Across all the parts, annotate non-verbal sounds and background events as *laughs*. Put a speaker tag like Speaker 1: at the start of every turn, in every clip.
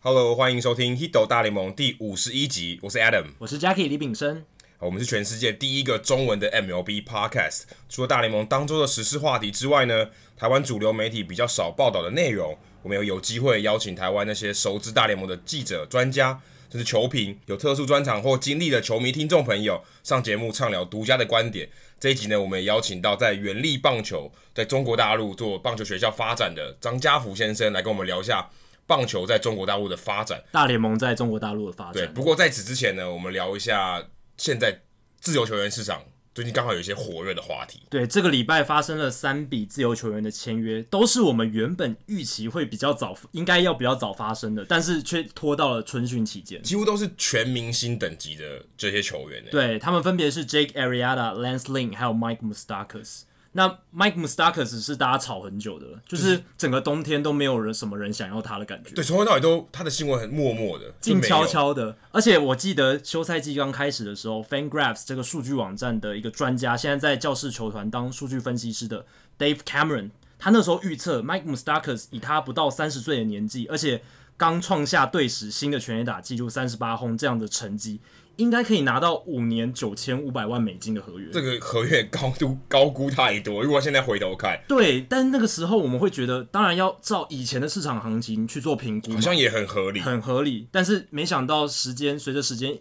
Speaker 1: Hello，欢迎收听《h i t o 大联盟》第五十一集，我是 Adam。
Speaker 2: 我是 Jackie 李炳生。
Speaker 1: 好我们是全世界第一个中文的 MLB Podcast。除了大联盟当周的时事话题之外呢，台湾主流媒体比较少报道的内容，我们有有机会邀请台湾那些熟知大联盟的记者、专家，甚至球评，有特殊专场或经历的球迷听众朋友上节目畅聊独家的观点。这一集呢，我们也邀请到在原力棒球在中国大陆做棒球学校发展的张家福先生来跟我们聊一下棒球在中国大陆的发展。
Speaker 2: 大联盟在中国大陆的发
Speaker 1: 对，
Speaker 2: 展，
Speaker 1: 不过在此之前呢，我们聊一下现在自由球员市场最近刚好有一些火热的话题。
Speaker 2: 对这个礼拜发生了三笔自由球员的签约，都是我们原本预期会比较早，应该要比较早发生的，但是却拖到了春训期间。
Speaker 1: 几乎都是全明星等级的这些球员、欸，
Speaker 2: 对他们分别是 Jake Arrieta、Lance Lynn 还有 Mike Mustakas。那 Mike Mustakas 是大家吵很久的了，就是整个冬天都没有人什么人想要他的感觉
Speaker 1: 对，。从头到尾都他的新闻很默默的，就
Speaker 2: 静
Speaker 1: 没有
Speaker 2: 悄。悄的。而且我记得休赛季刚开始的时候，FanGraphs 这个数据网站的一个专家，现在在教室球团当数据分析师的 Dave Cameron，他那时候预测 Mike Mustakas 以他不到三十岁的年纪，而且刚创下队史新的全垒打纪录三十八轰这样的成绩，应该可以拿到五年九千五百万美金的合约。
Speaker 1: 这个合约高度高估太多，如果现在回头看，
Speaker 2: 对，但那个时候我们会觉得，当然要照以前的市场行情去做评估嘛，
Speaker 1: 好像也很合理。
Speaker 2: 很合理。但是没想到时间随着时间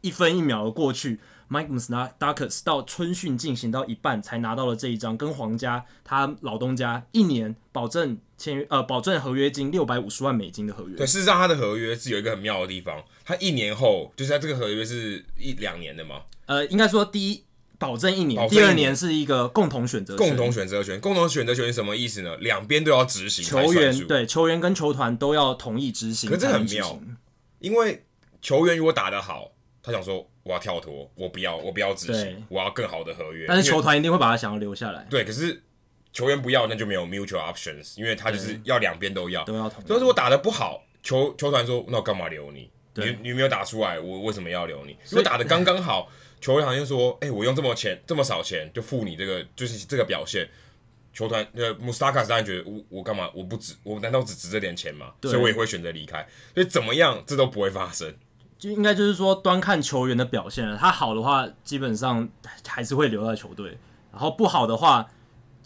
Speaker 2: 一分一秒的过去，Mike Mustakis 到春训进行到一半才拿到了这一张，跟皇家他老东家一年保证签约呃保证合约金六百五十万美金的合约。
Speaker 1: 对，事实上他的合约是有一个很妙的地方，他一年后就是他这个合约是一两年的嘛，
Speaker 2: 呃，应该说第一保证一
Speaker 1: 保证一
Speaker 2: 年，第
Speaker 1: 年
Speaker 2: 二年是一个共同选择权
Speaker 1: 共同选择权，共同选择权是什么意思呢？两边都要执行才
Speaker 2: 球
Speaker 1: 算
Speaker 2: 员
Speaker 1: 数
Speaker 2: 对球员跟球团都要同意执行
Speaker 1: 可是这
Speaker 2: 才能
Speaker 1: 很
Speaker 2: 执
Speaker 1: 妙
Speaker 2: 行，
Speaker 1: 因为球员如果打得好，他想说我要跳脱，我不要，我不要执
Speaker 2: 对
Speaker 1: 行，我要更好的合约。
Speaker 2: 但是
Speaker 1: 因为
Speaker 2: 球团一定会把他想要留下来，
Speaker 1: 对，可是球员不要，那就没有 mutual options，因为他就是要两边都要。
Speaker 2: 都要同意。
Speaker 1: 所以如果打得不好，球球团说那我干嘛留你？你你没有打出来，我为什么要留你？如果打得刚刚好，球员好像说，哎、我用这么钱这么少钱就付你这个，就是这个表现。球团呃，穆斯塔卡斯当然觉得我我干嘛？我不值，我难道只值这点钱吗？
Speaker 2: 对
Speaker 1: 所以我也会选择离开。所以怎么样，这都不会发生。
Speaker 2: 就应该就是说，端看球员的表现了。他好的话，基本上还是会留在球队；然后不好的话，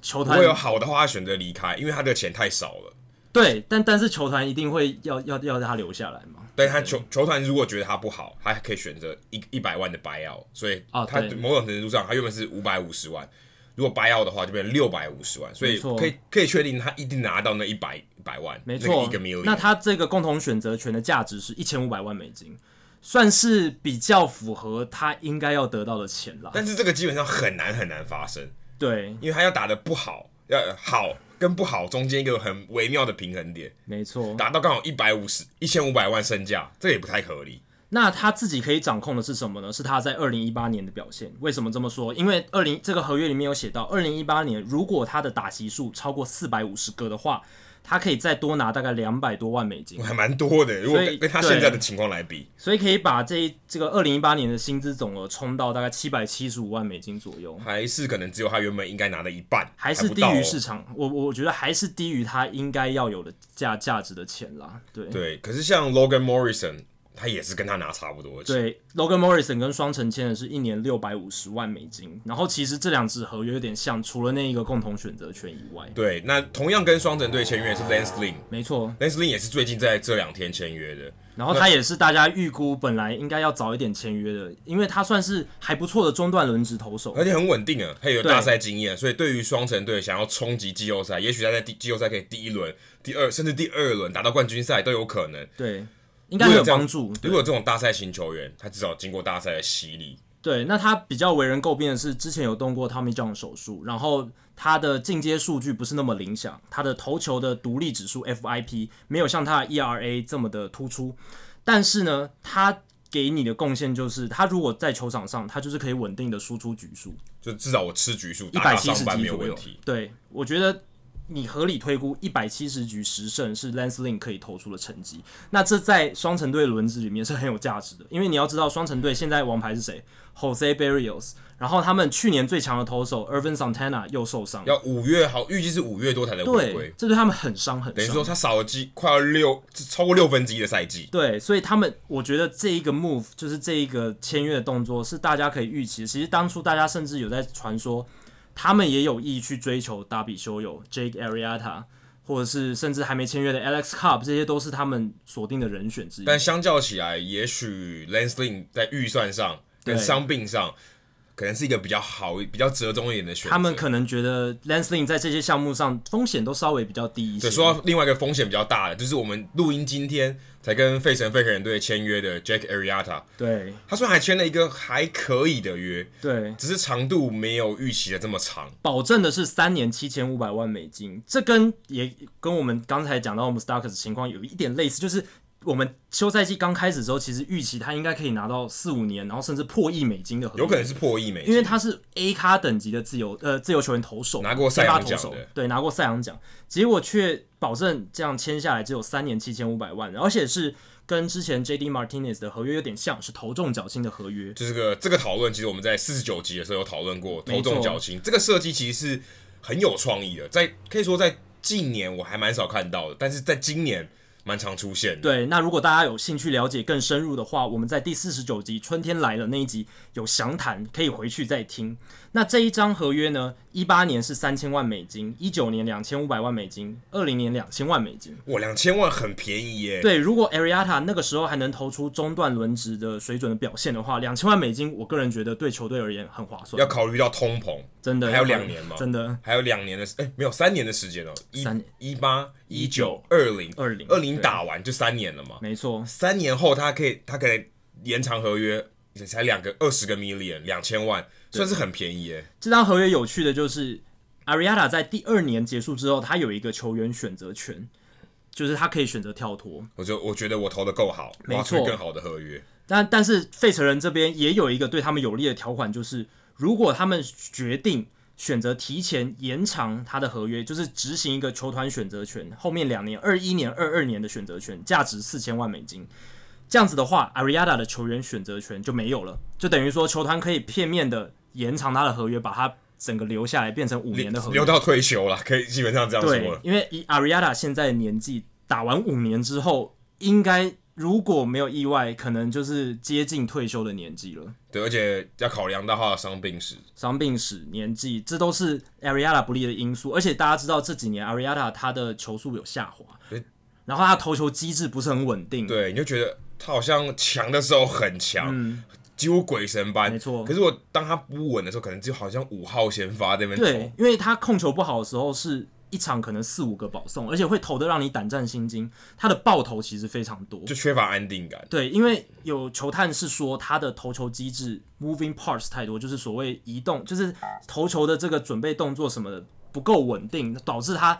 Speaker 2: 球
Speaker 1: 如
Speaker 2: 团
Speaker 1: 果有好的话，他选择离开，因为他的钱太少了。
Speaker 2: 对，但但是球团一定会要要要他留下来嘛。
Speaker 1: 但他球球团如果觉得他不好，他还可以选择一一百万的 buyout，所以
Speaker 2: 啊
Speaker 1: 他
Speaker 2: 对
Speaker 1: 某种程度上，他原本是五百五十万，如果 buyout 的话就变成六百五十万，所以
Speaker 2: 没错
Speaker 1: 可以可以确定他一定拿到那一百百万，
Speaker 2: 没
Speaker 1: 那个
Speaker 2: 错，
Speaker 1: 一个 million。
Speaker 2: 那他这个共同选择权的价值是一千五百万美金，算是比较符合他应该要得到的钱啦。
Speaker 1: 但是这个基本上很难很难发生，
Speaker 2: 对，
Speaker 1: 因为他要打的不好，要呃好跟不好中间一个很微妙的平衡点，
Speaker 2: 没错。
Speaker 1: 达到刚好一百五十一千五百万身价，这也不太合理。
Speaker 2: 那他自己可以掌控的是什么呢？是他在二零一八年的表现。为什么这么说？因为二零这个合约里面有写到，二零一八年如果他的打席数超过四百五十个的话，他可以再多拿大概两百多万美金，
Speaker 1: 还蛮多的，如果
Speaker 2: 所以
Speaker 1: 跟跟他
Speaker 2: 对
Speaker 1: 现在的情况来比，
Speaker 2: 所以可以把这一这个二零一八年的薪资总额冲到大概七百七十五万美金左右，
Speaker 1: 还是可能只有他原本应该拿的一半，
Speaker 2: 还是
Speaker 1: 不
Speaker 2: 低
Speaker 1: 到
Speaker 2: 于
Speaker 1: 哦
Speaker 2: 市场。我我我觉得还是低于他应该要有的价价值的钱啦。对
Speaker 1: 对，可是像 Logan Morrison，他也是跟他拿差不多的钱。
Speaker 2: 对，Logan Morrison 跟双城签的是一年六百五十万美金，然后其实这两支合约有点像，除了那一个共同选择权以外，
Speaker 1: 对那同样跟双城队签约是 Lance Lynn，Lance
Speaker 2: 没错。
Speaker 1: Lynn 也是最近在这两天签约的。
Speaker 2: 然后他也是大家预估本来应该要早一点签约的，因为他算是还不错的中段轮值投手
Speaker 1: 而。且很稳定啊，他也有
Speaker 2: 对
Speaker 1: 大赛经验，所以对于双城队想要冲击季后赛，也许他在第季后赛可以第一轮、第二甚至第二轮打到冠军赛都有可能。
Speaker 2: 对，应
Speaker 1: 应
Speaker 2: 该很有帮助。
Speaker 1: 如果有这种大赛型球员，他至少经过大赛的洗礼，
Speaker 2: 对，那他比较为人诟病的是，之前有动过 Tommy John 手术，然后他的进阶数据不是那么理想，他的投球的独立指数 FIP 没有像他的 ERA 这么的突出，但是呢，他给你的贡献就是，他如果在球场上，他就是可以稳定的输出局数，
Speaker 1: 就至少我吃局数，
Speaker 2: 一
Speaker 1: 打
Speaker 2: 百
Speaker 1: 打
Speaker 2: 七
Speaker 1: 上
Speaker 2: 十
Speaker 1: 班
Speaker 2: 级
Speaker 1: 没有
Speaker 2: 左
Speaker 1: 问
Speaker 2: 右
Speaker 1: 题。。
Speaker 2: 对，我觉得你合理推估一百七十局十胜是 Lance Lynn 可以投出的成绩。那这在双城队轮值里面是很有价值的，因为你要知道双城队现在王牌是谁，Jose Barrios，然后他们去年最强的投手 Irvin Santana 又受伤，
Speaker 1: 要五月好，预计是五月多才能回
Speaker 2: 对
Speaker 1: 归，，
Speaker 2: 这对他们很伤很
Speaker 1: 等于
Speaker 2: 伤。
Speaker 1: 说他少了几快要六超过六分之一的赛季。
Speaker 2: 对，所以他们，我觉得这一个 move 就是这一个签约的动作是大家可以预期的。其实当初大家甚至有在传说，他们也有意去追求达比修友、Jake Arrieta，或者是甚至还没签约的 Alex Cobb，这些都是他们锁定的人选之一。
Speaker 1: 但相较起来，也许 Lance Lynn 在预算上跟
Speaker 2: 对
Speaker 1: 伤病上，可能是一个比较好、比较折中一点的选择。
Speaker 2: 他们可能觉得 Lance Lynn 在这些项目上风险都稍微比较低一些。
Speaker 1: 对，说到另外一个风险比较大的，就是我们录音今天才跟费城费城人队签约的 Jack Arrieta，
Speaker 2: 对
Speaker 1: 他虽然还签了一个还可以的约，
Speaker 2: 对，
Speaker 1: 只是长度没有预期的这么长。
Speaker 2: 保证的是三年七千五百万美金，这跟也跟我们刚才讲到我们 Starks 情况有一点类似，就是我们休赛季刚开始的时候，其实预期他应该可以拿到四五年，然后甚至破亿美金的合约，
Speaker 1: 有可能是破亿美金，
Speaker 2: 因为他是 A 咖等级的自由呃自由球员投手，
Speaker 1: 拿过赛扬
Speaker 2: 先发
Speaker 1: 奖
Speaker 2: 投手
Speaker 1: 的，
Speaker 2: 对，拿过赛扬奖，结果却保证这样签下来只有三年七千五百万，而且是跟之前 J.D. Martinez 的合约有点像，是头重脚轻的合约。
Speaker 1: 就是个这个讨论，其实我们在四十九集的时候有讨论过头
Speaker 2: 没错
Speaker 1: 重脚轻这个设计，其实是很有创意的，在可以说在近年我还蛮少看到的，但是在今年蛮常出现的。
Speaker 2: 对，那如果大家有兴趣了解更深入的话，我们在第四十九集《春天来了》那一集有详谈，可以回去再听。那这一张合约呢，一八年是三千万美金，一九年两千五百万美金，二零年两千万美金。
Speaker 1: 哇，两千万很便宜耶！
Speaker 2: 对，如果 Ariata 那个时候还能投出中段轮值的水准的表现的话，两千万美金，我个人觉得对球队而言很划
Speaker 1: 要
Speaker 2: 算，
Speaker 1: 考虑到通膨，
Speaker 2: 真的。
Speaker 1: 还有
Speaker 2: 要
Speaker 1: 两年嘛
Speaker 2: 真的，
Speaker 1: 还有两年的时，哎、没有三年的时间哦，一
Speaker 2: 三年
Speaker 1: 一八、一
Speaker 2: 19
Speaker 1: 九、二零、
Speaker 2: 20
Speaker 1: 二零
Speaker 2: 对
Speaker 1: 打完就三年了嘛。
Speaker 2: 没错，
Speaker 1: 三年后他可以，他可以延长合约，才两个二十个 million，两千万，算是很便宜耶。
Speaker 2: 这张合约有趣的就是，Ariata 在第二年结束之后，他有一个球员选择权，就是他可以选择跳脱。
Speaker 1: 我就我觉得我投的够好，
Speaker 2: 没
Speaker 1: 我要去
Speaker 2: 错
Speaker 1: 更好的合约。
Speaker 2: 但但是费城人这边也有一个对他们有利的条款，就是如果他们决定选择提前延长他的合约，就是执行一个球团选择权，后面两年二一年、二二年的选择权，价值四千万美金。这样子的话，Ariada 的球员选择权就没有了，就等于说球团可以片面的延长他的合约，把他整个留下来变成五年的合约
Speaker 1: 留。到退休了，可以基本上这样说
Speaker 2: 对
Speaker 1: 了，。
Speaker 2: 因为以 Ariada 现在的年纪，打完五年之后，应该如果没有意外，可能就是接近退休的年纪了。
Speaker 1: 对，而且要考量到他的伤病史，
Speaker 2: 伤病史、年纪，这都是 Ariada 不利的因素。而且大家知道这几年 Ariada 他的球速有下滑
Speaker 1: 对，
Speaker 2: 然后他的投球机制不是很稳定。
Speaker 1: 对，你啊就觉得他好像强的时候很强。几乎鬼神般，
Speaker 2: 嗯没错
Speaker 1: 可是我当他不稳的时候，可能就好像五号先发这边投，
Speaker 2: 对，因为他控球不好的时候是。一场可能四五个保送，而且会投的让你胆战心惊。他的爆头其实非常多，
Speaker 1: 就缺乏安定感。
Speaker 2: 对，因为有球探是说他的投球机制 moving parts 太多，就是所谓移动，就是投球的这个准备动作什么的不够稳定，导致他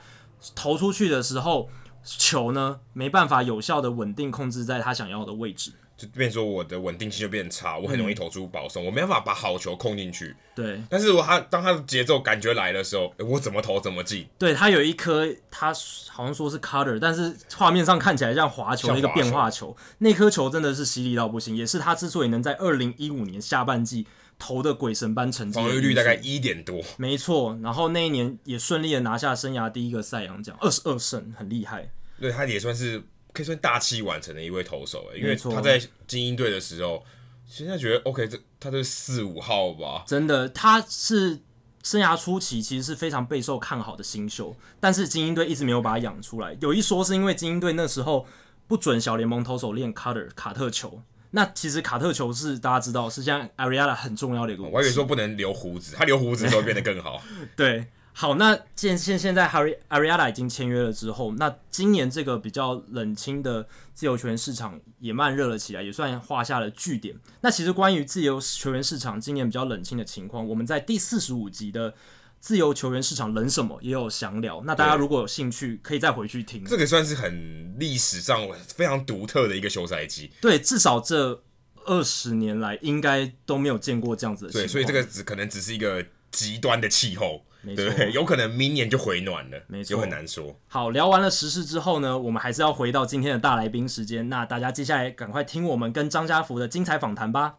Speaker 2: 投出去的时候球呢没办法有效的稳定控制在他想要的位置。
Speaker 1: 就变成说我的稳定性就变差，我很容易投出保送，我没办法把好球控进去。
Speaker 2: 对，
Speaker 1: 但是我他当他的节奏感觉来的时候，诶我怎么投怎么进，
Speaker 2: 对他有一颗，他好像说是 cutter，但是画面上看起来像滑球
Speaker 1: 像
Speaker 2: 一个
Speaker 1: 滑
Speaker 2: 变
Speaker 1: 球
Speaker 2: 化球，那颗球真的是犀利到不行，也是他之所以能在二零一五年下半季投的鬼神般成绩的
Speaker 1: 防
Speaker 2: 因素。
Speaker 1: 御率大概一点多，
Speaker 2: 没错，然后那一年也顺利的拿下生涯第一个赛扬奖，二十二胜，很厉害。
Speaker 1: 对他也算是可以算大器晚成的一位投手、欸诶因为
Speaker 2: 没错
Speaker 1: 他在精英队的时候，现在觉得 OK，这他这四五号吧，
Speaker 2: 真的，他是生涯初期其实是非常备受看好的新秀，但是精英队一直没有把他养出来。有一说是因为精英队那时候不准小联盟投手练 cutter 卡特球，那其实卡特球是大家知道是像 Ariana 很重要的一个武器。
Speaker 1: 哦我还以为说不能留胡子，他留胡子的时候变得更
Speaker 2: *laughs*
Speaker 1: 好。
Speaker 2: 对，好，那现现现在 Harry Ariana 已经签约了之后，那今年这个比较冷清的自由球员市场也慢热了起来，也算画下了句点。那其实关于自由球员市场今年比较冷清的情况，我们在第四十五集的。自由球员市场冷什么也有详聊，那大家
Speaker 1: 对
Speaker 2: 如果有兴趣，可以再回去听。
Speaker 1: 这个算是很历史上非常独特的一个休赛季，
Speaker 2: 对，至少这二十年来应该都没有见过这样子的情
Speaker 1: 对，
Speaker 2: 况。
Speaker 1: 所以这个只可能只是一个极端的气候，
Speaker 2: 没错。
Speaker 1: 对，有可能明年就回暖了，
Speaker 2: 没错
Speaker 1: 就很难说。
Speaker 2: 好，聊完了时事之后呢，我们还是要回到今天的大来宾时间。那大家接下来赶快听我们跟张家福的精彩访谈吧。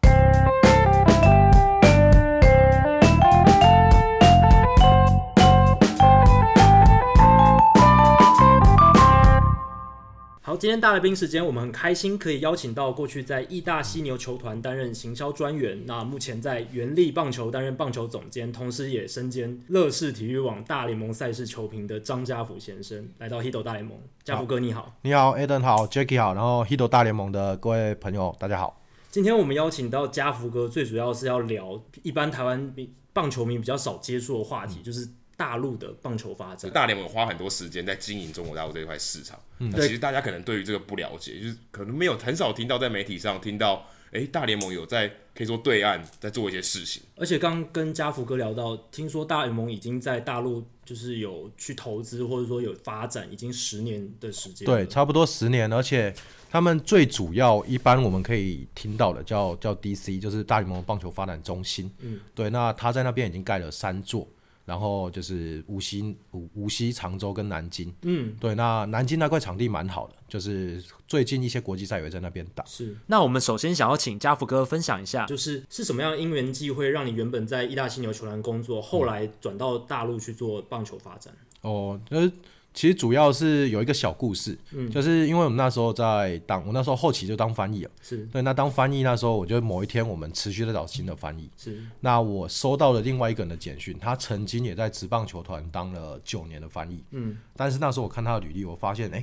Speaker 2: 好，今天大来宾时间，我们很开心可以邀请到过去在义大犀牛球团担任行销专员，那目前在原力棒球担任棒球总监，同时也身兼乐视体育网大联盟赛事球评的张家福先生来到 Hito 大联盟。家福哥你好，
Speaker 3: 你好，Aden 好，Jacky 好，然后 Hito 大联盟的各位朋友，大家好。
Speaker 2: 今天我们邀请到家福哥，最主要是要聊一般台湾民棒球迷比较少接触的话题，就是大陆的棒球发展。
Speaker 1: 大联盟花很多时间在经营中国大陆这块市场，
Speaker 3: 嗯
Speaker 1: 那其实大家可能对于这个不了解，就是可能没有很少听到在媒体上听到，诶，大联盟有在可以说对岸在做一些事情，
Speaker 2: 而且刚跟家福哥聊到，听说大联盟已经在大陆就是有去投资，或者说有发展，已经十年的时间。
Speaker 3: 对，，差不多十年，而且他们最主要一般我们可以听到的叫叫 DC，就是大联盟棒球发展中心。嗯，对，那他在那边已经盖了三座，然后就是无锡、无无锡、常州跟南京。嗯，对，那南京那块场地蛮好的，就是最近一些国际赛也会在那边打。
Speaker 2: 是
Speaker 4: 那我们首先想要请家福哥分享一下，
Speaker 2: 就是是什么样的因缘际会，让你原本在意大犀牛球团工作，后来转到大陆去做棒球发展？
Speaker 3: 哦，就是其实主要是有一个小故事，就是因为我们那时候在当，我那时候后期就当翻译啊了，
Speaker 2: 是
Speaker 3: 对，那当翻译那时候，我觉得某一天我们持续在找新的翻译，
Speaker 2: 是
Speaker 3: 那我收到了另外一个人的简讯，他曾经也在职棒球团当了九年的翻译，嗯，但是那时候我看他的履历，我发现，哎、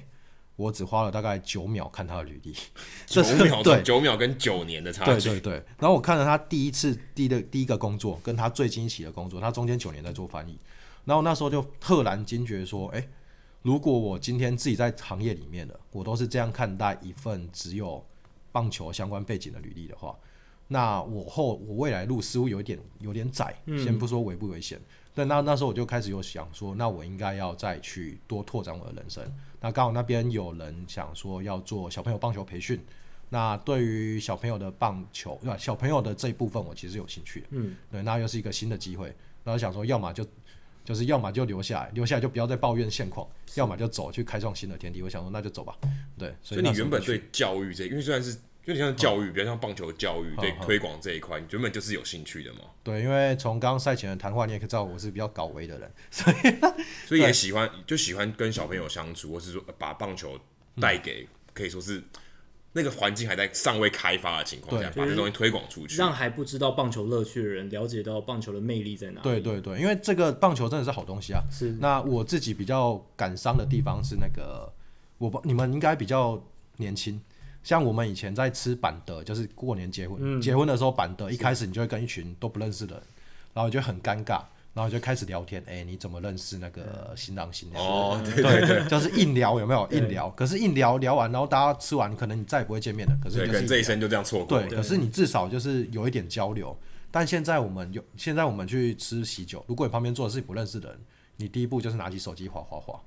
Speaker 3: 我只花了大概九秒看他的履历，
Speaker 1: 九
Speaker 3: 这是 *laughs*
Speaker 1: 秒
Speaker 3: 对
Speaker 1: 九秒跟九年的差
Speaker 3: 对
Speaker 1: 距，
Speaker 3: 对对。然后我看了他第一次第一的第一个工作，跟他最近一起的工作，他中间九年在做翻译。然后那时候就赫然惊觉说，哎，如果我今天自己在行业里面的，我都是这样看待一份只有棒球相关背景的履历的话，那我后我未来路似乎有一点有点窄。
Speaker 1: 嗯
Speaker 3: 先不说危不危险，对，那那时候我就开始有想说，那我应该要再去多拓展我的人生。那刚好那边有人想说要做小朋友棒球培训，那对于小朋友的棒球，对吧？小朋友的这一部分，我其实有兴趣。嗯，对，那又是一个新的机会。然后想说，要么就就是要么就留下来，留下来就不要再抱怨现况；要么就走去开创新的天地。我想说，那就走吧。对，
Speaker 1: 所
Speaker 3: 所
Speaker 1: 以
Speaker 3: 以
Speaker 1: 你
Speaker 3: 那时候
Speaker 1: 原本
Speaker 3: 就去
Speaker 1: 对教育这，因为虽然是有点像教育，比较像棒球教
Speaker 3: 嗯
Speaker 1: 育，对推广这一块，你原本就是有兴趣的嘛，
Speaker 3: 对，因为从刚刚赛前的谈话，你也可以知道我是比较搞维的人。
Speaker 1: 所以也喜欢就喜欢跟小朋友相处，或是说把棒球
Speaker 3: 嗯
Speaker 1: 带给可以说是那个环境还在尚未开发的情况下，
Speaker 3: 对
Speaker 1: 把这东西推广出去。
Speaker 2: 让还不知道棒球乐趣的人了解到棒球的魅力在哪里。
Speaker 3: 对对对，因为这个棒球真的是好东西啊。
Speaker 2: 是
Speaker 3: 那我自己比较感伤的地方是那个，我不你们应该比较年轻，像我们以前在吃板德，就是过年结婚，结婚的时候板德一开始你就会跟一群都不认识的人，然后就很尴尬，然后就开始聊天，哎、你怎么认识那个新郎新娘？
Speaker 1: 哦，对
Speaker 3: 对对，就是硬聊有
Speaker 1: *laughs*
Speaker 3: 没有硬聊？可是硬聊聊完，然后大家吃完，可能你再也不会见面了。可是
Speaker 1: 对，
Speaker 3: 就
Speaker 1: 可
Speaker 3: 是
Speaker 1: 能这一生就这样错过
Speaker 3: 对，。可是你至少就是有一点交流。但现在我们有，现在我们去吃喜酒，如果你旁边坐的是不认识的人，你第一步就是拿起手机划划划，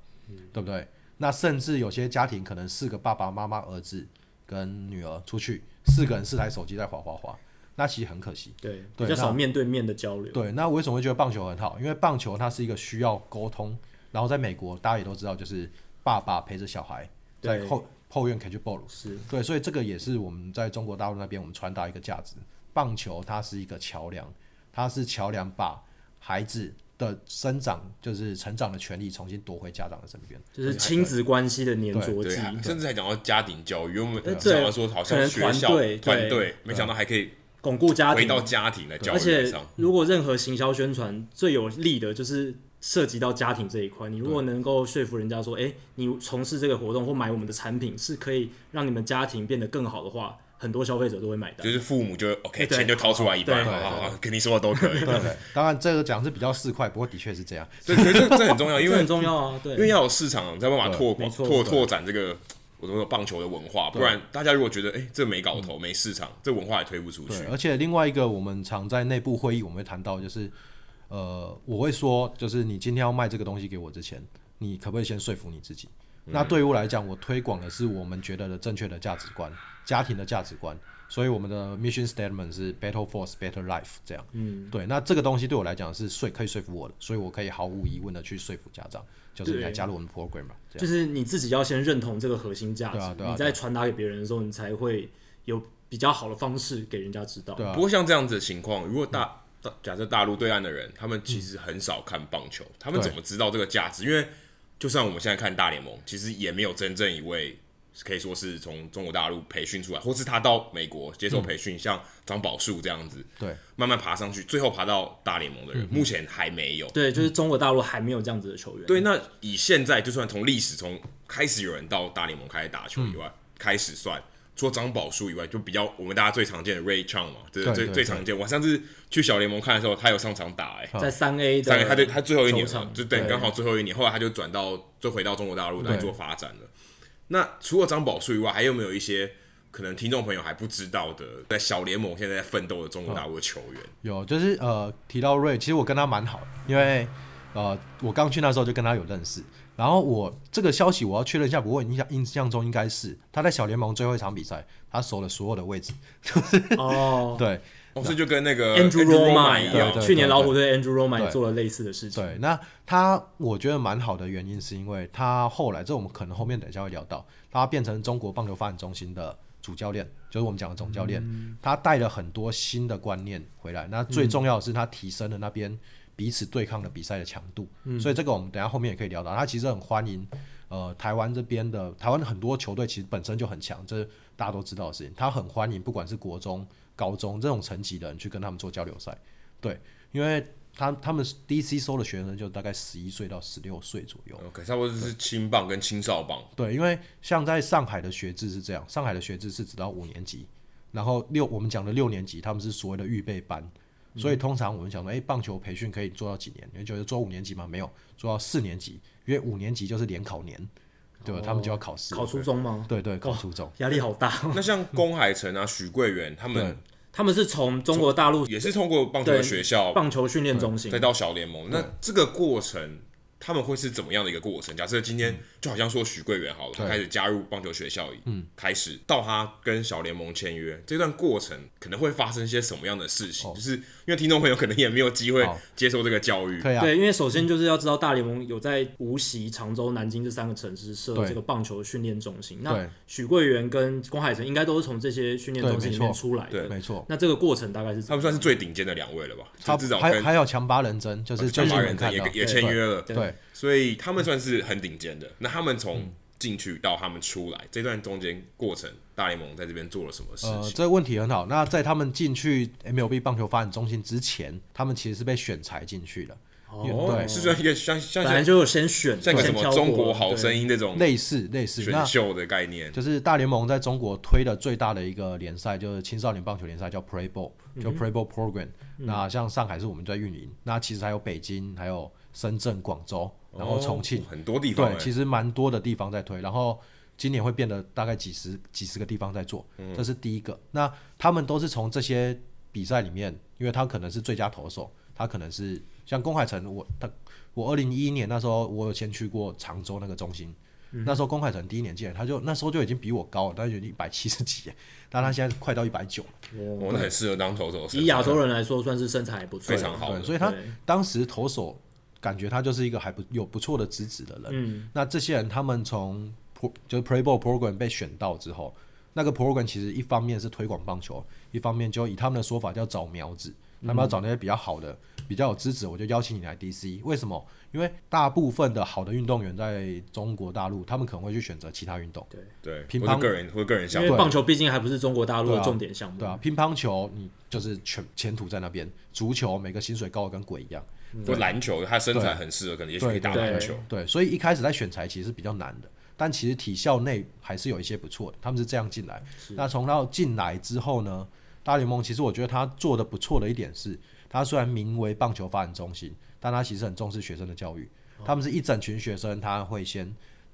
Speaker 3: 对不对？那甚至有些家庭可能四个爸爸妈妈、儿子跟女儿出去，四个人四台手机在划划划，那其实很可惜。
Speaker 2: 对，比
Speaker 3: 对
Speaker 2: 较少
Speaker 3: 那
Speaker 2: 面对面的交流。
Speaker 3: 对，那我为什么会觉得棒球很好？因为棒球它是一个需要沟通，然后在美国大家也都知道，就是爸爸陪着小孩在
Speaker 2: 对
Speaker 3: 后后院 catch ball，
Speaker 2: 是
Speaker 3: 对，所以这个也是我们在中国大陆那边我们传达一个价值，棒球它是一个桥梁，它是桥梁把孩子的生长就是成长的权利重新夺回家长的身边。
Speaker 2: 就是亲子关系的粘着
Speaker 1: 对
Speaker 2: 剂。，
Speaker 1: 啊甚至还讲到家庭教育，因为我
Speaker 2: 对
Speaker 1: 们想要说好
Speaker 2: 可
Speaker 1: 像
Speaker 2: 能
Speaker 1: 学校
Speaker 2: 团队
Speaker 1: 团
Speaker 2: 对
Speaker 1: 队，没想到还可以
Speaker 2: 巩固家
Speaker 1: 回
Speaker 2: 庭。
Speaker 1: 到家庭来教
Speaker 2: 而
Speaker 1: 育
Speaker 2: 且
Speaker 1: 上。，
Speaker 2: 如果任何行销宣传最有利的就是涉及到家庭这一块，你如果能够说服人家说，哎、你从事这个活动或买我们的产品，是可以让你们家庭变得更好的话，很多消费者都会买单
Speaker 1: 就。是父母就 OK，
Speaker 2: 对
Speaker 1: 钱就掏出来一半，
Speaker 2: 对
Speaker 1: 好好好，跟你说的都可以。
Speaker 3: 对，当然这个讲是比较市侩，不过的确是这样。
Speaker 1: 所以所以这这很重要，因
Speaker 2: *laughs* 这
Speaker 1: 为
Speaker 2: 很重要啊，对，
Speaker 1: 因为要有市场，你才有办法拓
Speaker 2: 没错
Speaker 1: 拓
Speaker 3: 对
Speaker 1: 拓展这个我说棒球的文化，不然大家如果觉得哎、诶这没搞
Speaker 2: 嗯
Speaker 1: 头、没市场，这文化也推不出去
Speaker 3: 对，。而且另外一个我们常在内部会议我们会谈到，就是呃，我会说，就是你今天要卖这个东西给我之前，你可不可以先说服你自己？那对于我来讲，我推广的是我们觉得的正确的价值观，家庭的价值观。所以我们的 mission statement 是 better force, better life 这样。嗯，对。那这个东西对我来讲是说可以说服我的，所以我可以毫无疑问的去说服家长，就是你来
Speaker 2: 对
Speaker 3: 加入我们 program 吧。这样。
Speaker 2: 就是你自己要先认同这个核心价值，
Speaker 3: 对啊对啊
Speaker 2: 你
Speaker 3: 对
Speaker 2: 在
Speaker 3: 啊
Speaker 2: 传达给别人的时候，你才会有比较好的方式给人家知道。
Speaker 3: 对啊
Speaker 1: 不过像这样子的情况，如果大、大假设大陆对岸的人，他们其实很少看棒球，他们
Speaker 3: 对
Speaker 1: 怎么知道这个价值？因为就像我们现在看大联盟，其实也没有真正一位可以说是从中国大陆培训出来，或是他到美国接受培训，像张宝树这样子，
Speaker 3: 对，
Speaker 1: 慢慢爬上去，最后爬到大联盟的人，目前还没有。
Speaker 2: 对，就是中国大陆还没有这样子的球员。
Speaker 1: 对，那以现在就算从历史从开始有人到大联盟开始打球以外，开始算除了张宝树以外，就比较我们大家最常见的 Ray Chang 嘛，这是
Speaker 3: 对
Speaker 1: 最
Speaker 3: 对
Speaker 1: 最
Speaker 3: 对
Speaker 1: 常见。我上次去小联盟看的时候，他有上场打、欸，哎，
Speaker 2: 在三 A
Speaker 1: 上
Speaker 2: 的，
Speaker 1: 个他对他最后一年
Speaker 2: 球场
Speaker 1: 就等
Speaker 2: 对
Speaker 1: 刚好最后一年，后来他就转到就回到中国大陆来做发展了。那除了张宝树以外，还有没有一些可能听众朋友还不知道的，在小联盟现在在奋斗的中国大陆的球员？
Speaker 3: 有，就是呃，提到瑞，其实我跟他蛮好的，因为呃，我刚去那时候就跟他有认识。然后我这个消息我要确认一下，不过我印象印象中应该是他在小联盟最后一场比赛，他守了所有的位置。
Speaker 2: 哦
Speaker 3: 对
Speaker 1: 哦，这就跟那个
Speaker 2: ，Andrew Roma
Speaker 1: 一
Speaker 2: 一
Speaker 1: 样
Speaker 2: 样，
Speaker 3: 对对
Speaker 2: 去年老虎队 Andrew Roma
Speaker 3: 对
Speaker 2: 也做了类似的事情。
Speaker 3: 对，那他我觉得蛮好的原因是因为他后来，这我们可能后面等一下会聊到，他变成中国棒球发展中心的主教练，就是我们讲的总教练，
Speaker 2: 嗯
Speaker 3: 他带了很多新的观念回来。那最重要的是，他提升了那边彼此对抗的比赛的强度。
Speaker 2: 嗯
Speaker 3: 所以这个我们等一下后面也可以聊到。他其实很欢迎，呃，台湾这边的台湾很多球队其实本身就很强，这是大家都知道的事情。他很欢迎，不管是国中、高中这种层级的人去跟他们做交流赛。对，因为他他们 DC 收的学生就大概十一岁到十六岁左右。
Speaker 1: ，OK，差不多哦就是青棒跟青少棒。
Speaker 3: 对，因为像在上海的学制是这样，上海的学制是直到五年级，然后六我们讲的六年级他们是所谓的预备班，所以通常我们想说，哎、棒球培训可以做到几年？你们觉得做五年级吗？没有，做到四年级，因为五年级就是联考年，对吧？他们就要考试，
Speaker 2: 考初中吗？
Speaker 3: 对
Speaker 1: 哦
Speaker 3: 对，考初中。
Speaker 2: 压力好大。
Speaker 1: 那像龚海城啊、许贵元 *laughs* 他们
Speaker 2: 他们是从中国大陆
Speaker 1: 也是通过棒球
Speaker 2: 对
Speaker 1: 的学校，
Speaker 2: 棒球训练中心
Speaker 1: 再，到小联盟。那这个过程他们会是怎么样的一个过程？假设今天就好像说许贵元好了，他
Speaker 3: 嗯对
Speaker 1: 开始加入棒球学校，嗯，开始到他跟小联盟签约这段过程，可能会发生些什么样的事
Speaker 3: 哦
Speaker 1: 情？就是因为听众朋友可能也没有机会
Speaker 3: 好
Speaker 1: 接受这个教育，
Speaker 3: 哦可以啊，
Speaker 2: 对，因为首先就是要知道大联盟有在无锡、常州、南京这三个城市设
Speaker 3: 对
Speaker 2: 这个棒球训练中心。那
Speaker 3: 对
Speaker 2: 许桂元跟龚海城应该都是从这些训练
Speaker 3: 对
Speaker 2: 中心
Speaker 3: 没
Speaker 2: 里面
Speaker 3: 错
Speaker 2: 出来的。
Speaker 1: 对
Speaker 3: 没错。
Speaker 2: 那这个过程大概是
Speaker 1: 他
Speaker 2: 怎
Speaker 1: 们
Speaker 2: 么？
Speaker 1: 算是最顶尖的两位了吧？
Speaker 3: 他
Speaker 1: 就至少
Speaker 3: 还
Speaker 1: 跟
Speaker 3: 还有强巴人真，就是
Speaker 1: 像
Speaker 3: 最近
Speaker 1: 马
Speaker 3: 我
Speaker 1: 人
Speaker 3: 们看
Speaker 1: 也
Speaker 3: 到，
Speaker 1: 也
Speaker 3: 对
Speaker 1: 签约了，
Speaker 3: 对
Speaker 1: 所以他们算是很顶尖的。那他们从进去到他们出来这段中间过程，大联盟在这边做了什么事
Speaker 3: 呃，
Speaker 1: 情？
Speaker 3: 这个问题很好。那在他们进去 MLB 棒球发展中心之前，他们其实是被选材进去的，
Speaker 1: 哦，
Speaker 3: 呃对
Speaker 1: 是算一个像像
Speaker 2: 本来就有先选，
Speaker 1: 像个
Speaker 2: 先
Speaker 1: 什么
Speaker 2: 挑
Speaker 1: 中
Speaker 2: 过啊
Speaker 1: 国好声
Speaker 2: 对
Speaker 1: 音这种
Speaker 3: 类似类似。那
Speaker 1: 选秀的概念，
Speaker 3: 就是大联盟在中国推的最大的一个联赛，就是青少年棒球联赛，叫 Play Ball，就
Speaker 1: 嗯
Speaker 3: Play Ball Program、那像上海是我们在运营，那其实还有北京，还有深圳、广州，然后重庆
Speaker 1: 哦，很多地方
Speaker 3: 对，
Speaker 1: 欸，
Speaker 3: 其实蛮多的地方在推，然后今年会变得大概几十几十个地方在做，
Speaker 1: 嗯
Speaker 3: 这是第一个。那他们都是从这些比赛里面，因为他可能是最佳投手，他可能是像龚海城，我他我二零一一年那时候我有先去过常州那个中心。那时候龚海城第一年进来，他就那时候就已经比我高了，他就已经一百七十几了，但他现在快到一百九了。
Speaker 1: 哦，那很适合当投手的身份，
Speaker 2: 以亚洲人来说，算是身材还不错，
Speaker 1: 非常好
Speaker 3: 对，
Speaker 1: 的。
Speaker 3: 所以他
Speaker 2: 对
Speaker 3: 当时投手感觉他就是一个还不有不错的资质的人。
Speaker 2: 嗯，
Speaker 3: 那这些人他们从 pro- 就是 Play Ball Program 被选到之后，那个 program 其实一方面是推广棒球，一方面就以他们的说法叫找苗子，
Speaker 2: 嗯
Speaker 3: 他们要找那些比较好的、比较有资质，我就邀请你来 DC。为什么？因为大部分的好的运动员在中国大陆，他们可能会去选择其他运动。
Speaker 1: 对，
Speaker 3: 乒
Speaker 1: 或者
Speaker 3: 乓
Speaker 1: 个人或者个人
Speaker 2: 因
Speaker 1: 想
Speaker 2: 为
Speaker 1: 法，
Speaker 2: 棒球毕竟还不是中国大陆
Speaker 3: 对
Speaker 2: 的
Speaker 3: 啊
Speaker 2: 重点项目
Speaker 3: 对。啊，乒乓球你就是全前途在那边，足球每个薪水高的跟鬼一样。
Speaker 1: 或篮球，他身材很适合，可能也许可以打
Speaker 2: 对
Speaker 1: 篮球。
Speaker 3: 对，所以一开始在选材其实是比较难的，但其实体校内还是有一些不错的，他们是这样进来。那从到进来之后呢，大联盟其实我觉得他做的不错的一点是，他虽然名为棒球发展中心，但他其实很重视学生的教育。他们是一整群学生，他会先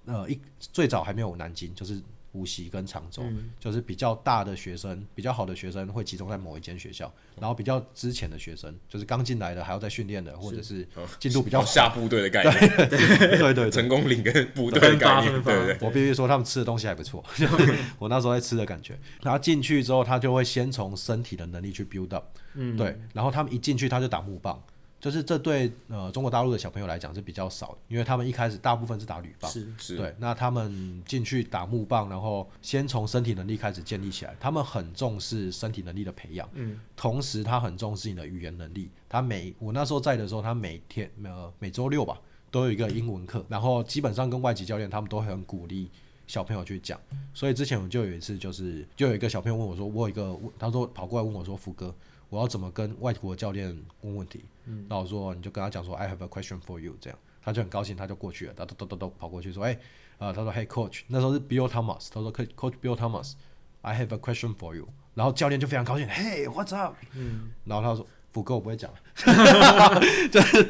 Speaker 3: 呃一最早还没有南京，就是。无锡跟常州，就是比较大的学生，比较好的学生会集中在某一间学校，然后比较之前的学生，就是刚进来的还要再训练的，或者是进度比 *laughs* 较
Speaker 1: 哦下部队的概念，
Speaker 3: 对对 *laughs* 对，
Speaker 1: 成功领跟部队的概念，
Speaker 2: 分发分发
Speaker 1: 对不对？
Speaker 3: 我必须说，他们吃的东西还不错， *laughs* 我那时候在吃的感觉。然后进去之后，他就会先从身体的能力去 build up，嗯，对。然后他们一进去，他就打木棒，就是这对呃中国大陆的小朋友来讲是比较少的，因为他们一开始大部分是打铝棒，
Speaker 2: 是
Speaker 1: 是
Speaker 3: 对。那他们进去打木棒，然后先从身体能力开始建立起来，他们很重视身体能力的培养，嗯，同时他很重视你的语言能力。他每我那时候在的时候，他每天呃每周六吧都有一个英文课，然后基本上跟外籍教练他们都很鼓励。小朋友去讲，所以之前我就有一次，就是就有一个小朋友问我说，我有一个问，他说跑过来问我说，福哥，我要怎么跟外国教练问问题？嗯，那我说你就跟他讲说，I have a question for you，这样，他就很高兴，他就过去了，他咚咚咚咚跑过去说，哎、啊、他说，Hey coach，那时候是 Bill Thomas，他说，Coach Coach Bill Thomas，I have a question for you，然后教练就非常高兴，Hey，what's up？嗯，然后他说，福哥，我不会讲，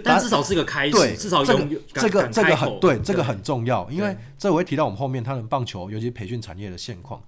Speaker 2: 但至少是个开
Speaker 3: 对，
Speaker 2: 始，哎至少
Speaker 3: 这
Speaker 2: 拥
Speaker 3: 个
Speaker 2: 有
Speaker 3: 这个
Speaker 2: 敢
Speaker 3: 这
Speaker 2: 敢
Speaker 3: 个
Speaker 2: 开
Speaker 3: 很
Speaker 2: 口
Speaker 3: 对，这个很重要，因为这我会提到我们后面他们棒球，尤其培训产业的现况。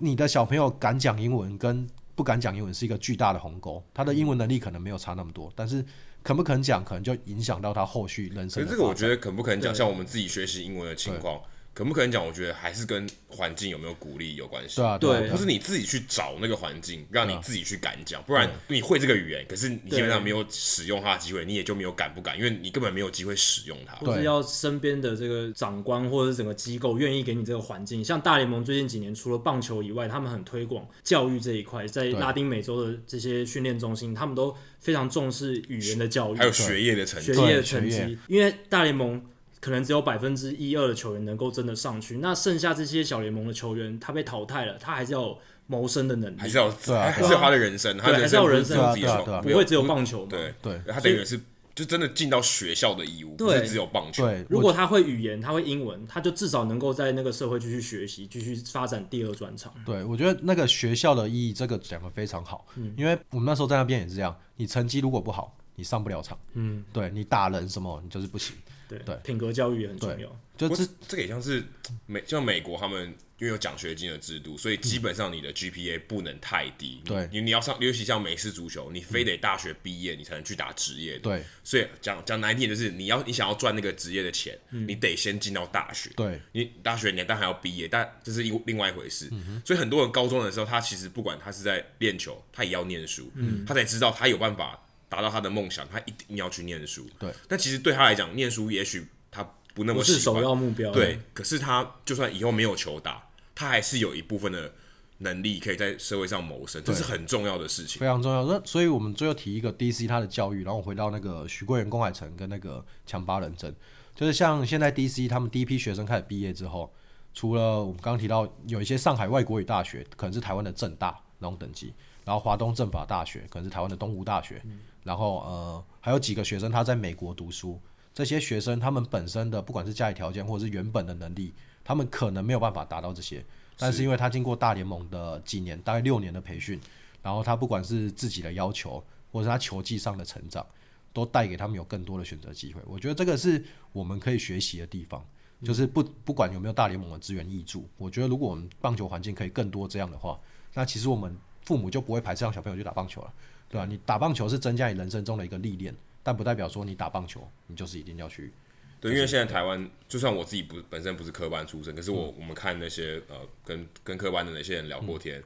Speaker 3: 你的小朋友敢讲英文跟不敢讲英文是一个巨大的鸿沟，他的英文能力可能没有差那么多，但是肯不肯讲，可能就影响到他后续人
Speaker 1: 可
Speaker 3: 生
Speaker 1: 是
Speaker 3: 的发展。
Speaker 1: 这个我觉得可不可能讲，像我们自己学习英文的情况，可不可能讲？我觉得还是跟环境有没有鼓励有关系。
Speaker 3: 对啊，啊
Speaker 2: 对
Speaker 1: 不是你自己去找那个环境，让你自己去敢讲，不然你会这个语言，可是你基本上没有使用它的机会，你也就没有敢不敢，因为你根本没有机会使用它。
Speaker 3: 对
Speaker 2: 或是要身边的这个长官或者是整个机构愿意给你这个环境。像大联盟最近几年，除了棒球以外，他们很推广教育这一块，在拉丁美洲的这些训练中心，他们都非常重视语言的教育
Speaker 1: 还，有学业的成
Speaker 2: 学
Speaker 1: 绩，
Speaker 2: 业
Speaker 3: 对
Speaker 2: 的成
Speaker 3: 学
Speaker 2: 绩。因为大联盟可能只有百分之一二的球员能够真的上去，那剩下这些小联盟的球员，他被淘汰了，他还是要有谋生的能力
Speaker 1: 还，是要
Speaker 3: 对啊对啊
Speaker 1: 还是有他的人生，他
Speaker 2: 对
Speaker 1: 的
Speaker 2: 还
Speaker 1: 人
Speaker 2: 是
Speaker 1: 生
Speaker 2: 要有
Speaker 1: 不
Speaker 2: 人
Speaker 1: 是
Speaker 2: 生
Speaker 1: 只有自己
Speaker 3: 对啊
Speaker 1: 爽，
Speaker 3: 对啊
Speaker 2: 不会只有棒球嘛？
Speaker 1: 对
Speaker 3: 对啊
Speaker 1: 他等于是就真的尽到学校的义务，不
Speaker 2: 对
Speaker 1: 是只有棒球。
Speaker 3: 对，
Speaker 2: 如果他会语言，他会英文，他就至少能够在那个社会继续学习，继续发展第二专长。
Speaker 3: 对，我觉得那个学校的意义，这个讲的非常好，因为我们那时候在那边也是这样，你成绩如果不好，你上不了场，嗯，对你打人什么，你就是不行，
Speaker 2: 对，
Speaker 3: 对
Speaker 2: 品格教育也很重要。
Speaker 3: 就
Speaker 1: 不
Speaker 3: 这
Speaker 1: 是这个也像是美，像美国他们因为有奖学金的制度，所以基本上你的 GPA 不能太低。
Speaker 3: 对
Speaker 1: 你你要上，尤其像美式足球，你非得大学毕业你才能去打职业的。
Speaker 3: 对
Speaker 1: 所以讲讲难听点，就是你要你想要赚那个职业的钱，你得先进到大学。
Speaker 3: 嗯对，
Speaker 1: 你大学你当然还要毕业，但这是一另外一回事。
Speaker 3: 嗯
Speaker 1: 所以很多人高中的时候，他其实不管他是在练球，他也要念书，
Speaker 3: 嗯
Speaker 1: 他才知道他有办法达到他的梦想，他一定要去念书。
Speaker 3: 对，
Speaker 1: 但其实对他来讲，念书也许他不那
Speaker 2: 不
Speaker 1: 么
Speaker 2: 是
Speaker 1: 喜欢
Speaker 2: 首，要目标。
Speaker 1: 对，，可是他就算以后没有球打，他还是有一部分的能力可以在社会上谋生，这是很重要的事情。
Speaker 3: 非常重要。那所以我们最后提一个 DC 它的教育，然后我回到那个许贵人、龚海城跟那个强巴人争，就是像现在 DC 他们第一批学生开始毕业之后，除了我们刚刚提到有一些上海外国语大学，可能是台湾的政大那种等级，然后华东政法大学可能是台湾的东吴大学，然后呃还有几个学生他在美国读书，这些学生他们本身的不管是家里条件或者是原本的能力，他们可能没有办法达到这些，但是因为他经过大联盟的几年，大概六年的培训，然后他不管是自己的要求，或者是他球技上的成长，都带给他们有更多的选择机会。我觉得这个是我们可以学习的地方，就是不不管有没有大联盟的资源挹注，我觉得如果我们棒球环境可以更多这样的话，那其实我们父母就不会排斥让小朋友去打棒球了，对吧、你打棒球是增加你人生中的一个历练，但不代表说你打棒球你就是一定要去
Speaker 1: 对，因为现在台湾，就算我自己不本身不是科班出身，可是我、我们看那些呃跟跟科班的那些人聊过天，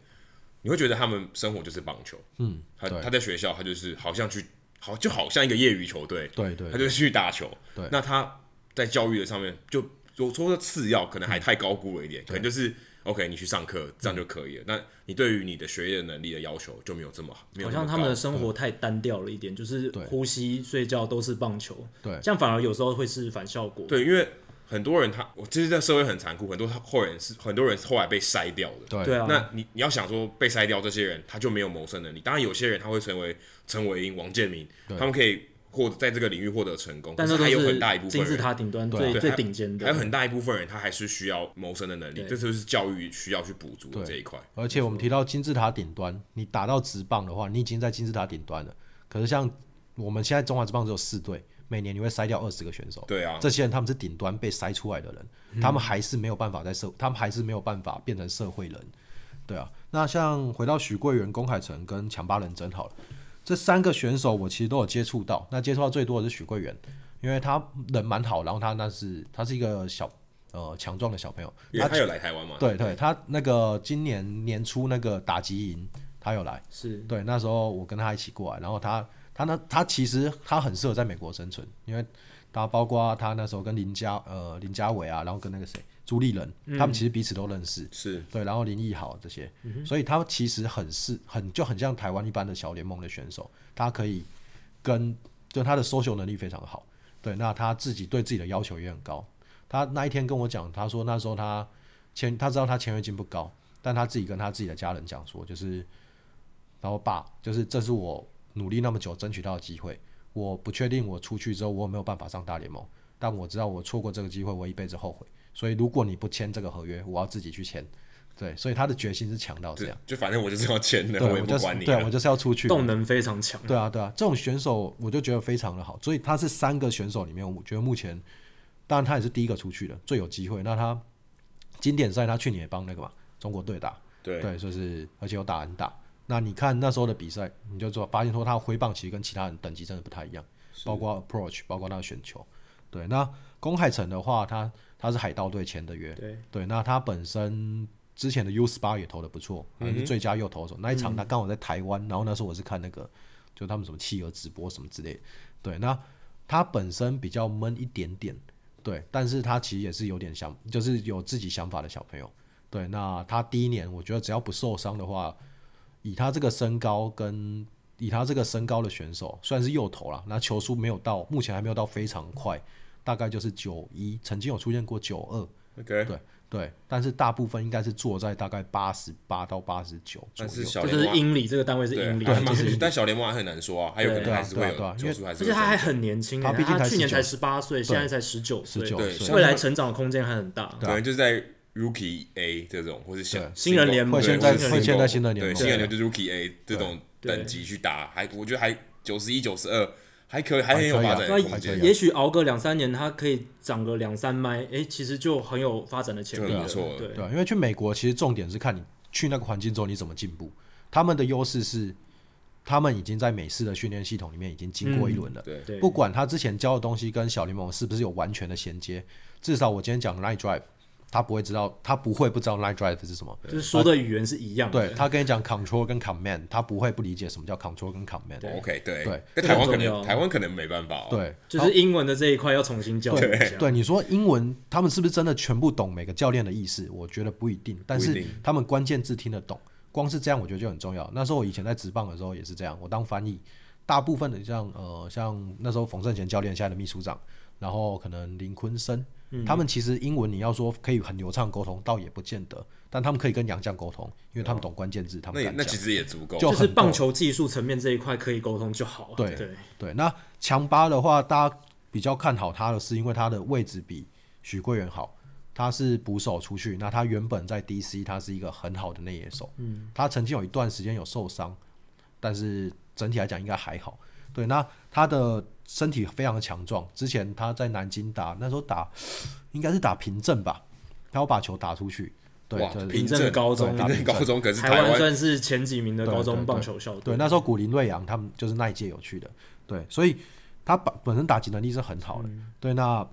Speaker 1: 你会觉得他们生活就是棒球，嗯，他
Speaker 3: 对
Speaker 1: 他在学校他就是好像去好就好像一个业余球队，
Speaker 3: 对对
Speaker 1: 他就去打球，
Speaker 3: 对
Speaker 1: 那他在教育的上面就我说的次要可能还太高估了一点，可能就是 OK 你去上课这样就可以了，那你对于你的学业能力的要求就没有这么好，没有
Speaker 2: 好
Speaker 1: 那么
Speaker 2: 像他们
Speaker 1: 高
Speaker 2: 的生活太单调了一点，就是呼吸、睡觉都是棒球，
Speaker 3: 对
Speaker 2: 这样反而有时候会是反效果。，
Speaker 1: 对，因为很多人他我其实这社会很残酷，很多他后人是很多人是后来被筛掉的，
Speaker 3: 对
Speaker 2: 对啊，
Speaker 1: 那你你要想说被筛掉这些人，他就没有谋生能力。当然，有些人他会成为陈伟英、王建民，他们可以获得在这个领域获得成功，
Speaker 2: 但
Speaker 1: 可
Speaker 2: 是
Speaker 1: 是
Speaker 2: 都
Speaker 1: 还有
Speaker 2: 是
Speaker 1: 很大一部分
Speaker 2: 金字
Speaker 1: 人，
Speaker 2: 塔顶端最
Speaker 1: 对
Speaker 2: 最
Speaker 1: 还
Speaker 2: 顶尖
Speaker 1: 还有
Speaker 2: 的。
Speaker 1: 很大一部分人他还是需要谋生的能力，
Speaker 2: 对
Speaker 1: 这就是教育需要去补足的这一块。
Speaker 3: 而且我们提到金字塔顶端，你打到直棒的话，你已经在金字塔顶端了。可是像我们现在中华职棒只有四队，每年你会筛掉二十个选手，
Speaker 1: 对啊，嗯
Speaker 3: 这些人他们是顶端被筛出来的人，他们还是没有办法在社，他们还是没有办法变成社会人，对啊。那像回到许贵元、龚海城跟强巴人真好了，这三个选手我其实都有接触到，那接触到最多的是许贵元，因为他人蛮好，然后他那是他是一个小呃强壮的小朋友，
Speaker 1: 因为他有来台湾嘛，
Speaker 3: 对对，他那个今年年初那个打击营他有来。
Speaker 4: 是
Speaker 3: 对，那时候我跟他一起过来，然后他他呢，他其实他很适合在美国生存，因为他包括他那时候跟林家呃林家伟啊，然后跟那个谁朱立伦，他们其实彼此都认识，
Speaker 1: 是
Speaker 3: 对，然后林奕豪这些，所以他其实很是很就很像台湾一般的小联盟的选手，他可以跟就他的 social 能力非常好，对，那他自己对自己的要求也很高。他那一天跟我讲，他说那时候他签，他知道他签约金不高，但他自己跟他自己的家人讲说，就是，然后爸，就是这是我努力那么久争取到的机会，我不确定我出去之后我有没有办法上大联盟，但我知道我错过这个机会，我一辈子后悔。所以如果你不签这个合约，我要自己去签。对，所以他的决心是强到这
Speaker 1: 就
Speaker 3: 样。
Speaker 1: 就反正我就是要签的，
Speaker 3: 对，
Speaker 1: 也
Speaker 3: 我
Speaker 1: 不
Speaker 3: 就
Speaker 1: 管
Speaker 3: 是
Speaker 1: 你啊
Speaker 3: 对
Speaker 1: 了
Speaker 3: 我就是要出去。
Speaker 4: 动能非常强，
Speaker 3: 对啊，对啊，这种选手我就觉得非常的好，所以他是三个选手里面，我觉得目前，当然他也是第一个出去的，最有机会。那他经典赛他去年也帮那个嘛中国队打，
Speaker 1: 对
Speaker 3: 对，就是而且有打安打。那你看那时候的比赛，你就说发现说他的挥棒其实跟其他人等级真的不太一样，包括 approach，包括他的选球。对，那龚海城的话，他他是海盗队签的约，
Speaker 4: 对
Speaker 3: 那他本身之前的 U 1 8也投的不错，好像是最佳右投手、那一场，他刚好在台湾，然后那时候我是看那个就他们什么企鹅直播什么之类的，对，那他本身比较闷一点点，对，但是他其实也是有点想，就是有自己想法的小朋友。对，那他第一年，我觉得只要不受伤的话，以他这个身高跟以他这个身高的选手，虽然是右投啦，那球速没有到，目前还没有到非常快，大概就是九一，曾经有出现过九二，
Speaker 1: ，OK，
Speaker 3: 对对，但是大部分应该是坐在大概八十八到八十九左
Speaker 1: 但是
Speaker 3: 右。
Speaker 1: 小
Speaker 4: 这
Speaker 1: 联
Speaker 4: 就是
Speaker 1: 盟
Speaker 4: 英里这个单位是
Speaker 1: 对
Speaker 4: 英里，
Speaker 2: 啊
Speaker 1: 还
Speaker 3: 这
Speaker 1: 蛮
Speaker 3: 是英里
Speaker 1: 但小联盟还很难说啊，还有可能
Speaker 3: 对啊
Speaker 1: 还是会
Speaker 3: 对
Speaker 1: 有
Speaker 3: 啊对啊
Speaker 1: 球速还
Speaker 4: 而
Speaker 1: 是会
Speaker 4: 且他还
Speaker 1: 增
Speaker 4: 很年轻欸，
Speaker 3: 他毕竟才
Speaker 4: 去年才
Speaker 3: 19
Speaker 4: 十八岁，现在才十九岁，
Speaker 3: 19
Speaker 1: 对
Speaker 3: 岁
Speaker 1: 像
Speaker 4: 未来成长的空间还很大。
Speaker 1: 可能就是在 Rookie A 这种，或是小
Speaker 3: 对
Speaker 4: 新人联盟
Speaker 1: 对
Speaker 4: 会现在
Speaker 1: 或是
Speaker 4: 会
Speaker 3: 现在新人联
Speaker 1: 对
Speaker 3: 盟
Speaker 1: 新人联盟就是 Rookie A 这种
Speaker 4: 对
Speaker 1: 等级去打，还我觉得还九十一、九十二还可以，还很有
Speaker 3: 还可
Speaker 1: 发展
Speaker 3: 以啊
Speaker 4: 那
Speaker 1: 的空间，
Speaker 4: 也许熬个两三年，他可以长个两三麦，哎，其实就很有发展的潜力
Speaker 1: 就
Speaker 4: 了。
Speaker 1: 很不错了
Speaker 4: 对，
Speaker 3: 对，啊因为去美国其实重点是看你去那个环境之后你怎么进步。他们的优势是，他们已经在美式的训练系统里面已经经过一轮了。
Speaker 1: 对
Speaker 4: 对
Speaker 3: 不管他之前教的东西跟小联盟是不是有完全的衔接，至少我今天讲 line drive，他不会知道，他不会不知道 line drive 是什么。
Speaker 4: 就是说的语言是一样的。
Speaker 3: 对他跟你讲 control 跟 command，他不会不理解什么叫 control 跟 command。
Speaker 1: 哦，OK，对
Speaker 3: 对，
Speaker 1: 那台湾可
Speaker 4: 这很重
Speaker 1: 能
Speaker 4: 要啊
Speaker 1: 台湾可能没办法哦，
Speaker 3: 对，
Speaker 4: 就是英文的这一块要重新教育一下。
Speaker 3: 对，你说英文，他们是不是真的全部懂每个教练的意思？我觉得不一定，但
Speaker 1: 不一
Speaker 3: 是
Speaker 1: 定
Speaker 3: 他们关键字听得懂，光是这样我觉得就很重要。那时候我以前在职棒的时候也是这样，我当翻译，大部分的像呃像那时候冯胜贤教练现在的秘书长，然后可能林坤生，
Speaker 1: 嗯
Speaker 3: 他们其实英文你要说可以很流畅沟通，倒也不见得，但他们可以跟洋将沟通，因为他们懂关键字，他
Speaker 1: 那
Speaker 3: 们
Speaker 1: 也
Speaker 3: 敢
Speaker 1: 那
Speaker 3: 讲。
Speaker 1: 其实也足够，
Speaker 3: 就
Speaker 4: 就是
Speaker 3: 很多
Speaker 4: 棒球技术层面这一块可以沟通就好了。
Speaker 3: 对
Speaker 4: 对，
Speaker 3: 对，那强巴的话，大家比较看好他的是因为他的位置比许贵元好，他是捕手出去，那他原本在 DC 他是一个很好的内野手，嗯，他曾经有一段时间有受伤，但是整体来讲应该还好。对，那他的身体非常的强壮，之前他在南京打，那时候打应该是打平镇吧，他要把球打出去，对，
Speaker 1: 哇
Speaker 3: 对，
Speaker 1: 平
Speaker 4: 平镇的高中
Speaker 3: 对，
Speaker 1: 那
Speaker 3: 打平
Speaker 1: 高中可是
Speaker 4: 台
Speaker 1: 湾
Speaker 4: 湾算是前几名的
Speaker 3: 对
Speaker 4: 高
Speaker 3: 对
Speaker 4: 中
Speaker 3: 对
Speaker 4: 棒球校队
Speaker 3: 对，。那时候古林瑞阳他们就是那一届有去的，对，所以他本本身打击能力是很好的，对，那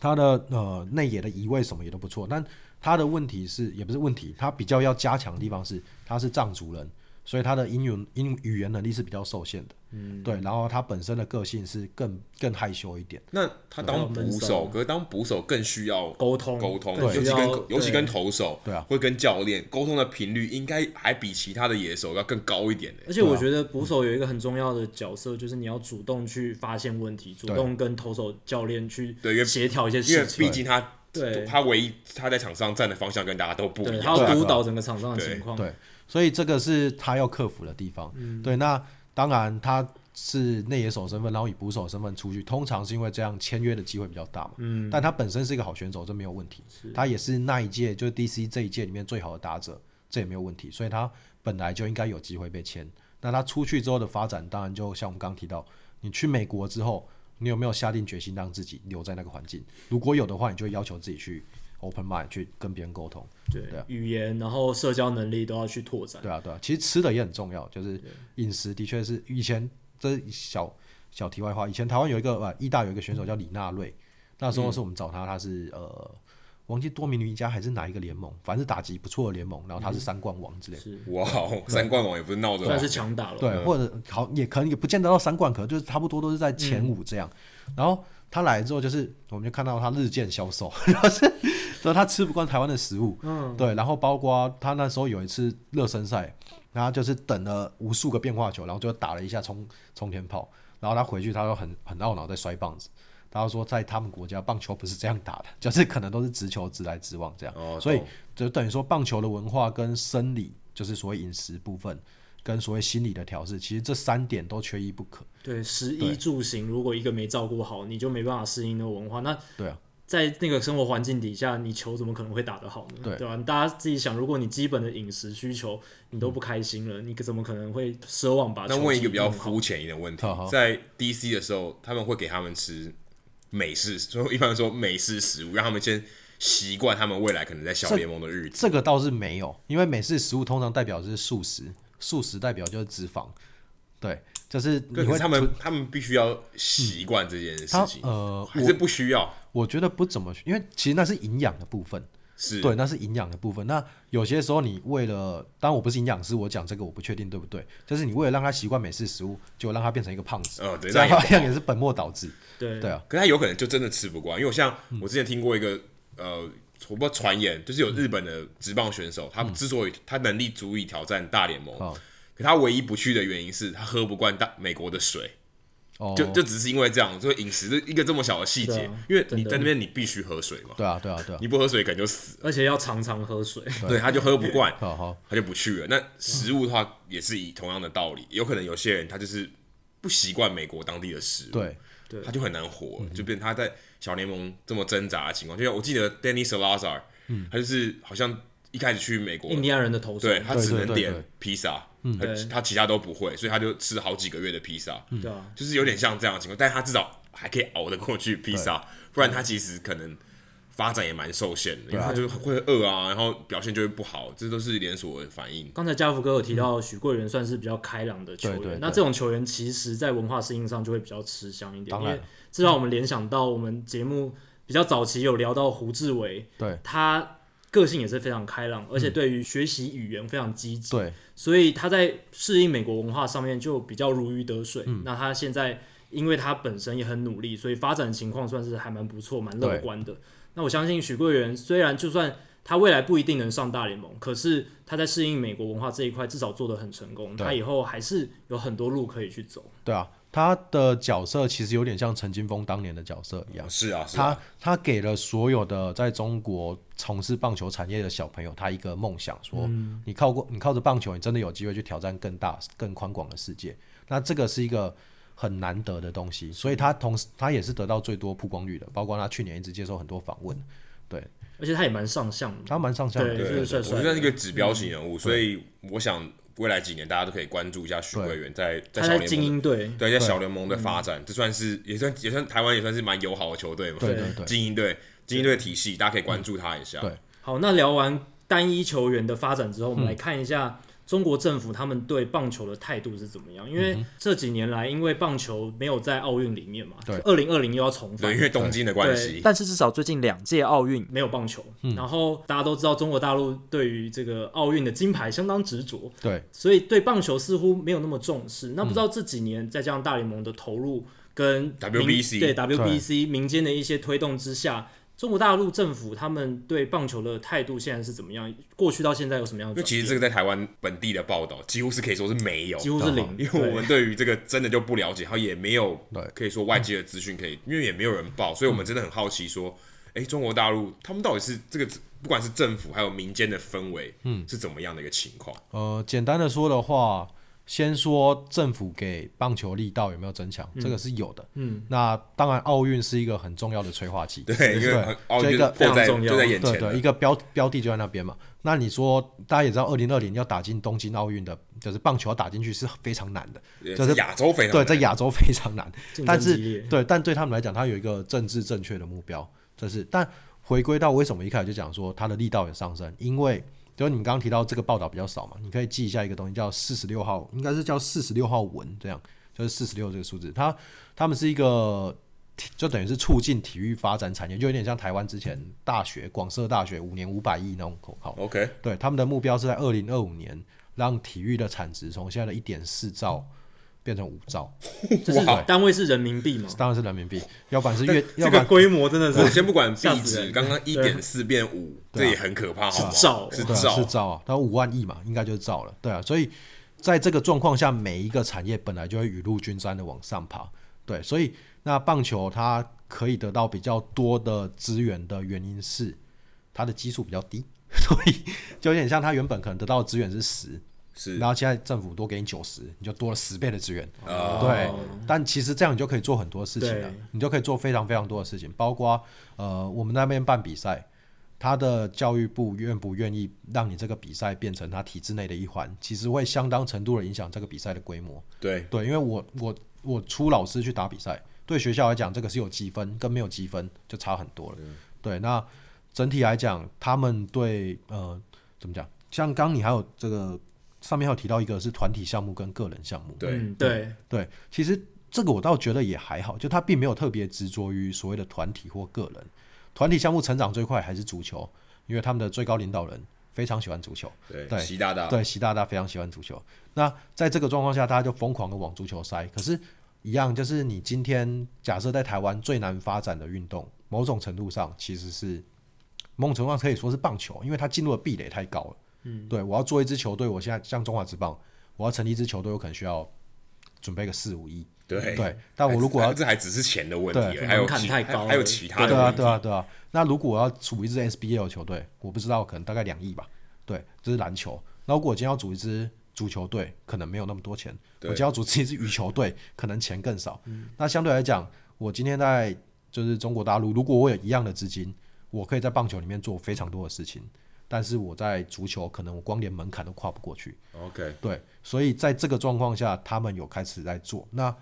Speaker 3: 他的呃内野的移位什么也都不错，但他的问题是也不是问题，他比较要加强的地方是他是藏族人，所以他的英语英语言能力是比较受限的，嗯，对，然后他本身的个性是更更害羞一点，
Speaker 1: 那他当捕手，可是当捕手更需要
Speaker 4: 沟通
Speaker 1: 沟通，啊
Speaker 4: 更
Speaker 1: 尤
Speaker 4: 需
Speaker 1: 其
Speaker 4: 要
Speaker 1: 跟尤
Speaker 4: 对
Speaker 1: 其跟投手，
Speaker 3: 对啊
Speaker 1: 会跟教练沟通的频率应该还比其他的野手要更高一点的。
Speaker 4: 而且我觉得捕手有一个很重要的角色，就是你要主动去发现问题，主动跟投手教练去
Speaker 1: 对因为
Speaker 4: 协调一些
Speaker 1: 因为
Speaker 4: 事情
Speaker 1: 毕。竟他
Speaker 4: 对
Speaker 1: 他唯一他在场上站的方向跟大家都不一
Speaker 4: 对，
Speaker 1: 样，啊
Speaker 4: 他要督导整个场上的情况。
Speaker 3: 对，所以这个是他要克服的地方。对，那当然他是内野手身份，然后以捕手身份出去，通常是因为这样签约的机会比较大嘛。嗯，但他本身是一个好选手，这没有问题。他也是那一届就是 DC 这一届里面最好的打者，这也没有问题。所以他本来就应该有机会被签。那他出去之后的发展，当然就像我们刚刚提到，你去美国之后，你有没有下定决心让自己留在那个环境？如果有的话，你就要求自己去 open mind，去跟别人沟通。
Speaker 2: 对，
Speaker 3: 对啊
Speaker 2: 语言，然后社交能力都要去拓展。
Speaker 3: 对啊，对啊，其实吃的也很重要，就是饮食的确是以前这是小小题外话，以前台湾有一个呃，义大有一个选手叫李纳瑞，那时候是我们找他，他是呃，忘记多米尼加还是哪一个联盟，反正是打击不错的联盟，然后他是三冠王之类的，
Speaker 2: 是，
Speaker 1: 哇，哦，三冠王也不是闹着
Speaker 2: 算
Speaker 1: 玩
Speaker 2: 是，强打了。
Speaker 3: 对，或者好也可能也不见得到三冠，可能就是差不多都是在前五这样。然后他来之后，就是我们就看到他日渐消瘦， *laughs* 然后是，然后他吃不惯台湾的食物，嗯，对，然后包括他那时候有一次热身赛，然后就是等了无数个变化球，然后就打了一下冲冲天炮，然后他回去他就很很懊恼在摔棒子。他说，在他们国家棒球不是这样打的， *laughs* 就是可能都是直球直来直往这样，
Speaker 1: 哦
Speaker 3: 所以
Speaker 1: 懂
Speaker 3: 就等于说棒球的文化跟生理，就是所谓饮食部分，跟所谓心理的调试，其实这三点都缺一不可。
Speaker 2: 对，食衣住行，如果一个没照顾好，你就没办法适应那个文化。那
Speaker 3: 对啊，
Speaker 2: 在那个生活环境底下，你球怎么可能会打得好呢？
Speaker 3: 对
Speaker 2: 吧、大家自己想，如果你基本的饮食需求你都不开心了，你怎么可能会奢望
Speaker 3: 啊
Speaker 2: 把球
Speaker 1: 那问一个
Speaker 2: 技
Speaker 1: 比较
Speaker 2: 弄好
Speaker 1: 肤浅一点的问题
Speaker 3: 好好，
Speaker 1: 在 DC 的时候，他们会给他们吃美式，所以一般来说美式食物，让他们先习惯他们未来可能在小联盟的日子。
Speaker 3: 这个倒是没有，因为美式食物通常代表的是素食，素食代表就是脂肪，对，就是你
Speaker 1: 对，可
Speaker 3: 会
Speaker 1: 是他们
Speaker 3: 吞嗯
Speaker 1: 他们必须要习惯这件事
Speaker 3: 他
Speaker 1: 情，
Speaker 3: 呃，
Speaker 1: 还是
Speaker 3: 我
Speaker 1: 不需要？
Speaker 3: 我觉得不怎么，因为其实那是营养的部分，
Speaker 1: 是
Speaker 3: 对，那是营养的部分。那有些时候你为了，当然我不是营养师，我讲这个我不确定对不对，就是你为了让他习惯美式食物，就让他变成一个胖子，
Speaker 1: 呃对
Speaker 3: 这样
Speaker 1: 那也不好
Speaker 3: 这样也是本末倒置，
Speaker 2: 对
Speaker 3: 对啊，
Speaker 1: 可是他有可能就真的吃不惯，因为我像
Speaker 3: 嗯
Speaker 1: 我之前听过一个呃，我不知道传言，就是有日本的职棒选手，
Speaker 3: 嗯
Speaker 1: 他之所以他能力足以挑战大联盟，
Speaker 3: 哦
Speaker 1: 可他唯一不去的原因是他喝不惯大美国的水，
Speaker 3: 哦，
Speaker 1: 就就只是因为这样，所以饮食就一个这么小的细
Speaker 2: 对
Speaker 1: 节
Speaker 2: 啊，
Speaker 1: 因为你
Speaker 2: 真的
Speaker 1: 在那边你必须喝水嘛，
Speaker 3: 对啊，对啊，对啊，
Speaker 1: 你不喝水可能就死了，
Speaker 2: 而且要常常喝水。
Speaker 1: 对，他就喝不惯，
Speaker 3: *laughs* 好好。
Speaker 1: 他就不去了。那食物的话也是以同样的道理，有可能有些人他就是不习惯美国当地的食物，
Speaker 3: 对，嗯
Speaker 2: 对
Speaker 1: 他就很难活，就变成他在小联盟这么挣扎的情况。就像我记得 Danny Salazar，、他
Speaker 3: 嗯
Speaker 1: 就是好像一开始去美国，
Speaker 2: *laughs* 印第安人的投手，
Speaker 1: 对他只能
Speaker 3: 对对对嗯
Speaker 1: 点
Speaker 3: 对
Speaker 1: 披萨，他
Speaker 2: 对
Speaker 1: 他其他都不会，所以他就吃好几个月的披萨，
Speaker 2: 对啊，
Speaker 1: 就是有点像这样的情况。但他至少还可以熬得过去披萨，不然他其实可能发展也蛮受限的，因为他就会饿啊，然后表现就会不好，这都是连锁的反应。
Speaker 2: 刚才家福哥有提到许贵人算是比较开朗的球员，
Speaker 3: 嗯对对对
Speaker 2: 那这种球员其实，在文化适应上就会比较吃香一点，
Speaker 3: 当
Speaker 2: 因
Speaker 3: 然
Speaker 2: 为这让我们联想到我们节目比较早期有聊到胡志伟，
Speaker 3: 对，
Speaker 2: 他个性也是非常开朗，而且
Speaker 3: 嗯
Speaker 2: 对于学习语言非常积极，
Speaker 3: 对，
Speaker 2: 所以他在适应美国文化上面就比较如鱼得水。
Speaker 1: 嗯
Speaker 2: 那他现在因为他本身也很努力，所以发展情况算是还蛮不错、蛮乐观的。那我相信许贵元虽然就算他未来不一定能上大联盟，可是他在适应美国文化这一块至少做得很成功，
Speaker 3: 对
Speaker 2: 他以后还是有很多路可以去走。
Speaker 3: 对啊，他的角色其实有点像陈金峰当年的角色一样，
Speaker 1: 是啊，是啊
Speaker 3: 他他给了所有的在中国从事棒球产业的小朋友，他一个梦想，说你靠过你靠着棒球，你真的有机会去挑战更大、更宽广的世界。那这个是一个很难得的东西，所以他同时他也是得到最多曝光率的，包括他去年一直接受很多访问，对
Speaker 2: 而且他也蛮上相的，
Speaker 3: 他蛮上相的，
Speaker 2: 对就是嗯帅
Speaker 1: 我觉
Speaker 2: 帅的
Speaker 1: 得是一个指标型人物，所以我想未来几年大家都可以关注一下许贵元在在
Speaker 2: 他
Speaker 1: 小
Speaker 2: 在精
Speaker 1: 联盟的。
Speaker 2: 英队
Speaker 1: 对，在小联盟的发展，这算是也算也算台湾也算是蛮友好的球队嘛。
Speaker 3: 对对对
Speaker 1: 精英队，精英队体系，大家可以关注他一下。
Speaker 3: 对
Speaker 2: 好，那聊完单一球员的发展之后，
Speaker 5: 嗯
Speaker 2: 我们来看一下中国政府他们对棒球的态度是怎么样。
Speaker 5: 嗯
Speaker 2: 因为这几年来，因为棒球没有在奥运里面嘛，
Speaker 3: 对
Speaker 2: 二零二零又要重
Speaker 1: 对，
Speaker 2: 返
Speaker 1: 因，为东京的关系，
Speaker 5: 但是至少最近两届奥运，嗯
Speaker 2: 没有棒球。然后大家都知道，中国大陆对于这个奥运的金牌相当执着，
Speaker 3: 对
Speaker 2: 所以对棒球似乎没有那么重视。那不知道这几年再加上大联盟的投入跟民
Speaker 1: WBC
Speaker 2: 对 WBC 民间的一些推动之下。中国大陆政府他们对棒球的态度现在是怎么样？过去到现在有什么样的
Speaker 1: 因为
Speaker 2: 转
Speaker 1: 其
Speaker 2: 变？
Speaker 1: 实这个在台湾本地的报道几乎是可以说是没有，
Speaker 2: 几乎是零，
Speaker 1: 因为我
Speaker 2: 对
Speaker 1: 们对于这个真的就不了解，然后也没有
Speaker 3: 对
Speaker 1: 可以说外界的资讯可以，因为也没有人报，所以我们真的很好奇说，哎、中国大陆他们到底是这个不管是政府还有民间的氛围，嗯，是怎么样的一个情况？
Speaker 3: 呃，简单的说的话，先说政府给棒球力道有没有增强，这个是有的。嗯，那当然奥运是一个很重要的催化剂，
Speaker 1: 对，因为奥
Speaker 3: 这
Speaker 1: 运
Speaker 3: 个
Speaker 1: 迫在
Speaker 4: 非常重要
Speaker 1: 就在眼
Speaker 3: 对
Speaker 1: 前了
Speaker 3: 对，一，个标标的就在那边嘛。那你说，大家也知道，二零二零要打进东京奥运的，就是棒球要打进去是非常难的，
Speaker 1: 也
Speaker 3: 就是
Speaker 1: 亚洲非常
Speaker 3: 对，
Speaker 1: 难
Speaker 3: 在亚洲非常难。
Speaker 4: 竞
Speaker 3: 但
Speaker 4: 争激
Speaker 3: 是
Speaker 4: 烈。
Speaker 3: 对，但对他们来讲，他有一个政治正确的目标，这是。但回归到为什么一开始就讲说它的力道有上升，因为就是你们刚刚提到这个报道比较少嘛，你可以记一下一个东西叫四十六号，应该是叫四十六号文这样，就是四十六这个数字，它他们是一个。就等于是促进体育发展产业，就有点像台湾之前大学广设大学五年五百亿那种口号。
Speaker 1: OK，
Speaker 3: 对，他们的目标是在二零二五年让体育的产值从现在的一点四兆变成五兆，
Speaker 4: 就是单位是人民币嘛？
Speaker 3: 当然是人民币，要不然是月，
Speaker 4: 这
Speaker 3: 要不
Speaker 4: 个
Speaker 3: 然
Speaker 4: 规模真的
Speaker 1: 我
Speaker 4: 是
Speaker 1: 先不管币
Speaker 4: 吓死
Speaker 1: 值，
Speaker 4: 人
Speaker 1: 刚刚一点四变五，这也很可怕，好吗？
Speaker 4: 是兆
Speaker 1: 是
Speaker 3: 对、啊、是
Speaker 1: 兆，
Speaker 3: 兆啊，它五万亿嘛，应该就是兆了，对啊，所以在这个状况下，每一个产业本来就会雨露均沾的往上爬，对，所以那棒球它可以得到比较多的资源的原因是它的基数比较低， *laughs* 所以就有点像它原本可能得到的资源是十，
Speaker 1: 是
Speaker 3: 然后现在政府多给你九十，你就多了十倍的资源，
Speaker 1: 啊，
Speaker 3: 对，但其实这样你就可以做很多事情了
Speaker 4: 对，
Speaker 3: 你就可以做非常非常多的事情，包括呃，我们那边办比赛，他的教育部愿不愿意让你这个比赛变成他体制内的一环，其实会相当程度的影响这个比赛的规模。
Speaker 1: 对，
Speaker 3: 对，因为我我我出老师去打比赛，对学校来讲，这个是有积分，跟没有积分就差很多了。对，那整体来讲，他们对呃怎么讲？像刚你还有这个上面还有提到一个是团体项目跟个人项目，
Speaker 1: 对
Speaker 4: 嗯对，
Speaker 3: 对，其实这个我倒觉得也还好，就他并没有特别执着于所谓的团体或个人。团体项目成长最快还是足球，因为他们的最高领导人非常喜欢足球，
Speaker 1: 对，
Speaker 3: 对
Speaker 1: 习大大，
Speaker 3: 对习大大非常喜欢足球。那在这个状况下，大家就疯狂的往足球塞。可是，一样就是你今天假设在台湾最难发展的运动，某种程度上其实是某种程度上可以说是棒球，因为它进入的壁垒太高了。嗯，对我要做一支球队，我现在像中华职棒，我要成立一支球队，我可能需要准备个四五亿。
Speaker 1: 对
Speaker 3: 对，但我如果要
Speaker 1: 这还只是钱的问题，
Speaker 3: 对
Speaker 1: 还有
Speaker 4: 门槛
Speaker 1: 其
Speaker 4: 太高了
Speaker 1: 还有其他的
Speaker 3: 对啊，
Speaker 1: 问
Speaker 3: 对
Speaker 1: 题，
Speaker 3: 啊，对啊。那如果我要组一支 SBL 球队，我不知道，可能大概两亿吧。对，这是篮球。那如果我今天要组一支足球队，可能没有那么多钱。我
Speaker 1: 对嗯
Speaker 3: 今天要组织一支羽球队，可能钱更少。那相对来讲，我今天在就是中国大陆，如果我有一样的资金，我可以在棒球里面做非常多的事情。但是我在足球，可能我光连门槛都跨不过去。
Speaker 1: OK，
Speaker 3: 对，所以在这个状况下，他们有开始在做。那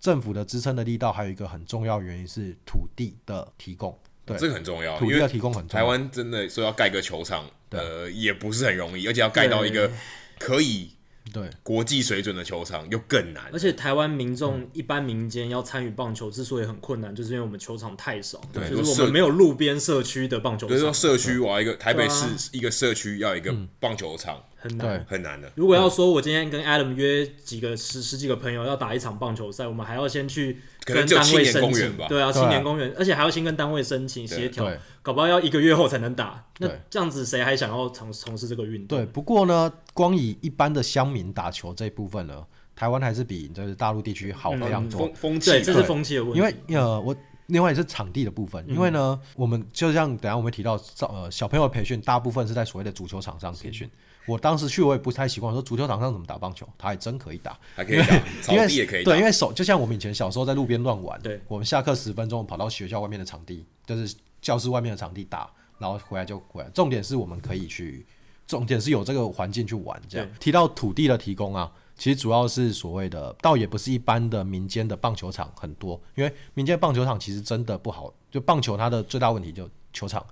Speaker 3: 政府的支撑的力道，还有一个很重要的原因是土地的提供。对，
Speaker 1: 这个很重要，
Speaker 3: 土
Speaker 1: 哦因
Speaker 3: 地的
Speaker 1: 为
Speaker 3: 提供很重
Speaker 1: 台
Speaker 3: 要。
Speaker 1: 湾真的说要盖个球场，呃，也不是很容易，而且要盖到一个可以
Speaker 3: 对
Speaker 1: 国际水准的球场又更难
Speaker 4: 而，且台湾民众一般民间要参与棒球之所以很困难，就是因为我们球场太少，
Speaker 1: 对
Speaker 4: 就是我
Speaker 1: 社
Speaker 4: 们没有路边社区的棒球
Speaker 1: 比如说
Speaker 4: 场，
Speaker 1: 社区，我要一个台北
Speaker 4: 对啊
Speaker 1: 市一个社区要一个
Speaker 3: 嗯
Speaker 1: 棒球场，
Speaker 4: 很难。
Speaker 3: 对
Speaker 1: 很难的，
Speaker 4: 如果要说我今天跟 Adam 约几个十十几个朋友要打一场棒球赛，我们还要先去
Speaker 1: 可能
Speaker 4: 跟
Speaker 1: 只有
Speaker 4: 单位
Speaker 1: 青年
Speaker 4: 申
Speaker 1: 公园
Speaker 4: 请
Speaker 1: 吧，
Speaker 4: 对啊，
Speaker 3: 对啊
Speaker 4: 青年公园，而且还要先跟单位申请
Speaker 1: 对
Speaker 4: 协调
Speaker 3: 对，
Speaker 4: 搞不好要一个月后才能打。那
Speaker 3: 对
Speaker 4: 这样子谁还想要从从事这个运动？
Speaker 3: 对，不过呢，光以一般的乡民打球这一部分呢，台湾还是比就是大陆地区好非常多。
Speaker 1: 风嗯风嗯气
Speaker 4: 对，这是
Speaker 1: 吧
Speaker 4: 风气的问题。
Speaker 3: 因为呃，我另外也是场地的部分，因为呢，我们就像等一下我们会提到，呃，小朋友的培训大部分是在所谓的足球场上培训。我当时去我也不太习惯，我说足球场上怎么打棒球，他还真可以打。
Speaker 1: 还可以打，草
Speaker 3: 因为
Speaker 1: 地也可以打
Speaker 3: 对，，因为手就像我们以前小时候在路边乱玩，
Speaker 4: 对，
Speaker 3: 我们下课十分钟跑到学校外面的场地，就是教室外面的场地打，然后回来就回来。重点是我们可以去，重点是有这个环境去玩。这样提到土地的提供啊，其实主要是所谓的，倒也不是一般的民间的棒球场很多，因为民间棒球场其实真的不好，就棒球它的最大问题就球场，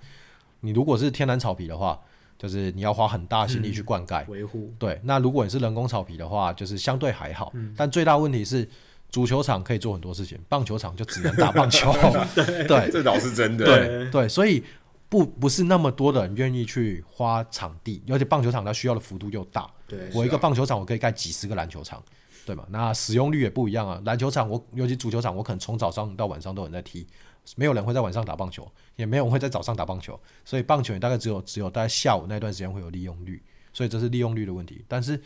Speaker 3: 你如果是天然草皮的话，就是你要花很大的心力
Speaker 1: 嗯
Speaker 3: 去灌溉。
Speaker 4: 维护
Speaker 3: 对，那如果你是人工草皮的话，就是相对还好，但最大问题是足球场可以做很多事情，棒球场就只能打棒球。对对
Speaker 1: 这倒是真的，
Speaker 3: 对对，所以不不是那么多的人愿意去花场地，而且棒球场它需要的幅度又大。
Speaker 4: 对
Speaker 3: 我一
Speaker 1: 是
Speaker 3: 个
Speaker 1: 啊
Speaker 3: 棒球场我可以盖几十个篮球场，对嘛？那使用率也不一样啊。篮球场我尤其足球场，我可能从早上到晚上都有人在踢，没有人会在晚上打棒球，也没有人会在早上打棒球，所以棒球也大概只有只有大概下午那段时间会有利用率，所以这是利用率的问题。但是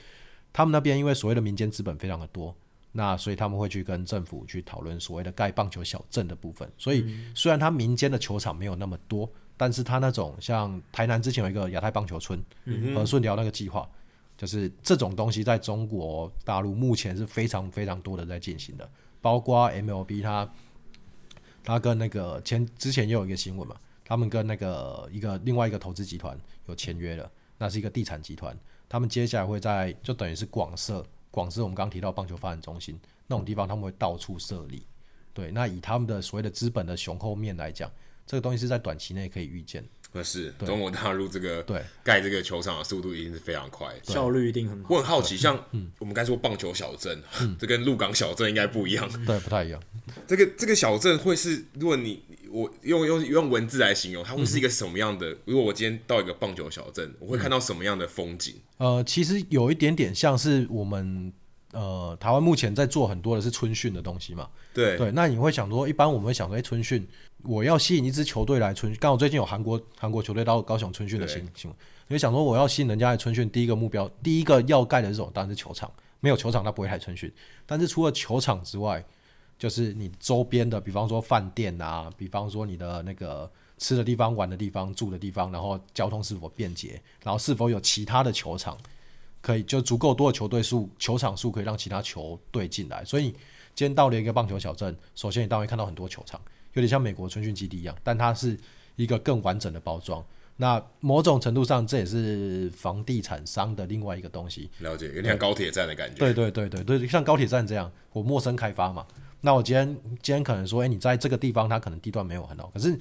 Speaker 3: 他们那边因为所谓的民间资本非常的多，那所以他们会去跟政府去讨论所谓的盖棒球小镇的部分。所以虽然它民间的球场没有那么多，但是它那种像台南之前有一个亚太棒球村，和顺寮那个计划，就是这种东西在中国大陆目前是非常非常多的在进行的，包括 MLB 它它跟那个前之前也有一个新闻嘛，他们跟那个一个另外一个投资集团有签约了，那是一个地产集团，他们接下来会在就等于是广设广设我们刚刚提到棒球发展中心那种地方，他们会到处设立。对，那以他们的所谓的资本的雄厚面来讲，这个东西是在短期内可以预见的。
Speaker 1: 那是中国大陆这个
Speaker 3: 对
Speaker 1: 盖这个球场的速度一定是非常快。
Speaker 2: 效率一定很好。
Speaker 1: 我很好奇，像
Speaker 3: 嗯
Speaker 1: 我们刚才说棒球小镇， *laughs* 这跟鹿港小镇应该不一样。 *laughs*
Speaker 3: 对，不太一样。
Speaker 1: 这个这个小镇会是，如果你我用用用文字来形容，它会是一个什么样
Speaker 3: 嗯
Speaker 1: 的？如果我今天到一个棒球小镇，我会看到什么样的风景？
Speaker 3: 呃，其实有一点点像是我们呃台湾目前在做很多的是春训的东西嘛。
Speaker 1: 对，
Speaker 3: 对，那你会想说，一般我们会想说，哎、春训，我要吸引一支球队来春训。刚好最近有韩国韩国球队到高雄春训的新新闻，你会想说，我要吸引人家来春训，第一个目标，第一个要盖的这种当然是球场，没有球场他不会来春训。但是除了球场之外，就是你周边的，比方说饭店啊，比方说你的那个吃的地方、玩的地方、住的地方，然后交通是否便捷，然后是否有其他的球场。可以就足够多的球队数、球场数可以让其他球队进来。所以今天到了一个棒球小镇，首先你当然会看到很多球场，有点像美国春训基地一样，但它是一个更完整的包装。那某种程度上，这也是房地产商的另外一个东西。
Speaker 1: 了解，有点像高铁站的感觉。
Speaker 3: 对对对对对，像高铁站这样，我陌生开发嘛。那我今天今天可能说，哎、你在这个地方，它可能地段没有很好，可是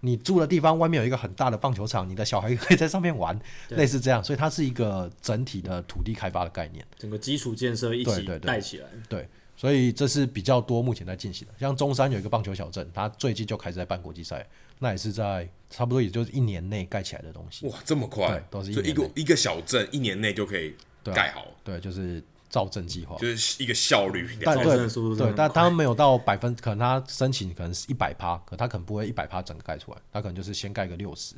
Speaker 3: 你住的地方外面有一个很大的棒球场，你的小孩可以在上面玩，类似这样，所以它是一个整体的土地开发的概念。
Speaker 2: 整个基础建设一起
Speaker 3: 对对对
Speaker 2: 带起来，
Speaker 3: 对，所以这是比较多目前在进行的。像中山有一个棒球小镇，它最近就开始在办国际赛，那也是在差不多也就是一年内盖起来的东西。
Speaker 1: 哇，这么快
Speaker 3: 对，都是一
Speaker 1: 所以一
Speaker 3: 年
Speaker 1: 个一个小镇一年内就可以
Speaker 3: 对啊
Speaker 1: 盖好，
Speaker 3: 对，就是造镇计划。
Speaker 1: 就是一个效率。
Speaker 3: 但
Speaker 2: 造镇的速度真
Speaker 3: 对
Speaker 2: 的
Speaker 3: 对
Speaker 2: 很，
Speaker 3: 但
Speaker 2: 快
Speaker 3: 他没有到百分，可能他申请可能是一百趴，可他可能不会一百趴整个盖出来，他可能就是先盖个六十，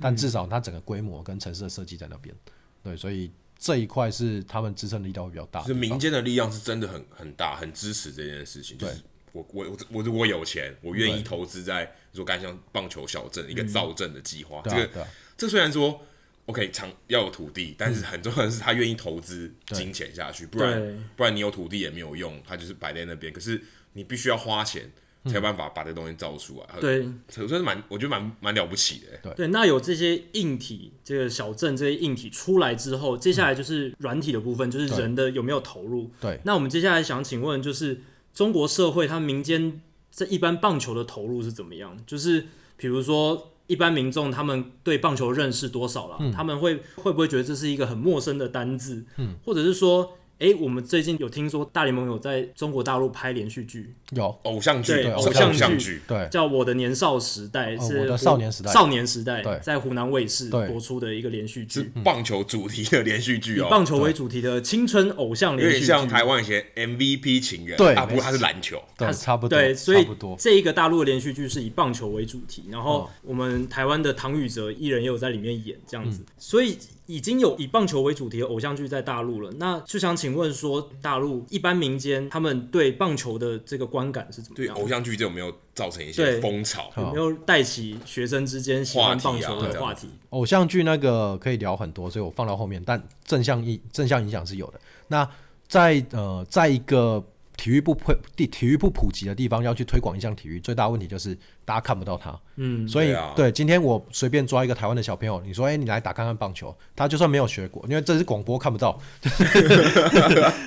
Speaker 3: 但
Speaker 2: 嗯
Speaker 3: 至少他整个规模跟城市的设计在那边。对，所以这一块是他们支撑力道会比较大
Speaker 1: 就
Speaker 3: 的
Speaker 1: 是
Speaker 3: 地方。
Speaker 1: 民间的力量是真的很很大，很支持这件事情。就是我我我我如果有钱，我愿意投资在说干像棒球小镇一个造镇的计划。
Speaker 3: 对
Speaker 1: 这
Speaker 3: 啊
Speaker 1: 个
Speaker 3: 对啊，
Speaker 1: 这虽然说 OK 场要有土地，但是很重要的是他愿意投资金钱下去，不
Speaker 2: 对
Speaker 1: 然不然你有土地也没有用，它就是摆在那边。可是你必须要花钱才有办法把这东西造出来。，
Speaker 2: 对
Speaker 1: 所以是蛮我觉得蛮蛮了不起的。
Speaker 2: 对，那有这些硬体，这个小镇这些硬体出来之后，接下来就是软体的部分，就是
Speaker 3: 对
Speaker 2: 人的有没有投入。
Speaker 3: 对
Speaker 2: 那我们接下来想请问，就是中国社会它民间在一般棒球的投入是怎么样？就是比如说一般民众他们对棒球认识多少啦？他们会会不会觉得这是一个很陌生的单字？嗯，或者是说，诶，我们最近有听说大联盟有在中国大陆拍连续剧，
Speaker 3: 有
Speaker 1: 偶像剧，
Speaker 2: 对
Speaker 1: 是
Speaker 2: 偶像
Speaker 1: 像
Speaker 2: 剧
Speaker 1: 剧，
Speaker 3: 对
Speaker 2: 叫《我的年少时代》，
Speaker 3: 哦
Speaker 2: 是
Speaker 3: 我的
Speaker 2: 湖
Speaker 3: 少年时代
Speaker 2: 少年时代
Speaker 3: 对
Speaker 2: 在湖南卫视
Speaker 3: 对
Speaker 2: 播出的一个连续
Speaker 1: 是
Speaker 2: 剧，
Speaker 1: 棒球主题的连续剧
Speaker 2: 以
Speaker 1: 哦。
Speaker 2: 棒球为主题的青春偶像
Speaker 1: 有
Speaker 2: 连续
Speaker 1: 点
Speaker 2: 剧，
Speaker 1: 像台湾以前 MVP 情人，
Speaker 3: 对
Speaker 1: 啊，不过他是篮球，
Speaker 3: 对，差不多，
Speaker 2: 对，所以
Speaker 3: 差不多。
Speaker 2: 这一个大陆的连续剧是以棒球为主题，然后我们台湾的唐禹哲艺人也有在里面演这样子，所以已经有以棒球为主题的偶像剧在大陆了。那就想请问说，大陆一般民间他们对棒球的这个观感是怎么
Speaker 1: 对
Speaker 2: 样？
Speaker 1: 偶像剧这有没有造成一些
Speaker 2: 对
Speaker 1: 风潮？
Speaker 2: 有没有带起学生之间喜欢棒球
Speaker 1: 话题
Speaker 2: 的
Speaker 1: 啊
Speaker 2: 话题？
Speaker 3: 偶像剧那个可以聊很多，所以我放到后面。但正向影正向影响是有的。那在呃，在一个体育不普地体育不普及的地方，要去推广一项体育，最大问题就是大家看不到它。嗯，所以
Speaker 1: 对啊
Speaker 3: 今天我随便抓一个台湾的小朋友，你说，哎、你来打看看棒球，他就算没有学过，因为这是广播看
Speaker 1: *laughs*
Speaker 3: 不到， *laughs*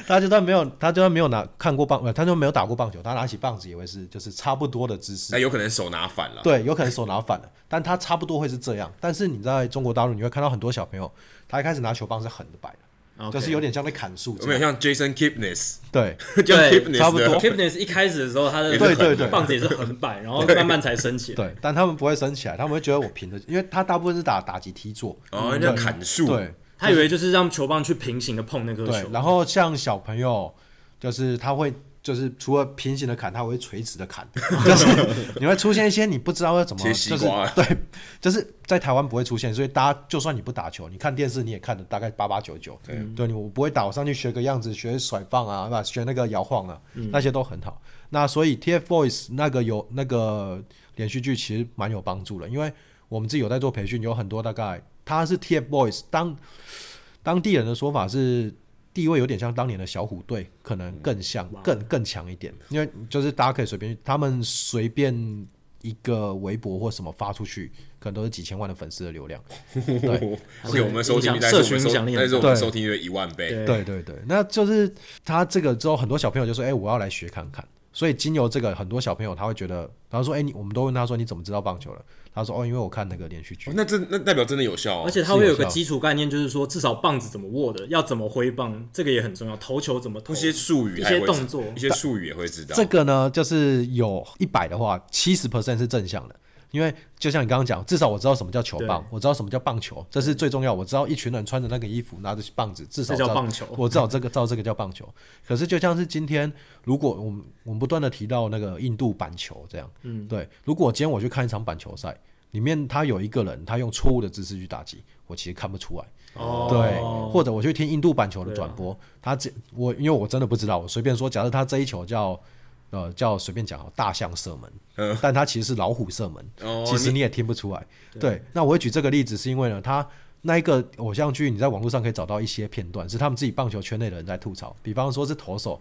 Speaker 3: 他就算没有，他就算没有拿看过棒，呃，他就没有打过棒球，他拿起棒子也会是就是差不多的姿势
Speaker 1: 那。有可能手拿反了，
Speaker 3: 对，有可能手拿反了，但他差不多会是这样。但是你在中国大陆，你会看到很多小朋友，他一开始拿球棒是横的摆的，就是有点像在砍树
Speaker 1: 有
Speaker 3: 这
Speaker 1: 没有
Speaker 3: 样。
Speaker 1: 像 Jason Kipnis？
Speaker 3: 对，
Speaker 1: 像 Kipnis
Speaker 3: 差不多
Speaker 1: 的
Speaker 2: Kipnis 一开始的时候，他的
Speaker 1: 也是很
Speaker 3: 对对
Speaker 2: 棒子也是横摆，然后慢慢才升起来。
Speaker 3: 对，但他们不会升起来，他们会觉得我平的，因为他大部分是打打击踢坐。
Speaker 1: 哦，人家砍树，
Speaker 3: 嗯
Speaker 1: *laughs*
Speaker 3: 对
Speaker 2: 他以为就是让球棒去平行的碰那颗
Speaker 3: 对
Speaker 2: 球，，
Speaker 3: 然后像小朋友，就是他会。就是除了平行的砍，他会垂直
Speaker 1: *laughs*
Speaker 3: 的砍，就是你会出现一些你不知道要怎么，
Speaker 1: 切
Speaker 3: 就
Speaker 1: 西
Speaker 3: 是
Speaker 1: 瓜
Speaker 3: 对，就是在台湾不会出现，所以大家就算你不打球，你看电视你也看的大概八八九九，对你我不会打，我上去学个样子，学甩棒啊，对吧？学那个摇晃啊，
Speaker 1: 嗯
Speaker 3: 那些都很好。那所以 TFBOYS 那个有那个连续剧其实蛮有帮助的，因为我们自己有在做培训，有很多大概他是 TFBOYS 当。当地人的说法是地位有点像当年的小虎队，可能更像、更更强一点，因为就是大家可以随便去，他们随便一个微博或什么发出去，可能都是几千万的粉丝的流量。
Speaker 1: 所以我们收听率，但是
Speaker 2: 社
Speaker 1: 我
Speaker 2: 群
Speaker 1: 们收
Speaker 2: 影响力，很大
Speaker 1: 但是我们
Speaker 3: 对
Speaker 1: 收听率一万倍，
Speaker 3: 对对对，那就是他这个之后，很多小朋友就说：“哎、我要来学看看。”所以经由这个，很多小朋友他会觉得，然后说：“哎、你我们都问他说你怎么知道棒球了？”他说：“哦，因为我看那个连续剧
Speaker 1: 哦。那真那代表真的有效哦。
Speaker 2: 而且它会有个
Speaker 3: 是有效
Speaker 2: 基础概念，就是说至少棒子怎么握的，要怎么挥棒，这个也很重要。投球怎么投，
Speaker 1: 一些术语
Speaker 2: 一
Speaker 1: 还会
Speaker 2: 些
Speaker 1: 知，
Speaker 2: 动作，
Speaker 1: 一些术语也会知道。
Speaker 3: 这个呢，就是有一百的话，七十 percent 是正向的，因为就像你刚刚讲，至少我知道什么叫球棒
Speaker 2: 对，
Speaker 3: 我知道什么叫棒球，这是最重要。我知道一群人穿着那个衣服，拿着棒子，至少
Speaker 2: 这叫
Speaker 3: 知道
Speaker 2: 棒球
Speaker 3: *laughs* 我知道这个，照这个叫棒球。可是就像是今天，如果我们我们不断的提到那个印度板球这样，嗯，对。如果今天我去看一场板球赛，里面他有一个人他用错误的姿势去打击，我其实看不出来。
Speaker 2: 哦，
Speaker 3: 对，或者我去听印度板球的转播，他这我因为我真的不知道，我随便说，假设他这一球叫呃叫随便讲好大象射门，但他其实是老虎射门，
Speaker 1: 哦
Speaker 3: 其实你也听不出来。对，那我会举这个例子是因为呢，他那一个偶像剧，你在网络上可以找到一些片段，是他们自己棒球圈内的人在吐槽，比方说是投手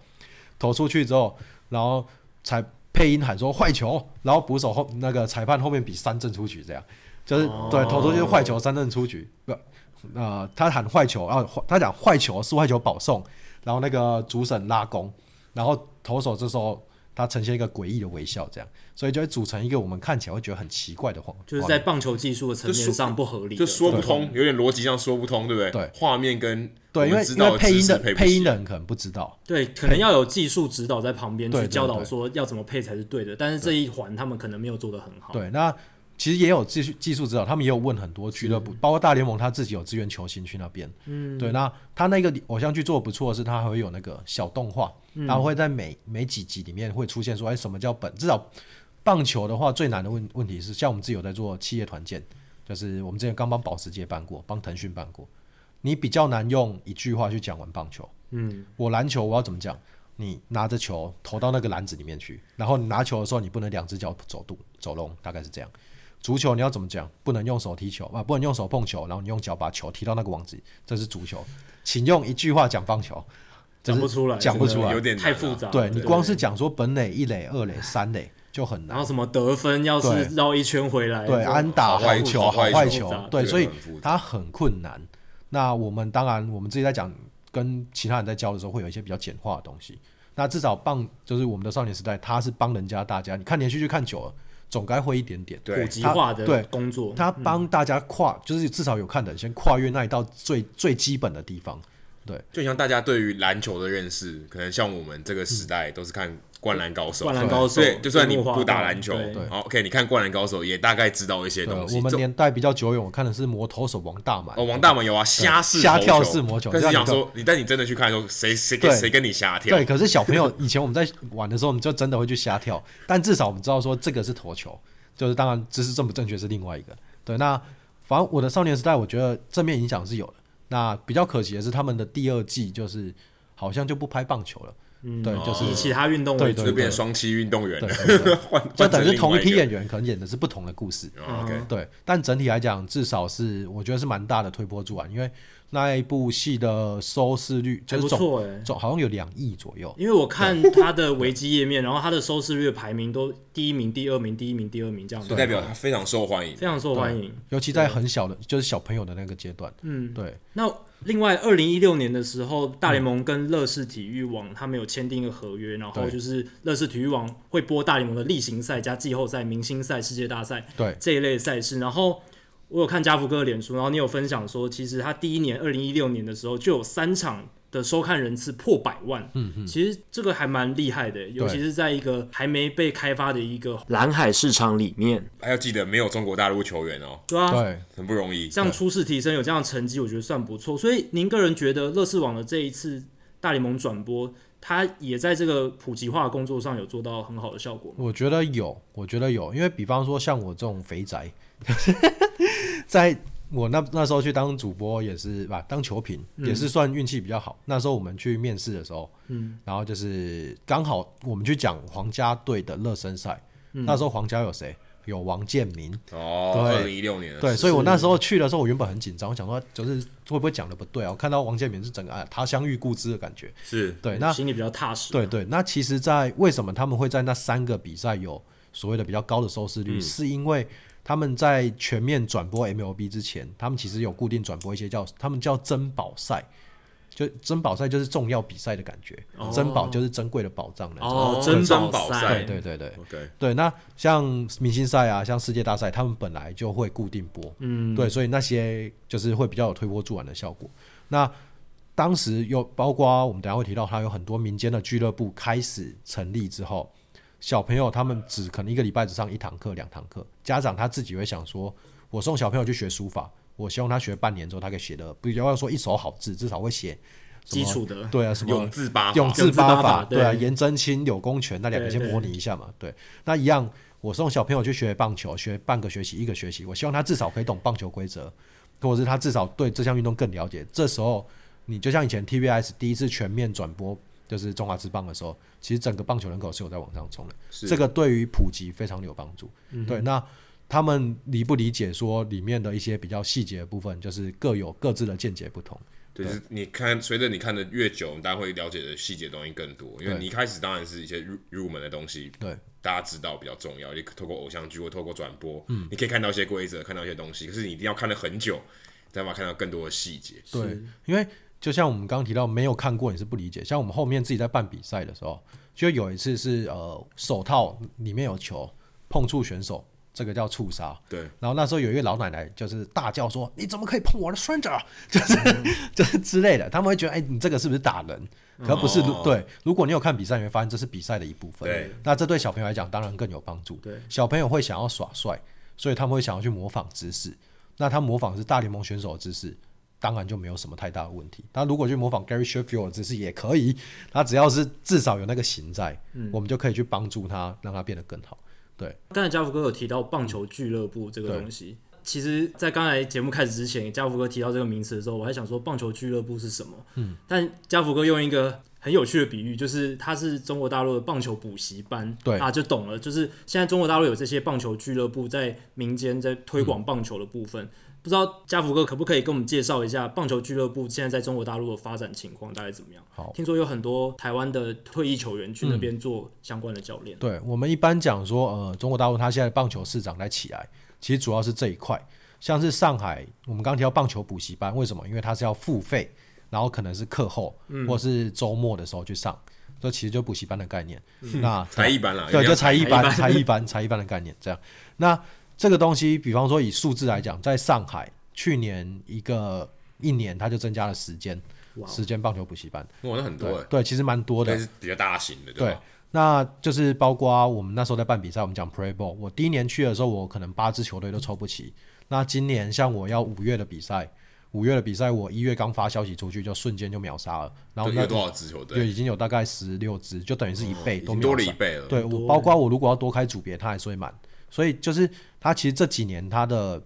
Speaker 3: 投出去之后，然后才配音喊说坏球， *laughs* 然后捕手后那个裁判后面比三振出局这样。就是对投出去是坏球三振出局，不呃，他喊坏球，然后坏他讲坏球是坏球保送，然后那个主审拉弓，然后投手这时候他呈现一个诡异的微笑，这样，所以就会组成一个我们看起来会觉得很奇怪的画面，
Speaker 2: 就是在棒球技术的层面上不合理的，
Speaker 1: 就说不通，有点逻辑上说不通，对不对？
Speaker 3: 对
Speaker 1: 画面跟我
Speaker 3: 对，因
Speaker 1: 们
Speaker 3: 为
Speaker 1: 知
Speaker 3: 因
Speaker 1: 道的
Speaker 3: 为配
Speaker 1: 知
Speaker 3: 音
Speaker 1: 识
Speaker 3: 的
Speaker 1: 配不
Speaker 3: 配音
Speaker 1: 起
Speaker 3: 的人可能不知道，
Speaker 2: 对，可能要有技术指导在旁边
Speaker 3: 对
Speaker 2: 去
Speaker 3: 对
Speaker 2: 教导
Speaker 3: 对
Speaker 2: 说要怎么配才是对的，但是这一环他们可能没有做得很好。
Speaker 3: 对，那其实也有技术技术指导，他们也有问很多俱乐部，包括大联盟他自己有支援球星去那边。嗯，对，那他那个偶像剧做的不错的是，他还会有那个小动画，他会在每每几集里面会出现说，哎，什么叫本？至少棒球的话，最难的问问题是，像我们自己有在做企业团建，就是我们之前刚帮保时捷办过，帮腾讯办过，你比较难用一句话去讲完棒球。
Speaker 2: 嗯，
Speaker 3: 我篮球我要怎么讲？你拿着球投到那个篮子里面去，然后你拿球的时候，你不能两只脚走路走路，大概是这样。足球你要怎么讲？不能用手踢球啊，不能用手碰球，然后你用脚把球踢到那个网子里，这是足球。请用一句话讲棒球，这
Speaker 2: 讲
Speaker 3: 是
Speaker 2: 不出来，
Speaker 3: 讲不
Speaker 2: 真的
Speaker 3: 出来
Speaker 1: 有点难啊
Speaker 2: 太复杂了。
Speaker 3: 对你光是讲说本垒、一垒、二垒、三垒就很
Speaker 2: 然
Speaker 3: 难。
Speaker 2: 后什么得分，要是
Speaker 3: 对
Speaker 2: 绕一圈回来，
Speaker 3: 对，
Speaker 2: 就
Speaker 3: 安打、
Speaker 1: 好坏
Speaker 3: 好
Speaker 1: 球
Speaker 3: 球、
Speaker 1: 好
Speaker 3: 好
Speaker 1: 坏
Speaker 3: 坏
Speaker 1: 球
Speaker 3: 球
Speaker 2: 复杂，
Speaker 3: 对，
Speaker 1: 对
Speaker 3: 所以
Speaker 1: 很复杂
Speaker 3: 它很困难。那我们当然，我们自己在讲跟其他人在教的时候，会有一些比较简化的东西。那至少棒就是我们的少年时代，他是帮人家大家，你看连续剧看久了，总该会一点点。
Speaker 1: 对
Speaker 2: 普及化的
Speaker 3: 他对
Speaker 2: 工作，
Speaker 3: 他帮大家跨，就是至少有看的人先跨越那一道最最基本的地方。对，
Speaker 1: 就像大家对于篮球的认识，可能像我们这个时代都是看《灌篮高手》，
Speaker 2: 灌篮高手
Speaker 1: 对，就算你
Speaker 2: 樱木花
Speaker 1: 不打
Speaker 2: 道
Speaker 1: 篮球
Speaker 2: 对
Speaker 1: 好，OK，你看《灌篮高手》也大概知道一些
Speaker 3: 对，
Speaker 1: 东西。
Speaker 3: 呃我们
Speaker 1: 这
Speaker 3: 年代比较久远，我看的是魔投手王大满。
Speaker 1: 哦，王大门有啊，虾式
Speaker 3: 虾
Speaker 1: 投
Speaker 3: 跳
Speaker 1: 球
Speaker 3: 式魔球
Speaker 1: 但是
Speaker 3: 这样
Speaker 1: 想
Speaker 3: 你
Speaker 1: 说，你但你真的去看的时候，谁谁跟
Speaker 3: 对
Speaker 1: 谁跟你瞎跳
Speaker 3: 对，？可是小朋友以前我们在玩的时候，我们就真的会去瞎跳， *laughs* 但至少我们知道说这个是投球，就是当然知识正不正确是另外一个。对，那反正我的少年时代，我觉得正面影响是有的。那比较可惜的是，他们的第二季就是好像就不拍棒球了，
Speaker 1: 嗯
Speaker 3: 对，
Speaker 1: 哦
Speaker 3: 就是
Speaker 2: 以其他运动为
Speaker 3: 对
Speaker 2: 主
Speaker 3: 对
Speaker 1: 就
Speaker 3: 对
Speaker 1: 变成双栖运动员了，
Speaker 3: *laughs* 对对
Speaker 1: *laughs* 换
Speaker 3: 就
Speaker 1: 换成
Speaker 3: 等于是
Speaker 1: 另
Speaker 3: 同
Speaker 1: 外
Speaker 3: 一批嗯
Speaker 1: 个
Speaker 3: 演员，可能演的是不同的故事。
Speaker 1: 哦，OK，
Speaker 3: 对，但整体来讲，至少是我觉得是蛮大的推波助澜，因为那一部戏的收视率
Speaker 2: 还
Speaker 3: 就
Speaker 2: 不
Speaker 3: 是总
Speaker 2: 错哎。
Speaker 3: 总好像有两亿左右，
Speaker 2: 因为我看他的维基页面，然后他的收视率的排名都第一名、第二名、第一名、第二名这样
Speaker 1: 就
Speaker 2: 子，
Speaker 1: 代表他非常受欢迎。
Speaker 2: 非常受欢迎。
Speaker 3: 尤其在很小的，就是小朋友的那个阶段。
Speaker 2: 嗯，
Speaker 3: 对，
Speaker 2: 那另外，二零一六年的时候，大联盟跟乐视体育网他们有签订一个合约，然后
Speaker 3: 对
Speaker 2: 就是乐视体育网会播大联盟的例行赛、加季后赛、明星赛、世界大赛
Speaker 3: 对
Speaker 2: 这一类赛事。然后我有看家福哥的脸书，然后你有分享说，其实他第一年二零一六年的时候就有三场的收看人次破百万，嗯嗯，其实这个还蛮厉害的，尤其是在一个还没被开发的一个
Speaker 6: 蓝海市场里面，
Speaker 1: 还要记得没有中国大陆球员哦，
Speaker 2: 对啊，
Speaker 3: 对，
Speaker 1: 很不容易。
Speaker 2: 这样初试提升有这样的成绩，我觉得算不错。所以您个人觉得乐视网的这一次大联盟转播，它也在这个普及化的工作上有做到很好的效果吗？
Speaker 3: 我觉得有，我觉得有，因为比方说像我这种肥宅， *laughs* 在我那那时候去当主播也是吧，当球评也是算运气比较好。那时候我们去面试的时候，嗯，然后就是刚好我们去讲皇家队的热身赛，那时候皇家有谁？有王建民，
Speaker 1: 哦，二零
Speaker 3: 对
Speaker 1: 一六年的
Speaker 3: 对，
Speaker 1: 事
Speaker 3: 所以我那时候去的时候，我原本很紧张，我想说就是会不会讲的不对啊？我看到王建民是整个啊他乡遇故知的感觉。
Speaker 1: 是
Speaker 3: 对，那
Speaker 4: 心里比较踏实。
Speaker 3: 对对，那其实在，为什么他们会在那三个比赛有所谓的比较高的收视率，是因为他们在全面转播 MLB 之前，他们其实有固定转播一些叫他们叫珍宝赛，就珍宝赛就是重要比赛的感觉，珍宝就是珍贵的宝藏的。
Speaker 4: 哦，
Speaker 1: 珍
Speaker 4: 珍
Speaker 1: 宝
Speaker 4: 宝
Speaker 1: 赛
Speaker 3: 对对对对，
Speaker 1: OK，
Speaker 3: 对，那像明星赛啊，像世界大赛，他们本来就会固定播，嗯，对，所以那些就是会比较有推波助澜的效果。那当时有包括我们等一下会提到，它有很多民间的俱乐部开始成立之后，小朋友他们只可能一个礼拜只上一堂课、两堂课，家长他自己会想说，我送小朋友去学书法，我希望他学半年之后，他可以写的不要说一手好字，至少会写什
Speaker 4: 基
Speaker 3: 么
Speaker 4: 础的
Speaker 3: 对啊，什么
Speaker 1: 永字八法
Speaker 3: 永字
Speaker 4: 永
Speaker 3: 八
Speaker 4: 字八法
Speaker 3: 对啊，
Speaker 4: 对
Speaker 3: 颜真卿、柳公权那两个
Speaker 4: 对
Speaker 3: 先模拟一下嘛，对，那一样，我送小朋友去学棒球，学半个学期、一个学期，我希望他至少可以懂棒球规则，或者是他至少对这项运动更了解。这时候，你就像以前 TVS 第一次全面转播就是中华之棒的时候，其实整个棒球人口是有在往上冲的，
Speaker 1: 是
Speaker 3: 这个对于普及非常有帮助。对，那他们理不理解说里面的一些比较细节的部分，就是各有各自的见解不同。
Speaker 1: 对，就是你看，随着你看的越久，你大家会了解的细节东西更多。因为
Speaker 3: 对
Speaker 1: 你一开始当然是一些入入门的东西，
Speaker 3: 对，
Speaker 1: 大家知道比较重要，也透过偶像剧或透过转播，嗯，你可以看到一些规则，看到一些东西。可是你一定要看了很久，才把看到更多的细节。
Speaker 3: 对，因为就像我们刚刚提到，没有看过你是不理解。像我们后面自己在办比赛的时候，就有一次是呃手套里面有球碰触选手，这个叫触杀。
Speaker 1: 对，
Speaker 3: 然后那时候有一个老奶奶就是大叫说：“你怎么可以碰我的孙子？”啊？”就是 *laughs* 就是之类的，他们会觉得：“哎，你这个是不是打人？”可不是，
Speaker 1: 哦
Speaker 3: 对。如果你有看比赛，你会发现这是比赛的一部分。
Speaker 1: 对，
Speaker 3: 那这对小朋友来讲当然更有帮助。
Speaker 4: 对，
Speaker 3: 小朋友会想要耍帅，所以他们会想要去模仿姿势。那他模仿的是大联盟选手的姿势，当然就没有什么太大的问题。他如果去模仿 Gary Sheffield 的姿势也可以，他只要是至少有那个型在，我们就可以去帮助他，让他变得更好。对，
Speaker 4: 刚才家福哥有提到棒球俱乐部这个东西，其实，在刚才节目开始之前，家福哥提到这个名词的时候，我还想说棒球俱乐部是什么？嗯，但家福哥用一个很有趣的比喻，就是它是中国大陆的棒球补习班，
Speaker 3: 对
Speaker 4: 啊，就懂了。就是现在中国大陆有这些棒球俱乐部在民间在推广棒球的部分。不知道家福哥可不可以跟我们介绍一下棒球俱乐部现在在中国大陆的发展情况大概怎么样？
Speaker 3: 好
Speaker 4: 听说有很多台湾的退役球员去那边做相关的教练。
Speaker 3: 对我们一般讲说，呃，中国大陆它现在棒球市场在起来，其实主要是这一块，像是上海，我们刚提到棒球补习班，为什么？因为它是要付费，然后可能是课后、或是周末的时候去上，这其实就补习班的概念。那
Speaker 1: 才艺班啦，
Speaker 3: 对，
Speaker 1: 一定
Speaker 3: 就
Speaker 1: 要
Speaker 3: 才
Speaker 4: 才
Speaker 3: 艺
Speaker 4: 艺
Speaker 3: 班、
Speaker 4: 班
Speaker 3: 才艺班、才艺班的概念这样。那这个东西，比方说以数字来讲，在上海去年一个一年，它就增加了十间
Speaker 4: 哇哦
Speaker 3: 十间棒球补习班，
Speaker 1: 哇，那很多
Speaker 3: 对
Speaker 1: 哎，
Speaker 3: 对，其实蛮多的
Speaker 1: 但。是比较大型的，
Speaker 3: 对
Speaker 1: 吧？，
Speaker 3: 那就是包括我们那时候在办比赛，我们讲 Pre Bowl，我第一年去的时候，我可能八支球队都抽不齐。那今年像我要五月的比赛，五月的比赛我一月刚发消息出去，就瞬间就秒杀了，然后
Speaker 1: 对
Speaker 3: 那
Speaker 1: 有多少支球
Speaker 3: 就
Speaker 1: 队？哦
Speaker 3: 已经有大概十六支，就等于是一倍
Speaker 1: 已
Speaker 3: 都
Speaker 1: 经
Speaker 3: 秒
Speaker 1: 多了
Speaker 3: 杀
Speaker 1: 一倍了。
Speaker 3: 对我包括我如果要多开组别，它还是会满。所以就是它其实这几年它的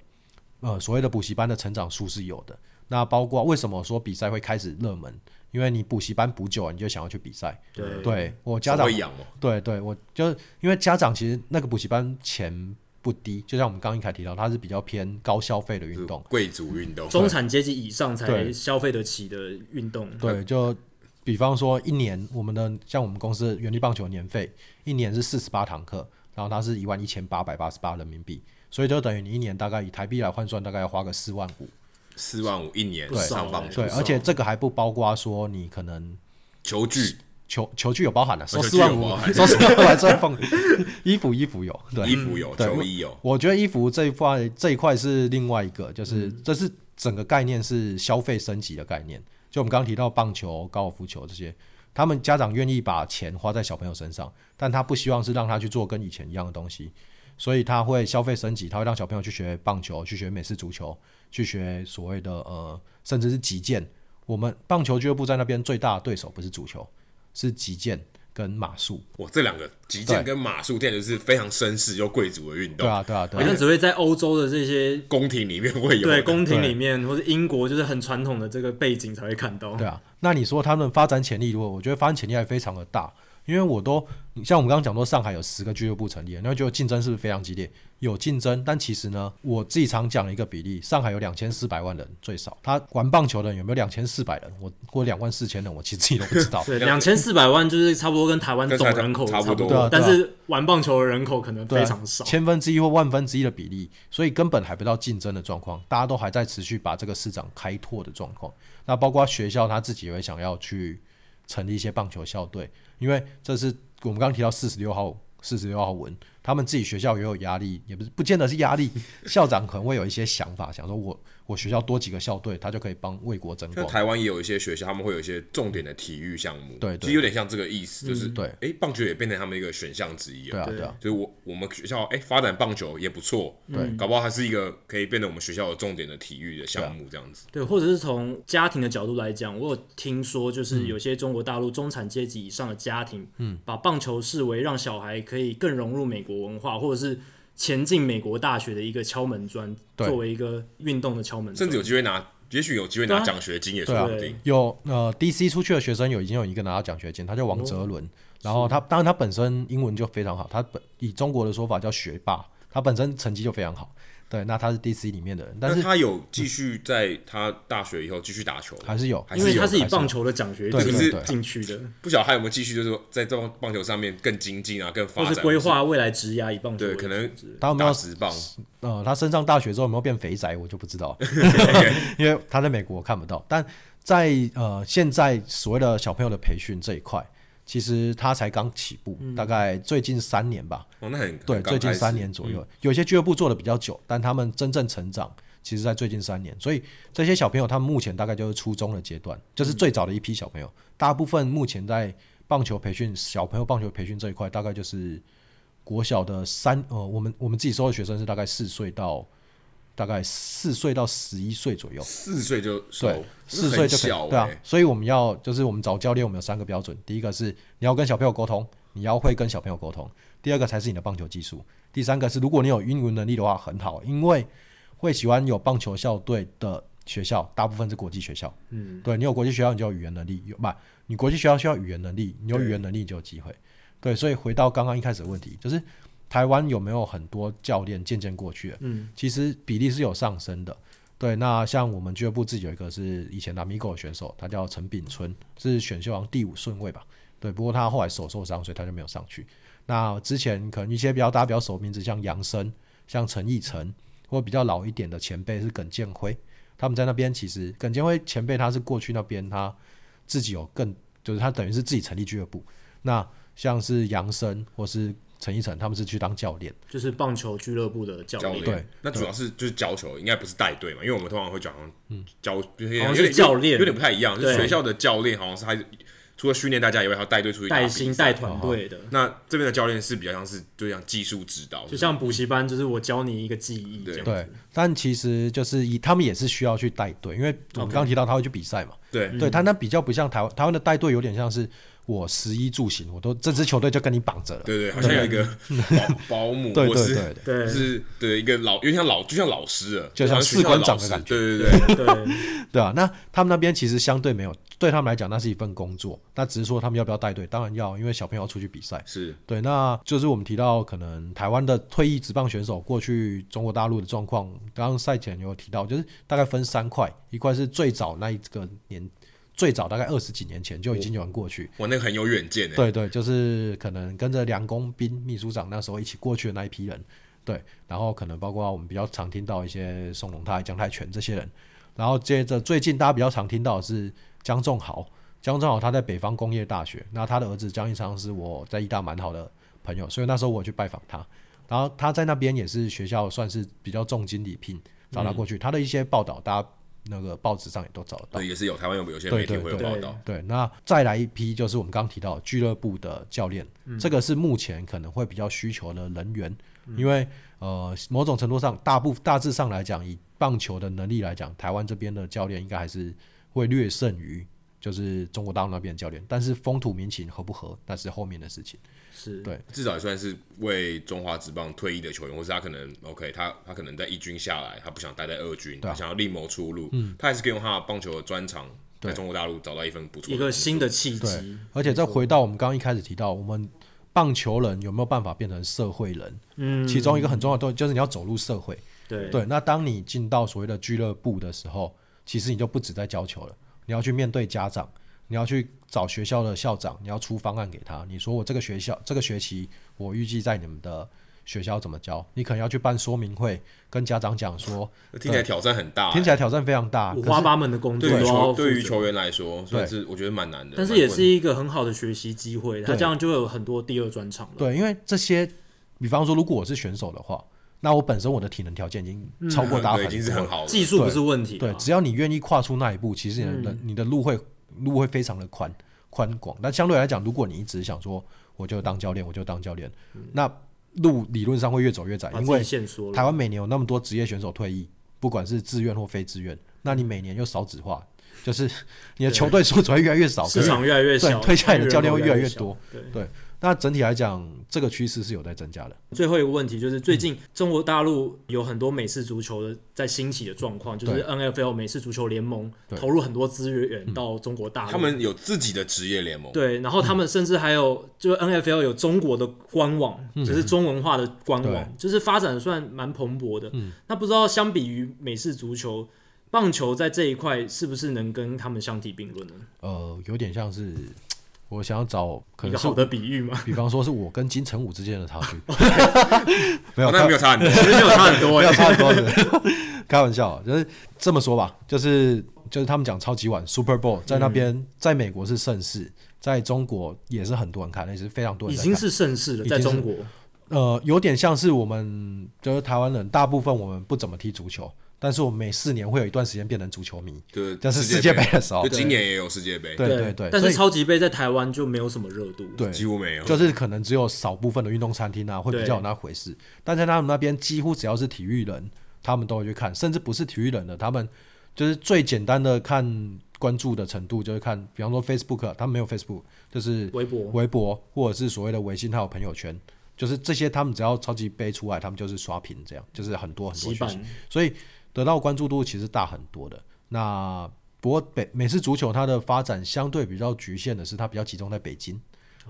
Speaker 3: 呃所谓的补习班的成长数是有的。那包括为什么说比赛会开始热门？因为你补习班补久了，你就想要去比赛。
Speaker 4: 对
Speaker 3: 对我
Speaker 1: 手
Speaker 3: 家长
Speaker 1: 会痒哦，
Speaker 3: 对对，我就是因为家长其实那个补习班钱不低，就像我们刚一开始提到，它是比较偏高消费的
Speaker 1: 就是
Speaker 3: 运动。
Speaker 1: 贵族运动，
Speaker 4: 中产阶级以上才
Speaker 3: 对
Speaker 4: 消费得起的运动。
Speaker 3: 对，就比方说一年我们的像我们公司的原地棒球年费一年是四十八堂课，然后它是一万一千八百八十八人民币，所以就等于你一年大概以台币来换算，大概要花个四万五。
Speaker 1: 四万五一年
Speaker 3: 对
Speaker 1: 上棒球
Speaker 3: 对，，而且这个还不包括说你可能
Speaker 1: 球具、
Speaker 3: 球球具有包含的，收
Speaker 1: 球
Speaker 3: 四
Speaker 1: 具有
Speaker 3: 万五
Speaker 1: 包含，
Speaker 3: 收四万五还算放衣服衣服有对。
Speaker 1: 衣服有，
Speaker 3: 对
Speaker 1: 球衣有，
Speaker 3: 我觉得衣服这一块这一块是另外一个，就是、这是整个概念是消费升级的概念。就我们刚刚提到棒球、高尔夫球这些，他们家长愿意把钱花在小朋友身上，但他不希望是让他去做跟以前一样的东西，所以他会消费升级，他会让小朋友去学棒球、去学美式足球、去学所谓的呃，甚至是击剑。我们棒球俱乐部在那边最大的对手不是足球，是击剑跟马术。
Speaker 1: 哇，这两个击剑
Speaker 3: 对
Speaker 1: 跟马术，店就是非常绅士又贵族的运
Speaker 3: 对
Speaker 1: 动，
Speaker 3: 啊，对啊，对
Speaker 4: 好
Speaker 3: 啊
Speaker 4: 像。只会在欧洲的这些
Speaker 1: 宫廷里面会有的，
Speaker 4: 对宫廷里面，或者英国就是很传统的这个背景才会看到。
Speaker 2: 哦
Speaker 3: 啊对啊，那你说他们发展潜力，如果我觉得发展潜力还非常的大，因为我都你像我们刚刚讲说上海有十个俱乐部成立了，那就竞争是不是非常激烈？有竞争，但其实呢，我自己常讲一个比例，上海有两千四百万人最少，他玩棒球的人有没有两千四百人？我或两万四千人，我其实自己都不知道。
Speaker 4: 对，两千四百万就是差不多跟台湾
Speaker 1: 跟
Speaker 4: 总
Speaker 1: 台
Speaker 4: 人口
Speaker 1: 差不
Speaker 4: 不
Speaker 1: 多
Speaker 3: 对啊对
Speaker 4: 但
Speaker 3: 啊
Speaker 4: 是玩棒球的人口可能
Speaker 3: 对啊
Speaker 4: 非常少。
Speaker 3: 千分之一或万分之一的比例，所以根本还不到竞争的状况，大家都还在持续把这个市场开拓的状况。那包括学校他自己也会想要去成立一些棒球校队，因为这是我们刚刚提到四十六号四十六号文，他们自己学校也有压力，也不是不见得是压
Speaker 4: *laughs*
Speaker 3: 力，校长可能会有一些想法，想说我我学校多几个校队，他就可以帮为国争
Speaker 1: 像
Speaker 3: 光。
Speaker 1: 台湾也有一些学校，他们会有一些重点的体育项目，
Speaker 3: 对对嗯
Speaker 1: 其实有点像这个意思，就是
Speaker 3: 对
Speaker 1: 哎、诶棒球也变成他们一个选项之一
Speaker 3: 对
Speaker 1: 了。
Speaker 3: 啊，对啊，
Speaker 1: 所以我我们学校哎、诶发展棒球也不错，对，搞不好它是一个可以变成我们学校的重点的体育的项目这样子。
Speaker 4: 对，或者是从家庭的角度来讲，我有听说，
Speaker 3: 嗯
Speaker 4: 就是有些中国大陆中产阶级以上的家庭，嗯，把棒球视为让小孩可以更融入美国文化，或者是前进美国大学的一个敲门砖，
Speaker 3: 对
Speaker 4: 作为一个运动的敲门
Speaker 1: 甚
Speaker 4: 砖
Speaker 1: 至。有机会拿，也许有机会
Speaker 4: 对
Speaker 1: 拿
Speaker 4: 啊
Speaker 1: 奖学金也
Speaker 3: 对
Speaker 1: 说
Speaker 3: 啊
Speaker 1: 不定。
Speaker 3: 有呃，DC 出去的学生有已经有一个拿到奖学金，他叫王哲
Speaker 1: 哦
Speaker 3: 伦，然后他当然他本身英文就非常好，他本以中国的说法叫学霸，他本身成绩就非常好。对，那他是 DC 里面的人，但
Speaker 1: 那
Speaker 3: 是
Speaker 1: 他有继续在他大学以后继续打球吗，
Speaker 3: 还是有，
Speaker 1: 还
Speaker 4: 因为
Speaker 1: 有
Speaker 4: 他是以
Speaker 1: 的
Speaker 4: 棒球的奖学
Speaker 3: 对
Speaker 1: 对
Speaker 4: 金
Speaker 1: 对
Speaker 4: 进去的，
Speaker 1: 不晓得他有没有继续，就是说在这种棒球上面更精进啊，更发
Speaker 4: 或
Speaker 1: 展，
Speaker 4: 是规划未来职涯以棒球
Speaker 1: 对，
Speaker 4: 为
Speaker 1: 可
Speaker 4: 主
Speaker 1: 能
Speaker 4: 之类的
Speaker 3: 他有没
Speaker 1: 打
Speaker 3: 有
Speaker 1: 直棒，
Speaker 3: 呃，他升上大学之后有没有变肥宅，我就不
Speaker 1: *laughs*
Speaker 3: 知道，因为他在美国我看不到。但在呃现在所谓的小朋友的培训这一块，其实他才刚起步，
Speaker 1: 嗯
Speaker 3: 大概最近三年吧，
Speaker 1: 哦，那很
Speaker 3: 对，
Speaker 1: 很刚
Speaker 3: 最近
Speaker 1: 开始嗯
Speaker 3: 三年左右，有些俱乐部做的比较久，但他们真正成长其实在最近三年，所以这些小朋友他们目前大概就是初中的阶段，就是最早的一批小朋友，大部分目前在棒球培训小朋友棒球培训这一块，大概就是国小的三呃，我们我们自己收的学生是大概四岁到大概四岁到十一岁左右，
Speaker 1: 四岁就收
Speaker 3: 对，四岁就可
Speaker 1: 很小
Speaker 3: 以，对啊
Speaker 1: 欸，
Speaker 3: 所以我们要就是我们找教练，我们有三个标准，第一个是你要跟小朋友沟通，你要会跟小朋友沟通，第二个才是你的棒球技术，第三个是如果你有英文能力的话很好，因为会喜欢有棒球校队的学校大部分是国际学校，嗯，对你有国际学校你就有语言能力，有不，你国际学校需要语言能力，你有语言能力你就有机会，对，所以回到刚刚一开始的问题，就是台湾有没有很多教练渐渐过去了？嗯，其实比例是有上升的。对，那像我们俱乐部自己有一个是以前拿米狗的选手，他叫陈炳春，是选秀王第五顺位吧？对，不过他后来手受伤，所以他就没有上去。那之前可能一些比较大家比较熟的名字，像杨生、像陈奕晨，或比较老一点的前辈是耿建辉，他们在那边其实耿建辉前辈他是过去那边他自己有更就是他等于是自己成立俱乐部。那像是杨生或是陈奕晨，他们是去当教练。
Speaker 4: 就是棒球俱乐部的教
Speaker 1: 教
Speaker 4: 练，
Speaker 3: 对嗯
Speaker 1: 练，那主要是就是教球，应该不是带队嘛，因为我们通常会讲好像教，就是
Speaker 4: 好像
Speaker 1: 有
Speaker 4: 是
Speaker 1: 点
Speaker 4: 教练
Speaker 1: 有点不太一样，就是
Speaker 4: 对
Speaker 1: 学校的教练好像是还除了训练大家以外，还要带队出去打
Speaker 4: 带
Speaker 1: 比
Speaker 4: 薪
Speaker 1: 赛
Speaker 4: 带。团队的，
Speaker 1: 那这边的教练是比较像是就像技术指导，
Speaker 4: 就像补习班，就是我教你一个技艺这
Speaker 1: 对
Speaker 4: 样。
Speaker 3: 对，但其实就是以他们也是需要去带队，因为我们刚刚提到他会去比赛嘛。
Speaker 1: 对
Speaker 4: 嗯
Speaker 3: 对他那比较不像台湾，台湾的带队有点像是我食衣住行，我都这支球队就跟你绑着了。
Speaker 1: 对对，好像有一
Speaker 3: *laughs*
Speaker 1: 个保保姆
Speaker 3: 对
Speaker 1: 或
Speaker 3: 对
Speaker 1: 是
Speaker 3: 对对
Speaker 4: 对
Speaker 1: 是对一个老，有点像老，就像老师了，
Speaker 3: 就像
Speaker 1: 好学校
Speaker 3: 士官长的
Speaker 1: 老师
Speaker 3: 感觉
Speaker 1: 对对
Speaker 3: *laughs*
Speaker 1: 对，
Speaker 4: 对，
Speaker 3: 对啊，那他们那边其实相对没有，对他们来讲那是一份工作，那只是说他们要不要带队，当然要，因为小朋友要出去比赛。
Speaker 1: 是
Speaker 3: 对，那就是我们提到可能台湾的退役职棒选手过去中国大陆的状况，刚刚赛前有提到，就是大概分三块，一块是最早那一个年，最早大概二十几年前就已经有人过去，
Speaker 1: 我那个很有远见诶，欸
Speaker 3: 对对，就是可能跟着梁公斌秘书长那时候一起过去的那一批人，对，然后可能包括我们比较常听到一些宋龙泰、姜泰全这些人，然后接着最近大家比较常听到的是江仲豪，江仲豪他在北方工业大学，那他的儿子江一昌是我在医大蛮好的朋友，所以那时候我有去拜访他，然后他在那边也是学校算是比较重金礼聘找他过去，他的一些报道大家那个报纸上也都找得到
Speaker 1: 对，。也是有台湾有有些
Speaker 3: 对
Speaker 1: 媒体
Speaker 3: 对
Speaker 1: 会有
Speaker 4: 对
Speaker 1: 报道，
Speaker 3: 对，那再来一批就是我们刚刚提到的俱乐部的教练，这个是目前可能会比较需求的人员，因为呃，某种程度上，大部大致上来讲，以棒球的能力来讲，台湾这边的教练应该还是会略胜于就是中国大陆那边的教练，但是风土民情合不合，那是后面的事情。
Speaker 1: *laughs*
Speaker 4: 是
Speaker 3: 对
Speaker 1: 至少也算是为中华职棒退役的球员，或是他可能 OK，他他可能在一军下来，他不想待在二军，
Speaker 3: 对啊
Speaker 1: 他想要另谋出路，他还是可以用他的棒球的专长在中国大陆找到一份不错的
Speaker 2: 一个新
Speaker 1: 工
Speaker 2: 的契
Speaker 3: 对
Speaker 2: 机。，
Speaker 3: 而且再回到我们刚刚一开始提到，我们棒球人有没有办法变成社会人？
Speaker 2: 嗯，
Speaker 3: 其中一个很重要的东西就是你要走入社会。
Speaker 2: 对
Speaker 3: 对，那当你进到所谓的俱乐部的时候，其实你就不止在教球了，你要去面对家长，你要去找学校的校长，你要出方案给他。你说我这个学校这个学期我预计在你们的学校怎么教？你可能要去办说明会，跟家长讲说，
Speaker 1: 作，听起来挑战很大、
Speaker 3: 听起来啊挑战非常大，
Speaker 2: 啊五
Speaker 3: 可
Speaker 2: 花
Speaker 3: 是
Speaker 2: 八门的工作
Speaker 1: 对于
Speaker 2: 都要
Speaker 1: 球
Speaker 2: 啊负责
Speaker 1: 对于球员来说，算是我觉得蛮难的，
Speaker 2: 但是
Speaker 1: 蛮
Speaker 2: 也
Speaker 1: 困
Speaker 2: 是一个很好的学习机会，他
Speaker 3: 对
Speaker 2: 这样就会有很多第二专场了。
Speaker 3: 对，因为这些，比方说如果我是选手的话，那我本身我的体能条件已
Speaker 2: 嗯
Speaker 3: 经超过大家
Speaker 1: 对
Speaker 3: 很
Speaker 1: 已经是
Speaker 3: 多了
Speaker 1: 很好了，
Speaker 2: 技术不是问题啊嗯
Speaker 3: 对
Speaker 2: 啦，，
Speaker 3: 只要你愿意跨出那一步，其实你的、你的路会路会非常的宽宽广。那相对来讲，如果你一直想说我就当教练，我就当教练，那路理论上会越走越窄，
Speaker 2: 嗯把
Speaker 3: 因
Speaker 2: 自己
Speaker 3: 为
Speaker 2: 限缩
Speaker 3: 台
Speaker 2: 了。
Speaker 3: 湾每年有那么多职业选手退役，不管是自愿或非自
Speaker 2: 嗯
Speaker 3: 愿，那你每年又少子化，就是你的球队数只会越来越少，
Speaker 2: 市场越来越小，
Speaker 3: 对退下来的教练会
Speaker 2: 越
Speaker 3: 越来
Speaker 2: 来
Speaker 3: 越
Speaker 2: 小
Speaker 3: 多。
Speaker 2: 对，
Speaker 3: 对，那整体来讲，这个趋势是有在增加的。
Speaker 2: 最后一个问题就是，
Speaker 3: 嗯
Speaker 2: 最近中国大陆有很多美式足球的在兴起的状况，就是
Speaker 3: 对
Speaker 2: NFL 美式足球联盟
Speaker 3: 对
Speaker 2: 投入很多资源到中国大
Speaker 1: 嗯
Speaker 2: 陆。
Speaker 1: 他们有自己的职业联盟，
Speaker 2: 对，然后他
Speaker 3: 嗯
Speaker 2: 们甚至还有，就是 NFL 有中国的官网，就是中文化的官网，
Speaker 3: 嗯对嗯
Speaker 2: 就是发展得算蛮蓬勃的。那不知道相比于美式足球，棒球在这一块是不是能跟他们相提并论呢？
Speaker 3: 呃，有点像是我想要找，可
Speaker 2: 一
Speaker 3: 能
Speaker 2: 个
Speaker 3: 是
Speaker 2: 好的比喻吗？
Speaker 3: 比方说是我跟金城武之间的差
Speaker 2: *laughs*
Speaker 3: 距，没
Speaker 1: 哦
Speaker 3: 有，
Speaker 1: 那没有差
Speaker 3: *laughs*
Speaker 1: 很多。
Speaker 2: 其实没有差很多
Speaker 3: *laughs*
Speaker 2: 欸
Speaker 3: 没有差很多的， *laughs* 开玩笑，就是这么说吧，就是就是他们讲超级碗 Super Bowl 在那边，在美国是盛世，在中国也是很多人看，也是非常
Speaker 2: *laughs*
Speaker 3: 多
Speaker 2: 已
Speaker 3: 人在
Speaker 2: 经
Speaker 3: 看。
Speaker 2: 是盛世了，
Speaker 3: 已
Speaker 2: 在
Speaker 3: 经是
Speaker 2: 中国。
Speaker 3: 呃，有点像是我们就是台湾人，大部分我们不怎么踢足球，但是我们每四年会有一段时间变成足球迷，
Speaker 1: 就是
Speaker 3: 但是
Speaker 1: 世
Speaker 3: 世
Speaker 1: 界
Speaker 3: 界杯的时候
Speaker 1: 就，今年也有世界杯，
Speaker 3: 对对对，
Speaker 2: 但
Speaker 3: 所
Speaker 2: 是
Speaker 3: 以
Speaker 2: 超级杯在台湾就没有什么热度。
Speaker 3: 对
Speaker 1: 几乎没有，
Speaker 3: 就是可能只有少部分的运动餐厅啊会比较有那回事，但在他们那边几乎只要是体育人，他们都会去看，甚至不是体育人的，他们就是最简单的看关注的程度，就是看，比方说 Facebook，啊他们没有 Facebook，就是
Speaker 2: 微博
Speaker 3: 微博或者是所谓的微信还有朋友圈，就是这些他们只要超级杯出来，他们就是刷屏这样，就是很多很多
Speaker 2: 洗
Speaker 3: 讯息
Speaker 2: 版，
Speaker 3: 所以得到关注度其实大很多的。那不过北美式足球它的发展相对比较局限的是，它比较集中在北京，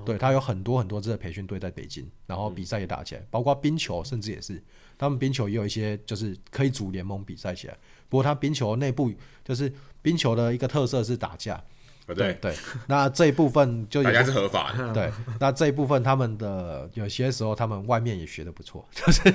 Speaker 3: 对，它有很多很多支的培训队在北京，然后比赛也打起来，包括冰球甚至也是，他们冰球也有一些就是可以组联盟比赛起来。不过它冰球内部就是冰球的一个特色是打架，
Speaker 1: 啊对，
Speaker 3: 对，那这一部分就有
Speaker 1: 大家是合法
Speaker 3: *laughs*
Speaker 1: 的，
Speaker 3: 对，那这一部分他们的有些时候他们外面也学的不错，就是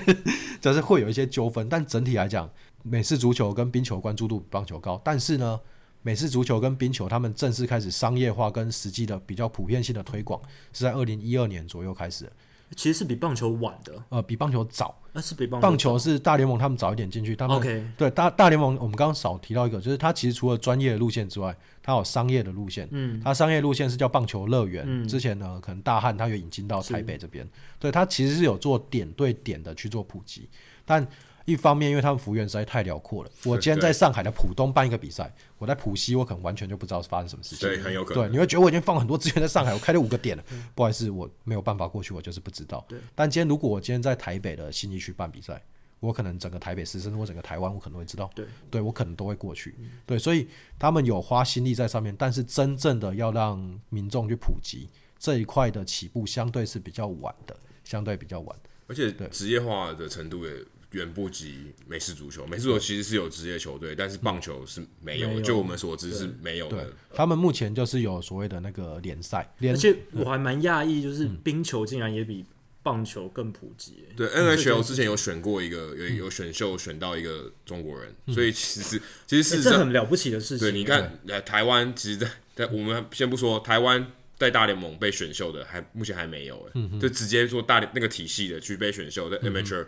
Speaker 3: 就是会有一些纠纷，但整体来讲，美式足球跟冰球关注度比棒球高，但是呢，美式足球跟冰球他们正式开始商业化跟实际的比较普遍性的推广是在二零一二年左右开始的，
Speaker 2: 其实是比棒球晚的，
Speaker 3: 呃，比棒球早，
Speaker 2: 那是比棒
Speaker 3: 棒球是大联盟他们早一点进去，他们
Speaker 2: OK
Speaker 3: 对大大联盟，我们刚刚少提到一个，就是它其实除了专业的路线之外，它有商业的路线。嗯，它商业路线是叫棒球乐园。之前呢，可能大汉他有引进到台北这边，对，它其实是有做点对点的去做普及，但。一方面，因为他们幅员实在太辽阔了。我今天在上海的浦东办一个比赛，我在浦西，我可能完全就不知道发生什么事情。
Speaker 1: 对，很有可
Speaker 3: 对，
Speaker 1: 能。
Speaker 3: 你会觉得我已经放很多资源在上海，我开了五个点了，不好意思，我没有办法过去，我就是不知道。但今天如果我今天在台北的信义区办比赛，我可能整个台北市，甚至我整个台湾，我可能会知道。
Speaker 2: 对，
Speaker 3: 对我可能都会过去。对，所以他们有花心力在上面，但是真正的要让民众去普及这一块的起步，相对是比较晚的，相对比较晚。
Speaker 1: 而且职业化的程度也远不及美式足球。美式足球其实是有职业球队，但是棒球是没有
Speaker 2: 没有
Speaker 1: 的，就我们所知是没有
Speaker 3: 对
Speaker 1: 的。，
Speaker 3: 他们目前就是有所谓的那个联赛，联
Speaker 2: 而且我还蛮讶异，就是
Speaker 1: 嗯
Speaker 2: 冰球竟然也比棒球更普及欸。
Speaker 1: 对 NHL 之前有选过一个，有有选秀选到一个中国人，所以其实其实事实
Speaker 2: 欸嗯这
Speaker 1: 上
Speaker 2: 很了不起的事情。
Speaker 1: 嗯对，你看，来台湾其实在，在我们先不说台湾在大联盟被选秀的，还目前还没有、欸，就直接说大联那个体系的去被选秀在 amateur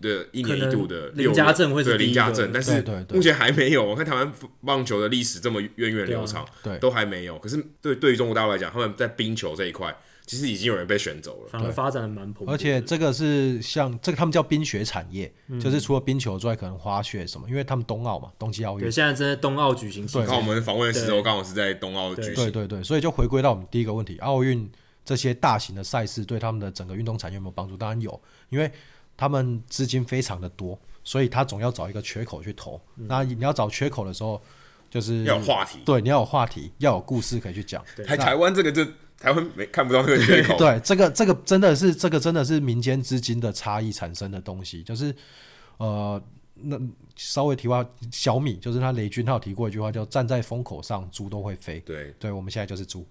Speaker 1: 的一年一度的
Speaker 2: 可能
Speaker 1: 六
Speaker 2: 林家正会是
Speaker 1: 对
Speaker 2: 第一
Speaker 1: 林家
Speaker 2: 个
Speaker 1: 正，但是
Speaker 3: 对对对
Speaker 1: 目前还没有。我看台湾棒球的历史这么源远流长，
Speaker 3: 对啊对
Speaker 1: 都还没有。可是对对于中国大陆来讲，他们在冰球这一块其实已经有人被选走了。
Speaker 2: 反而发展的蛮蓬勃。
Speaker 3: 而且这个是像这个他们叫冰雪产业，
Speaker 1: 嗯
Speaker 3: 就是除了冰球之外，可能滑雪什么，因为他们冬奥嘛，冬季奥运
Speaker 2: 对，，现在正在冬奥举行期
Speaker 3: 对
Speaker 1: 看
Speaker 2: 间，
Speaker 1: 我们访问的时候，
Speaker 2: 对
Speaker 1: 刚好是在冬奥举
Speaker 3: 对
Speaker 1: 行，
Speaker 3: 对对，所以就回归到我们第一个问题，奥运这些大型的赛事对他们的整个运动产业有没有帮助？当然有，因为他们资金非常的多，所以他总要找一个缺口去投。那你要找缺口的时候，就是
Speaker 1: 嗯要有话题。
Speaker 3: 对，你要有话题，要有故事可以去讲。
Speaker 1: 台台湾这个就台湾没看不到那个缺口，
Speaker 3: *laughs* 对，这个这个真的是这个真的是民间资金的差异产生的东西，就是呃，那稍微提话，小米就是他雷军他有提过一句话，叫站在风口上，猪都会飞。
Speaker 1: 对，
Speaker 3: 对，我们现在就是猪，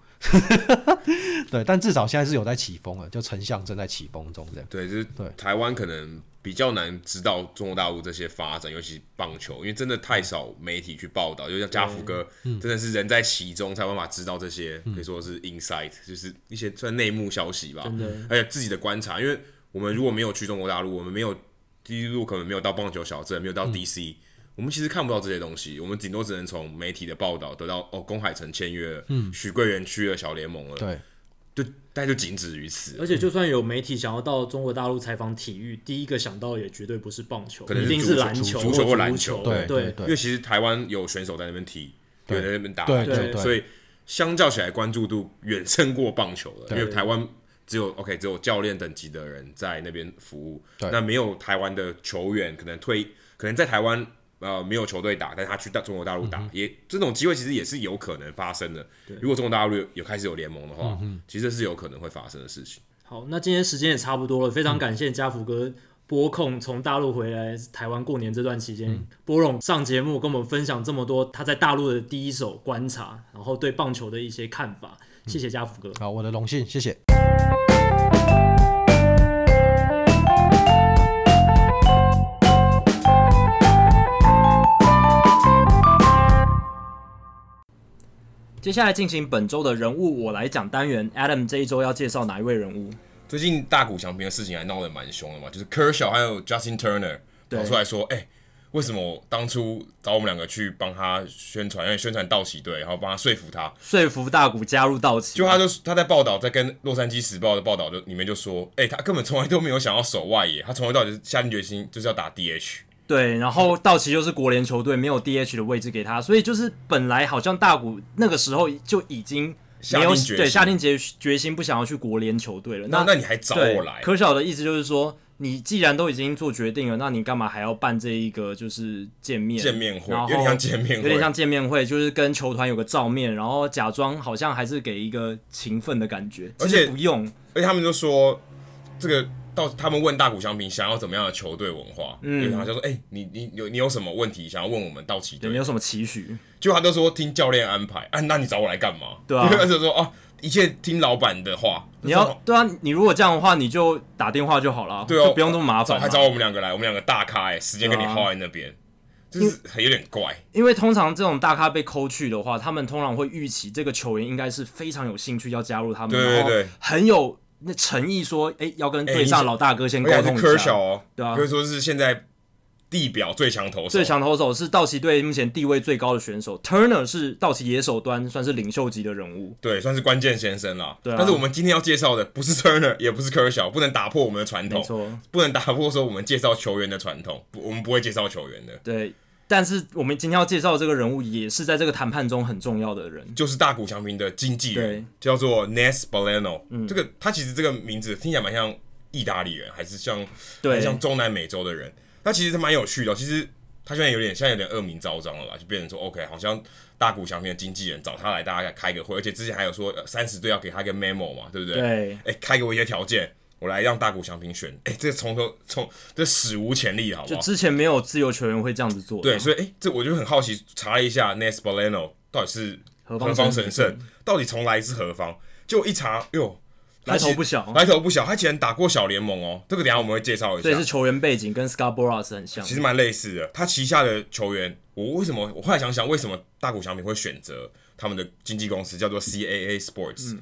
Speaker 3: *laughs* 对，但至少现在是有在起风了，就成像正在起风中这样。
Speaker 1: 对，就是
Speaker 3: 对
Speaker 1: 台湾可能比较难知道中国大陆这些发展，尤其棒球，因为真的太少媒体去报道。就像家福哥，真的是人在其中才有办法知道这些，可以说是 insight，就是一些算内幕消息吧
Speaker 4: 真的。
Speaker 1: 而且自己的观察，因为我们如果没有去中国大陆，我们没有第一路可能没有到棒球小镇，没有到 DC。我们其实看不到这些东西，我们顶多只能从媒体的报道得到哦，龚海城签约了，嗯，许贵元去了小联盟了，
Speaker 3: 对，
Speaker 1: 就大概就仅止于此了。
Speaker 4: 而且就算有媒体想要到中国大陆采访体育，第一个想到的也绝对不是棒球，
Speaker 1: 可能
Speaker 4: 一
Speaker 1: 是
Speaker 4: 定
Speaker 1: 足
Speaker 4: 是
Speaker 1: 球
Speaker 4: 篮
Speaker 1: 足
Speaker 4: 球、
Speaker 1: 足球或
Speaker 4: 或
Speaker 1: 篮
Speaker 4: 球。
Speaker 1: 球
Speaker 4: 对
Speaker 3: 对对
Speaker 1: 因为其实台湾有选手在那边踢，有
Speaker 3: 对
Speaker 1: 人在那边打
Speaker 3: 对
Speaker 1: 篮球
Speaker 4: 对对
Speaker 1: 所以相较起来关注度远胜过棒球了。因为台湾只有 OK 只有教练等级的人在那边服务，
Speaker 3: 对
Speaker 1: 那没有台湾的球员可能退，可能在台湾呃没有球队打，但他去到中国大陆打，
Speaker 3: 嗯
Speaker 1: 也这种机会其实也是有可能发生的。如果中国大陆有有开始有联盟的
Speaker 3: 嗯
Speaker 1: 话，其实这是有可能会发生的事情。
Speaker 4: 好，那今天时间也差不多了，非
Speaker 2: 嗯
Speaker 4: 常感谢家福哥播控从大陆回来台湾过年这段期
Speaker 2: 嗯
Speaker 4: 间，播荣上节目跟我们分享这么多他在大陆的第一手观察，然后对棒球的一些看法。谢谢家福哥。
Speaker 3: 好，我的荣幸，谢谢。
Speaker 2: 接下来进行本周的人物我来讲单元，Adam 这一周要介绍哪一位人物？
Speaker 1: 最近大谷翔平的事情还闹得蛮凶的嘛，就是 Kershaw 还有 Justin Turner
Speaker 2: 对
Speaker 1: 跑出来说，哎、为什么当初找我们两个去帮他宣传，因哎为宣传道奇队，然后帮他说服他，
Speaker 2: 说服大谷加入道奇
Speaker 1: 就，他就他在报道，在跟洛杉矶时报的报道就里面就说，哎、他根本从来都没有想要守外野，他从头到尾就是下定决心就是要打 DH，
Speaker 2: 对，然后道奇又是国联球队，没有 DH 的位置给他，所以就是本来好像大谷那个时候就已经没有
Speaker 1: 下定决心
Speaker 2: 对下定决决心不想要去国联球队了。
Speaker 1: 那
Speaker 2: 那
Speaker 1: 那你还找我来？
Speaker 2: 可晓的意思就是说，你既然都已经做决定了，那你干嘛还要办这一个就是见面
Speaker 1: 见面会
Speaker 2: 然后
Speaker 1: 有点像见面会
Speaker 2: 有点像见面会，就是跟球团有个照面，然后假装好像还是给一个情分的感觉，
Speaker 1: 而
Speaker 2: 其实
Speaker 1: 且
Speaker 2: 不用，
Speaker 1: 而且他们就说这个到他们问大谷翔平想要怎么样的球队文化，嗯，
Speaker 2: 嗯
Speaker 1: 然后就说，哎、你你有你有什么问题想要问我们道奇
Speaker 2: 对，
Speaker 1: 队
Speaker 2: 没？有什么期许。
Speaker 1: 就他都说听教练安排，啊，那你找我来干嘛？
Speaker 2: 对啊
Speaker 1: 就说啊，一切听老板的话。
Speaker 2: 你
Speaker 1: 就
Speaker 2: 要
Speaker 1: 说
Speaker 2: 对啊，你如果这样的话，你就打电话就好了，
Speaker 1: 对哦，
Speaker 2: 就不用这么麻烦
Speaker 1: 找还
Speaker 2: 嘛。
Speaker 1: 找我们两个来，我们两个大咖哎、时间跟你
Speaker 2: 对啊
Speaker 1: 耗在那边，就是很有点怪。
Speaker 2: 因为通常这种大咖被抠去的话，他们通常会预期这个球员应该是非常有兴趣要加入他们，
Speaker 1: 对对对
Speaker 2: 然后很有那诚意说，哎、要跟队
Speaker 1: 哎
Speaker 2: 上
Speaker 1: 你
Speaker 2: 老大哥先
Speaker 1: 而
Speaker 2: 沟
Speaker 1: 且还是
Speaker 2: 通一
Speaker 1: 科
Speaker 2: 下。
Speaker 1: 小哦，
Speaker 2: 对啊
Speaker 1: 可以说是现在地表最强投手，
Speaker 2: 最强投手是道奇队目前地位最高的选手，Turner 是道奇野手端算是领袖级的人物。
Speaker 1: 对，算是关键先生啦。
Speaker 2: 对啊
Speaker 1: 但是我们今天要介绍的不是 Turner，也不是科小，不能打破我们的传
Speaker 2: 没
Speaker 1: 统，
Speaker 2: 错，
Speaker 1: 不能打破说我们介绍球员的传统，不我们不会介绍球员的，
Speaker 2: 对。但是我们今天要介绍的这个人物，也是在这个谈判中很重要的人。
Speaker 1: 就是大谷翔平的经纪人，叫做 Nes Baleno。这
Speaker 2: 嗯
Speaker 1: 个他其实这个名字听起来蛮像意大利人，还是像
Speaker 2: 对
Speaker 1: 还像中南美洲的人。那其实是蛮有趣的哦、其实他现在有点现在有点恶名昭彰了啦，就变成说 OK，好像大谷翔平的经纪人找他来大家开个会，而且之前还有说呃三十队要给他一个 memo 嘛，对不对？
Speaker 2: 对，
Speaker 1: 哎、开给我一些条件。我来让大谷翔平选，哎、这从头从这史无前例，好不
Speaker 2: 就
Speaker 1: 好？
Speaker 2: 之前没有自由球员会这样子做的。
Speaker 1: 对，所以哎、诶这我就很好奇，查了一下 Nes Baleno 到底是
Speaker 2: 何方嗯
Speaker 1: 方
Speaker 2: 神
Speaker 1: 神圣，到底从来是何方？就一查，哟，他
Speaker 2: 来头
Speaker 1: 其实
Speaker 2: 不小
Speaker 1: 来头不小，他以前打过小联盟哦，这个等一下我们会介绍一
Speaker 2: 所以是
Speaker 1: 下，
Speaker 2: 球员背景跟 Scarborough 是很像
Speaker 1: 其。实蛮类似的。他旗下的球员，我为什么我后来想想，为什么大谷翔平会选择他们的经纪公司叫做 CAA Sports？、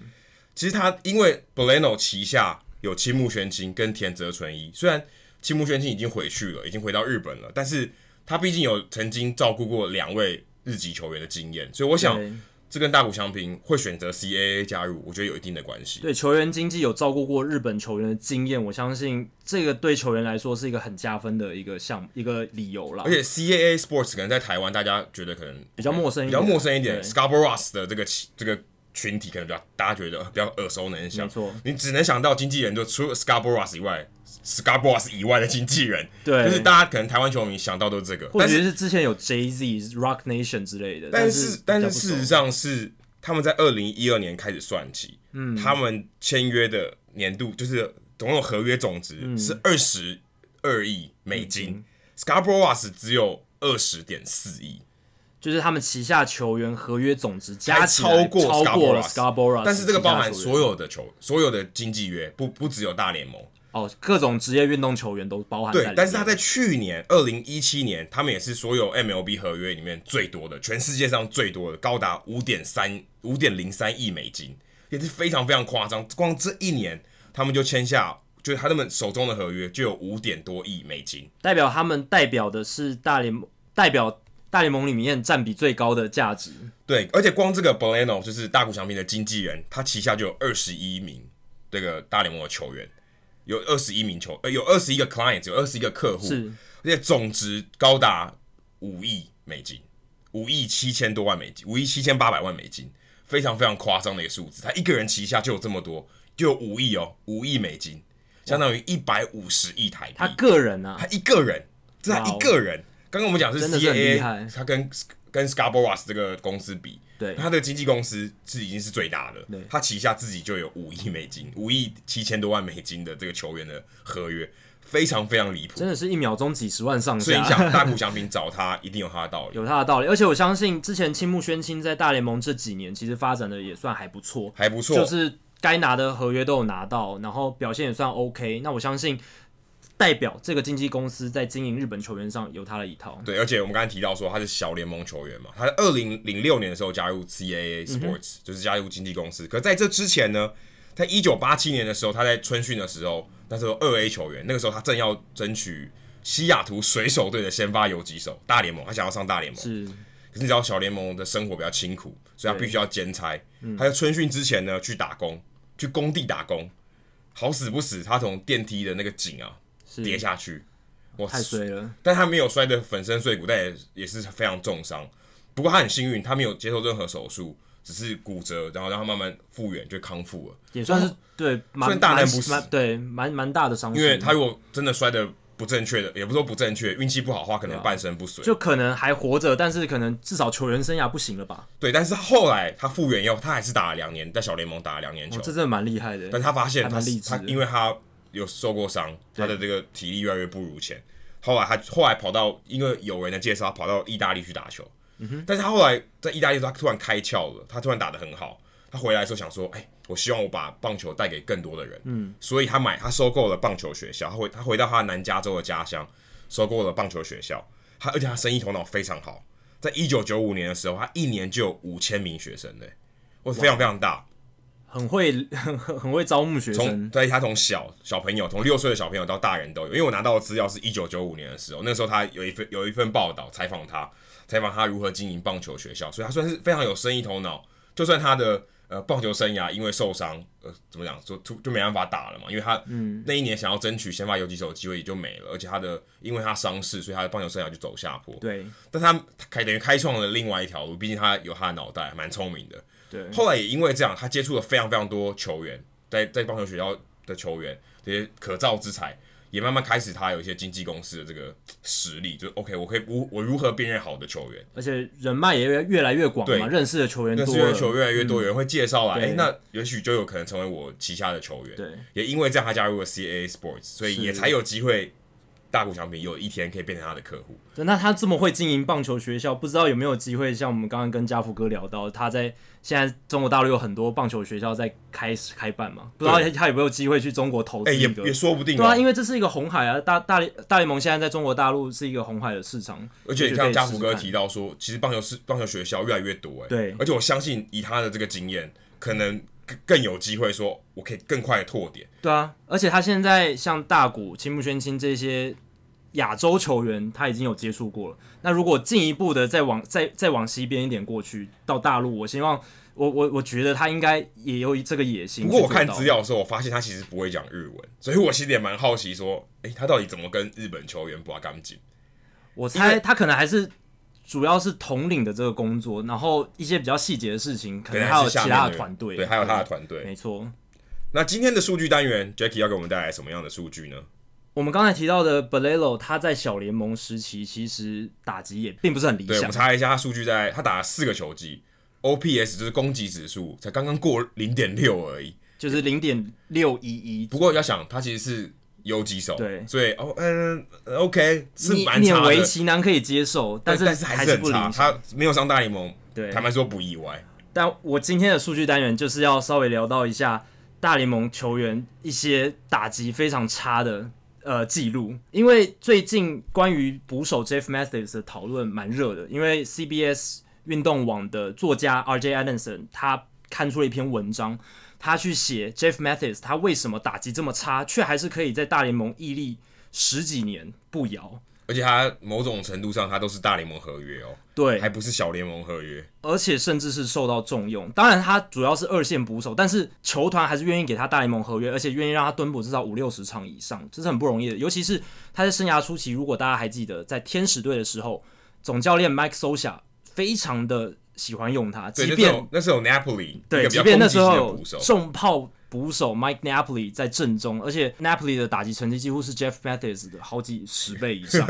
Speaker 1: 其实
Speaker 2: 嗯
Speaker 1: 他因为 Baleno 旗下有青木宣清跟田泽纯一，虽然青木宣清已经回去了，已经回到日本了，但是他毕竟有曾经照顾过两位日籍球员的经验，所以我想
Speaker 2: 对
Speaker 1: 这跟大谷翔平会选择 CAA 加入，我觉得有一定的关系。
Speaker 2: 对球员经济有照顾过日本球员的经验，我相信这个对球员来说是一个很加分的一个项一个理由啦。
Speaker 1: 而且 CAA Sports 可能在台湾大家觉得可能
Speaker 2: 啊比较陌生一
Speaker 1: 比
Speaker 2: 点
Speaker 1: 较陌生一点
Speaker 2: 对
Speaker 1: ，Scarborough 的这个起这个群体可能比较大家觉得比较耳熟能详
Speaker 2: 没，错，
Speaker 1: 你只能想到经纪人，就除了 Scarborough 以外，Scarborough 以外的经纪人，
Speaker 2: 对
Speaker 1: 就是大家可能台湾球迷想到都是这个，
Speaker 2: 或
Speaker 1: 但
Speaker 2: 者
Speaker 1: 是
Speaker 2: 是之前有 Jay Z、Rock Nation 之类的，
Speaker 1: 但
Speaker 2: 是
Speaker 1: 是但
Speaker 2: 比
Speaker 1: 是
Speaker 2: 较不熟
Speaker 1: 事实上是他们在二零一二年开始算起，嗯，他们签约的年度就是总共合约总
Speaker 2: 嗯
Speaker 1: 值是二十二亿美金、s c a r b o r o u g h 只有二十点四亿，
Speaker 2: 就是他们旗下球员合约总值加
Speaker 1: 还
Speaker 2: 起来
Speaker 1: 超过
Speaker 2: 超过了
Speaker 1: Scarborough，
Speaker 2: Scarborough，
Speaker 1: 但是这个包含
Speaker 2: 有
Speaker 1: 所有的球所有的经纪约，不不只有大联盟。
Speaker 2: 哦，各种职业运动球员都包含在里
Speaker 1: 对
Speaker 2: 面，
Speaker 1: 但是他在去年二零一七年，他们也是所有 MLB 合约里面最多的，全世界上最多的，高达五点三五点零三亿美金，也是非常非常夸张。光这一年，他们就签下，就是他们手中的合约就有五点多亿美金。
Speaker 2: 代表他们代表的是大联盟，代表大联盟里面占比最高的价值。
Speaker 1: 对，而且光这个 Bolano 就是大谷翔平的经纪人，他旗下就有二十一名这个大联盟的球员，有二十一名球，呃，有二十一个 clients，有二十一个客户，
Speaker 2: 是
Speaker 1: 而且总值高达五亿美金，五亿七千多万美金，五亿七千八百万美金，非常非常夸张的一个数字。他一个人旗下就有这么多，就有五亿哦，五亿美金，相当于一百五十亿台币。
Speaker 2: 他个人啊
Speaker 1: 他，一个人，这是他
Speaker 2: 哇哦
Speaker 1: 一个人。刚刚我们讲是
Speaker 2: 真的是很厉
Speaker 1: CAA，
Speaker 2: 害
Speaker 1: 他跟跟 Scarborough 这个公司比，
Speaker 2: 对
Speaker 1: 他的经纪公司是已经是最大的
Speaker 2: 对，
Speaker 1: 他旗下自己就有五亿美金、五亿七千多万美金的这个球员的合约，非常非常离谱。
Speaker 2: 真的是一秒钟几十万上
Speaker 1: 所以
Speaker 2: 下
Speaker 1: 你。想大谷翔平找他，一定有他的道理。
Speaker 2: 啊有他的道理，而且我相信之前青木宣清在大联盟这几年其实发展的也算还不错，
Speaker 1: 还不错，
Speaker 2: 就是该拿的合约都有拿到，然后表现也算 OK。那我相信代表这个经纪公司在经营日本球员上有他的一套。
Speaker 1: 对，而且我们刚才提到说他是小联盟球员嘛，他在二零零六年的时候加入 CAA
Speaker 2: 嗯
Speaker 1: Sports，、就是加入经纪公司。可在这之前呢，在一九八七年的时候，他在春训的时候，那时候二 A 球员，那个时候他正要争取西雅图水手队的先发游击手，大联盟，他想要上大联盟。
Speaker 2: 是
Speaker 1: 可是你知道小联盟的生活比较清苦，所以他必须要兼差。
Speaker 2: 嗯
Speaker 1: 他在春训之前呢，去打工，去工地打工。好死不死，他从电梯的那个井啊
Speaker 2: 是
Speaker 1: 跌下去，哇，
Speaker 2: 嗯太衰了，
Speaker 1: 但他没有摔得粉身碎骨，但也也是非常重伤。不过他很幸运，他没有接受任何手术，只是骨折，然后让他慢慢复原就康复了。
Speaker 2: 也算是对蛮
Speaker 1: 算哦大难
Speaker 2: 蛮
Speaker 1: 不死
Speaker 2: 蛮对蛮蛮大的伤势，
Speaker 1: 因为他如果真的摔得不正确的，也不是说不正确，运气不好的话，可能半身不遂。
Speaker 2: 就可能还活着，但是可能至少球员生涯不行了吧？
Speaker 1: 对，但是后来他复原以后，他还是打了两年，在小联盟打了两年球。
Speaker 2: 哦，这真的蛮厉害的。
Speaker 1: 但他发现
Speaker 2: 还
Speaker 1: 他
Speaker 2: 蛮励志
Speaker 1: 他
Speaker 2: 的
Speaker 1: 因为他有受过伤，他的这个体力越来越不如前。后来他后来跑到因为有人的介绍，跑到意大利去打球。
Speaker 2: 嗯
Speaker 1: 但是他后来在意大利的时候，他突然开窍了，他突然打得很好。他回来的时候想说，哎、我希望我把棒球带给更多的人。嗯，所以他买他收购了棒球学校，他回他回到他南加州的家乡，收购了棒球学校。他而且他生意头脑非常好，在一九九五年的时候，他一年就有五千名学生嘞、我非常非常大。
Speaker 2: 很会 *laughs* 很很会招募学
Speaker 1: 从
Speaker 2: 生，
Speaker 1: 对他从小小朋友，从六岁的小朋友到大人都有，因为我拿到的资料是一九九五年的时候，那时候他有一份有一份报道采访他，采访他如何经营棒球学校，所以他算是非常有生意头脑。就算他的呃棒球生涯因为受伤，呃怎么讲，就就就没办法打了嘛，因为他那一年想要争取先发游击手的机会也就没了，而且他的因为他伤势，所以他的棒球生涯就走下坡。
Speaker 2: 对
Speaker 1: 但他他开等于开创了另外一条路，毕竟他有他的脑袋，蛮聪明的。
Speaker 2: 对，
Speaker 1: 后来也因为这样，他接触了非常非常多球员，在在棒球学校的球员这些可造之才，也慢慢开始他有一些经纪公司的这个实力，就 OK，我可以我我如何辨认好的球员？
Speaker 2: 而且人脉也越越来越广嘛，
Speaker 1: 对
Speaker 2: 认识的球员
Speaker 1: 认识
Speaker 2: 多
Speaker 1: 越
Speaker 2: 了，嗯
Speaker 1: 球越来越多，有人会介绍来，
Speaker 2: 对
Speaker 1: 哎、那也许就有可能成为我旗下的球员。
Speaker 2: 对，
Speaker 1: 也因为这样，他加入了 CAA Sports，所以
Speaker 2: 是
Speaker 1: 也才有机会大谷翔平有一天可以变成他的客户。
Speaker 2: 对那他这么会经营棒球学校，不知道有没有机会像我们刚刚跟家福哥聊到，他在现在中国大陆有很多棒球学校在开开办嘛，不知道
Speaker 1: 对
Speaker 2: 他有没有机会去中国投
Speaker 1: 哎、
Speaker 2: 资
Speaker 1: 也
Speaker 2: 一个？
Speaker 1: 也说不定、哦。
Speaker 2: 对啊，因为这是一个红海啊，大大联大联盟现在在中国大陆是一个红海的市场，
Speaker 1: 而且
Speaker 2: 也
Speaker 1: 你
Speaker 2: 可
Speaker 1: 看
Speaker 2: 以
Speaker 1: 家
Speaker 2: 试
Speaker 1: 福
Speaker 2: 试
Speaker 1: 哥
Speaker 2: 看
Speaker 1: 提到说，其实棒球是棒球学校越来越多、哎，
Speaker 2: 对
Speaker 1: 而且我相信以他的这个经验，可能更更有机会说，我可以更快的拓点。
Speaker 2: 对啊，而且他现在像大谷、青木宣清这些亚洲球员，他已经有接触过了。那如果进一步的再往再再往西边一点过去到大陆，我希望我我我觉得他应该也有这个野心。
Speaker 1: 不过我看资，料的时候，我发现他其实不会讲日文，所以我其实也蛮好奇说，哎、他到底怎么跟日本球员不阿干净？
Speaker 2: 我
Speaker 1: 因
Speaker 2: 猜
Speaker 1: 为
Speaker 2: 他可能还是主要是统领的这个工作，然后一些比较细节的事情，可能还
Speaker 1: 还
Speaker 2: 有
Speaker 1: 是下
Speaker 2: 其
Speaker 1: 面
Speaker 2: 他的
Speaker 1: 人
Speaker 2: 团队。嗯
Speaker 1: 对，还有他的团队。
Speaker 2: 没错。
Speaker 1: 那今天的数据单元，Jackie 要给我们带来什么样的数据呢？
Speaker 2: 我们刚才提到的 Balelo，他在小联盟时期其实打击也并不是很理
Speaker 1: 对，我
Speaker 2: 想
Speaker 1: 们，查一下，他数据在他打了四个球季，OPS 就是攻击指数，才刚刚过零点六而已。
Speaker 2: 就是零点六一一，
Speaker 1: 不过要想，他其实是游击手，
Speaker 2: 对
Speaker 1: 所以哦，嗯呃，OK，是
Speaker 2: 你
Speaker 1: 蛮
Speaker 2: 勉
Speaker 1: 差的
Speaker 2: 为，其难可以接受，但
Speaker 1: 但是
Speaker 2: 还
Speaker 1: 是
Speaker 2: 不
Speaker 1: 很差。
Speaker 2: 理
Speaker 1: 他
Speaker 2: 想。
Speaker 1: 没有上大联盟，
Speaker 2: 对，
Speaker 1: 坦白说不意外。
Speaker 2: 但我今天的数据单元就是要稍微聊到一下大联盟球员一些打击非常差的呃记录，因为最近关于捕手 Jeff Mathis 的讨论蛮热的，因为 CBS 运动网的作家 R.J. Anderson 他看出了一篇文章，他去写 Jeff Mathis 他为什么打击这么差，却还是可以在大联盟屹立十几年不摇。
Speaker 1: 而且他某种程度上，他都是大联盟合约哦，
Speaker 2: 对，
Speaker 1: 还不是小联盟合约。
Speaker 2: 而且甚至是受到重用。当然，他主要是二线捕手，但是球团还是愿意给他大联盟合约，而且愿意让他蹲捕至少五六十场以上，这是很不容易的。尤其是他在生涯初期，如果大家还记得，在天使队的时候，总教练 Mike Sosa 非常的喜欢用他，
Speaker 1: 对，
Speaker 2: 即
Speaker 1: 那时
Speaker 2: 便
Speaker 1: 候那时候 Napoli 一
Speaker 2: 对，
Speaker 1: 个比
Speaker 2: 即
Speaker 1: 较
Speaker 2: 便
Speaker 1: 攻
Speaker 2: 那
Speaker 1: 击
Speaker 2: 时
Speaker 1: 性的
Speaker 2: 候
Speaker 1: 捕手，
Speaker 2: 重炮捕手 Mike Napoli 在正中，而且 Napoli 的打击成绩几乎是 Jeff Mathis 的好几十倍以
Speaker 1: *laughs*
Speaker 2: 上，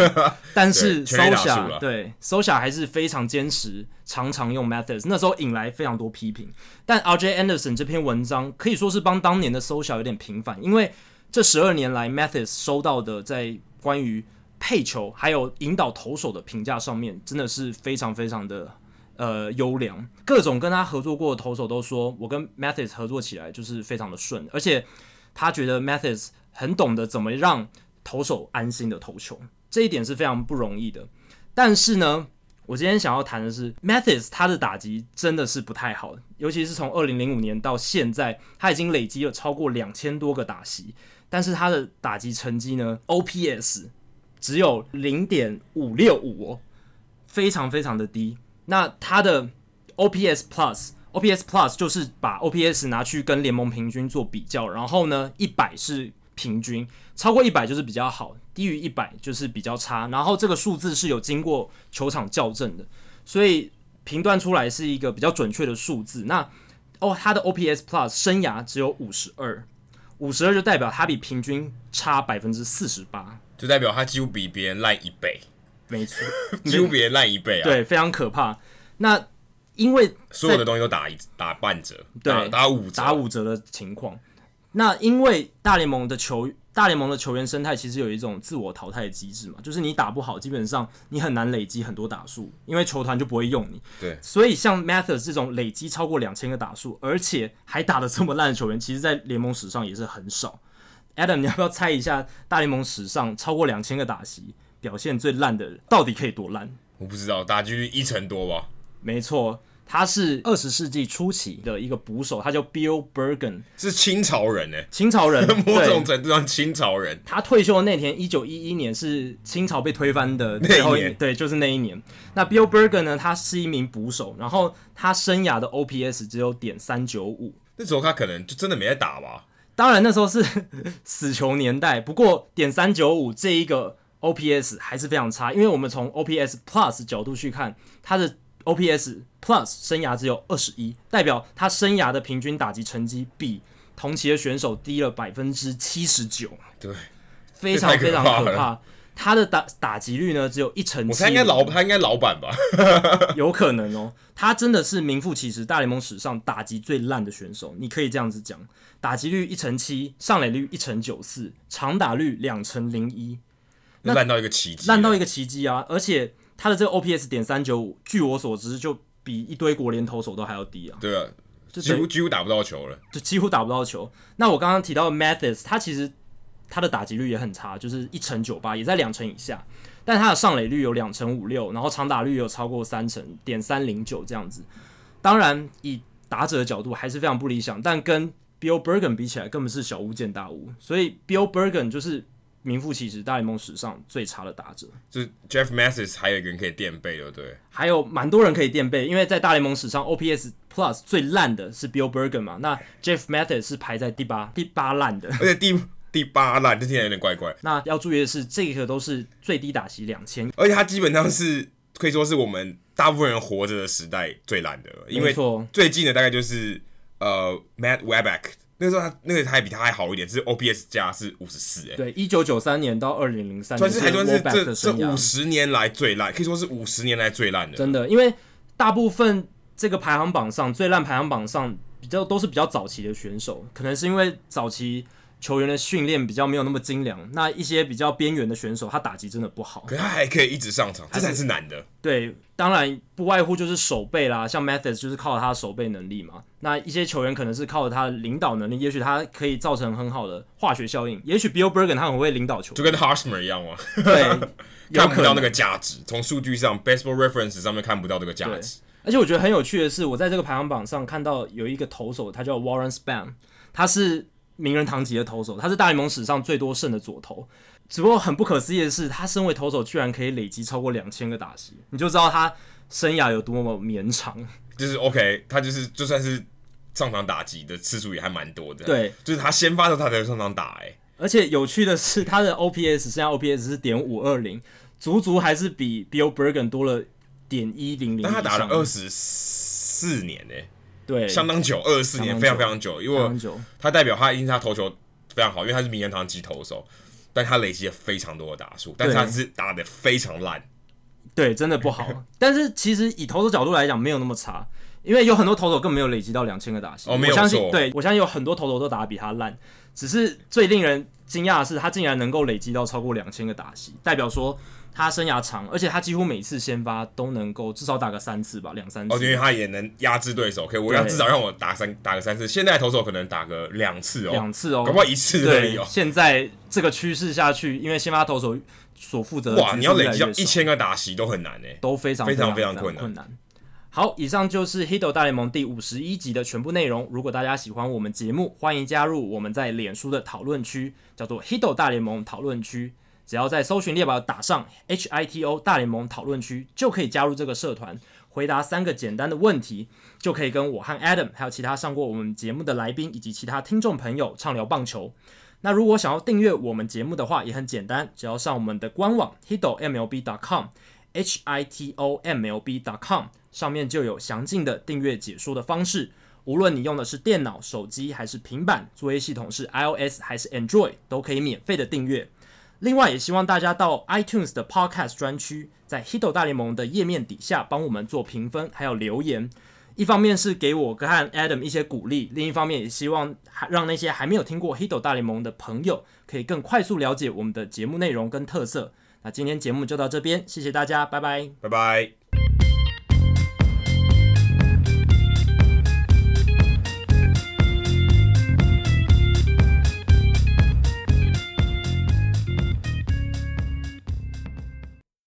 Speaker 2: 但是
Speaker 1: 对全垒打
Speaker 2: Sosa
Speaker 1: 数了
Speaker 2: 对 Sosa 还是非常坚持，常常用 Mathis，那时候引来非常多批评。但 R.J. Anderson 这篇文章可以说是帮当年的 Sosa 有点平反，因为这十二年来 Mathis 收到的在关于配球还有引导投手的评价上面，真的是非常非常的呃优良。各种跟他合作过的投手都说，我跟 Mathis 合作起来就是非常的顺，而且他觉得 Mathis 很懂得怎么让投手安心的投球，这一点是非常不容易的。但是呢，我今天想要谈的是，Mathis 他的打击真的是不太好，尤其是从二零零五年到现在，他已经累积了超过两千多个打席，但是他的打击成绩呢，OPS 只有零点五六五哦，非常非常的低。那他的 OPS Plus。OPS Plus 就是把 OPS 拿去跟联盟平均做比较，然后呢，一百是平均，超过一百就是比较好，低于一百就是比较差。然后这个数字是有经过球场校正的，所以评断出来是一个比较准确的数字。那哦，他的 OPS Plus 生涯只有五十二，五十二就代表他比平均差百分之四十八，
Speaker 1: 就代表他几乎比别人烂一
Speaker 2: *laughs*
Speaker 1: 倍，
Speaker 2: 没错，
Speaker 1: 几乎比别人烂一倍啊。，
Speaker 2: 对，非常可怕。那因为
Speaker 1: 所有的东西都打一打半折，
Speaker 2: 对
Speaker 1: 打打五折，
Speaker 2: 打五折的情况。那因为大联盟的球大联盟的球员生态其实有一种自我淘汰的机制嘛，就是你打不好，基本上你很难累积很多打数，因为球团就不会用你。
Speaker 1: 对
Speaker 2: 所以像 Mathis 这种累积超过两千个打数，而且还打得这么烂的球员，其实在联盟史上也是很少。Adam，你要不要猜一下大联盟史上超过两千个打席表现最烂的人到底可以多烂？
Speaker 1: 我不知道打几率一成多吧。
Speaker 2: 没错，他是二十世纪初期的一个捕手，他叫 Bill Bergen，
Speaker 1: 是清朝人呢、，
Speaker 2: 清朝人
Speaker 1: *laughs* 某种
Speaker 2: 对，
Speaker 1: 程度上清朝人，
Speaker 2: 他退休的那年，一九一一年是清朝被推翻的最后
Speaker 1: 那一年
Speaker 2: 对，就是那一年。那 Bill Berger 呢，他是一名捕手，然后他生涯的 OPS 只有点三九五。
Speaker 1: 那时候他可能就真的没在打吧。
Speaker 2: 当然那时候是 *laughs* 死囚年代，不过点三九五这一个 OPS 还是非常差，因为我们从 OPS Plus 角度去看，他的 OPS Plus 生涯只有二十一，代表他生涯的平均打击成绩比同期的选手低了百分之七十九，
Speaker 1: 对，
Speaker 2: 非常非常
Speaker 1: 这太可怕
Speaker 2: 可
Speaker 1: 了
Speaker 2: 怕。他的打打击率呢只有一成七，
Speaker 1: 我猜应该老他应该老板吧，
Speaker 2: 有可能哦，他真的是名副其实大联盟史上打击最烂的选手，你可以这样子讲，打击率一成七，上垒率一成九四，长打率两成零一，
Speaker 1: *laughs* 烂到一个奇迹，
Speaker 2: 烂到一个奇迹啊！而且他的这个 OPS 点三九五，据我所知就比一堆国联投手都还要低啊，
Speaker 1: 对啊，
Speaker 2: 就
Speaker 1: 几
Speaker 2: 等
Speaker 1: 乎
Speaker 2: 于
Speaker 1: 几乎打不到球了。
Speaker 2: 就几乎打不到球。那我刚刚提到的 Mathis，他其实他的打击率也很差，就是一成九八，也在两成以下。但他的上垒率有两成五六，然后长打率有超过三成，点三零九这样子。当然，以打者的角度还是非常不理想，但跟 Bill Bergen 比起来，根本是小巫见大巫。所以 Bill Bergen 就是名副其实大联盟史上最差的打者。
Speaker 1: 就是 Jeff Mathis 还有一个人可以垫背，对不对？
Speaker 2: 还有蛮多人可以垫背，因为在大联盟史上 OPS Plus 最烂的是 Bill Bergen 嘛，那 Jeff Mathis 是排在第八第八烂的。
Speaker 1: 而且第第八烂，这听起来有点怪怪。
Speaker 2: 那要注意的是，这个都是最低打席两千，
Speaker 1: 而且他基本上是可以说是我们大部分人活着的时代最烂的了，因
Speaker 2: 没
Speaker 1: 为
Speaker 2: 错
Speaker 1: 最近的大概就是呃 Matt Webback，那时候他那个还比他还好一点，是 OPS 加是五十四，哎，
Speaker 2: 对，一九九三年到二零零三
Speaker 1: 算
Speaker 2: 年，
Speaker 1: 是还算是
Speaker 2: Wallback
Speaker 1: 这
Speaker 2: 的
Speaker 1: 这
Speaker 2: 生涯
Speaker 1: 五十年来最烂，可以说是五十年来最烂的。
Speaker 2: 真的，因为大部分这个排行榜上最烂排行榜上比较都是比较早期的选手，可能是因为早期球员的训练比较没有那么精良，那一些比较边缘的选手他打击真的不好。
Speaker 1: 可是他还可以一直上场，这才是难的。
Speaker 2: 对，当然不外乎就是手背啦，像 Mathis 就是靠他的手背能力嘛。那一些球员可能是靠他的领导能力，也许他可以造成很好的化学效应，也许 Bill Bergen 他很会领导球
Speaker 1: 就
Speaker 2: 队，
Speaker 1: 跟 Harshmer 一样嘛， *laughs*
Speaker 2: 对，有
Speaker 1: 看
Speaker 2: 可
Speaker 1: 不到
Speaker 2: 能
Speaker 1: 那个价值，从数据上 Baseball Reference 上面看不到这个价
Speaker 2: 对
Speaker 1: 值。
Speaker 2: 而且我觉得很有趣的是，我在这个排行榜上看到有一个投手，他叫 Warren Spahn，他是名人堂级的投手，他是大联盟史上最多胜的左投。只不过很不可思议的是，他身为投手居然可以累积超过两千个打席，你就知道他生涯有多么绵长。
Speaker 1: 就是 OK，他就是就算是上场打击的次数也还蛮多的。
Speaker 2: 对，
Speaker 1: 就是他先发的时候他才会上场打、欸，
Speaker 2: 而且有趣的是，他的 OPS 现在 OPS 是点五二零，足足还是比 Bill Bergen 多了点一零零。
Speaker 1: 但他打了二十四年、欸，
Speaker 2: 对，
Speaker 1: 相当久，二十四年
Speaker 2: 相当久
Speaker 1: 非常非常久，因
Speaker 2: 相
Speaker 1: 为
Speaker 2: 当久。
Speaker 1: 他代表他因为他投球非常好，因为他是名人堂级投手，但他累积了非常多的打数，但是他是打的非常烂。
Speaker 2: 对，真的不好。但是其实以投手角度来讲，没有那么差，因为有很多投手根本没有累积到两千个打席。
Speaker 1: 哦没有
Speaker 2: 我相信
Speaker 1: 错，
Speaker 2: 对我相信有很多投手都打得比他烂。只是最令人惊讶的是，他竟然能够累积到超过两千个打席，代表说他生涯长，而且他几乎每次先发都能够至少打个三次吧，两三次。
Speaker 1: 哦，因为他也能压制对手，可以，我
Speaker 2: 对
Speaker 1: 要至少让我打三打个三次。现在的投手可能打个两次哦，
Speaker 2: 两次哦
Speaker 1: 搞不好一次而已
Speaker 2: 对
Speaker 1: 哦，。
Speaker 2: 现在这个趋势下去，因为先发投手所负责的
Speaker 1: 哇，
Speaker 2: 局
Speaker 1: 你
Speaker 2: 数
Speaker 1: 要
Speaker 2: 越
Speaker 1: 累
Speaker 2: 来
Speaker 1: 积到
Speaker 2: 越少
Speaker 1: 一千个打席都很难欸诶、
Speaker 2: 都非常
Speaker 1: 非常
Speaker 2: 非常
Speaker 1: 非常
Speaker 2: 困
Speaker 1: 困
Speaker 2: 难。
Speaker 1: 难
Speaker 2: 好，以上就是《Hito 大联盟》第五十一集的全部内容。如果大家喜欢我们节目，欢迎加入我们在脸书的讨论区，叫做 “Hito 大联盟讨论区”。只要在搜寻列表打上 “HITO 大联盟讨论区”，就可以加入这个社团，回答三个简单的问题，就可以跟我和 Adam 还有其他上过我们节目的来宾以及其他听众朋友畅聊棒球。那如果想要订阅我们节目的话，也很简单，只要上我们的官网 hitomlb.com h i t o m l b.com 上面就有详尽的订阅解说的方式。无论你用的是电脑、手机还是平板，作业系统是 iOS 还是 Android，都可以免费的订阅。另外，也希望大家到 iTunes 的 Podcast 专区，在 Hito 大联盟的页面底下帮我们做评分，还有留言。一方面是给我和 Adam 一些鼓励，另一方面也希望还让那些还没有听过《Hito 大联盟》的朋友可以更快速了解我们的节目内容跟特色。那今天节目就到这边，谢谢大家，拜拜。
Speaker 1: 拜拜。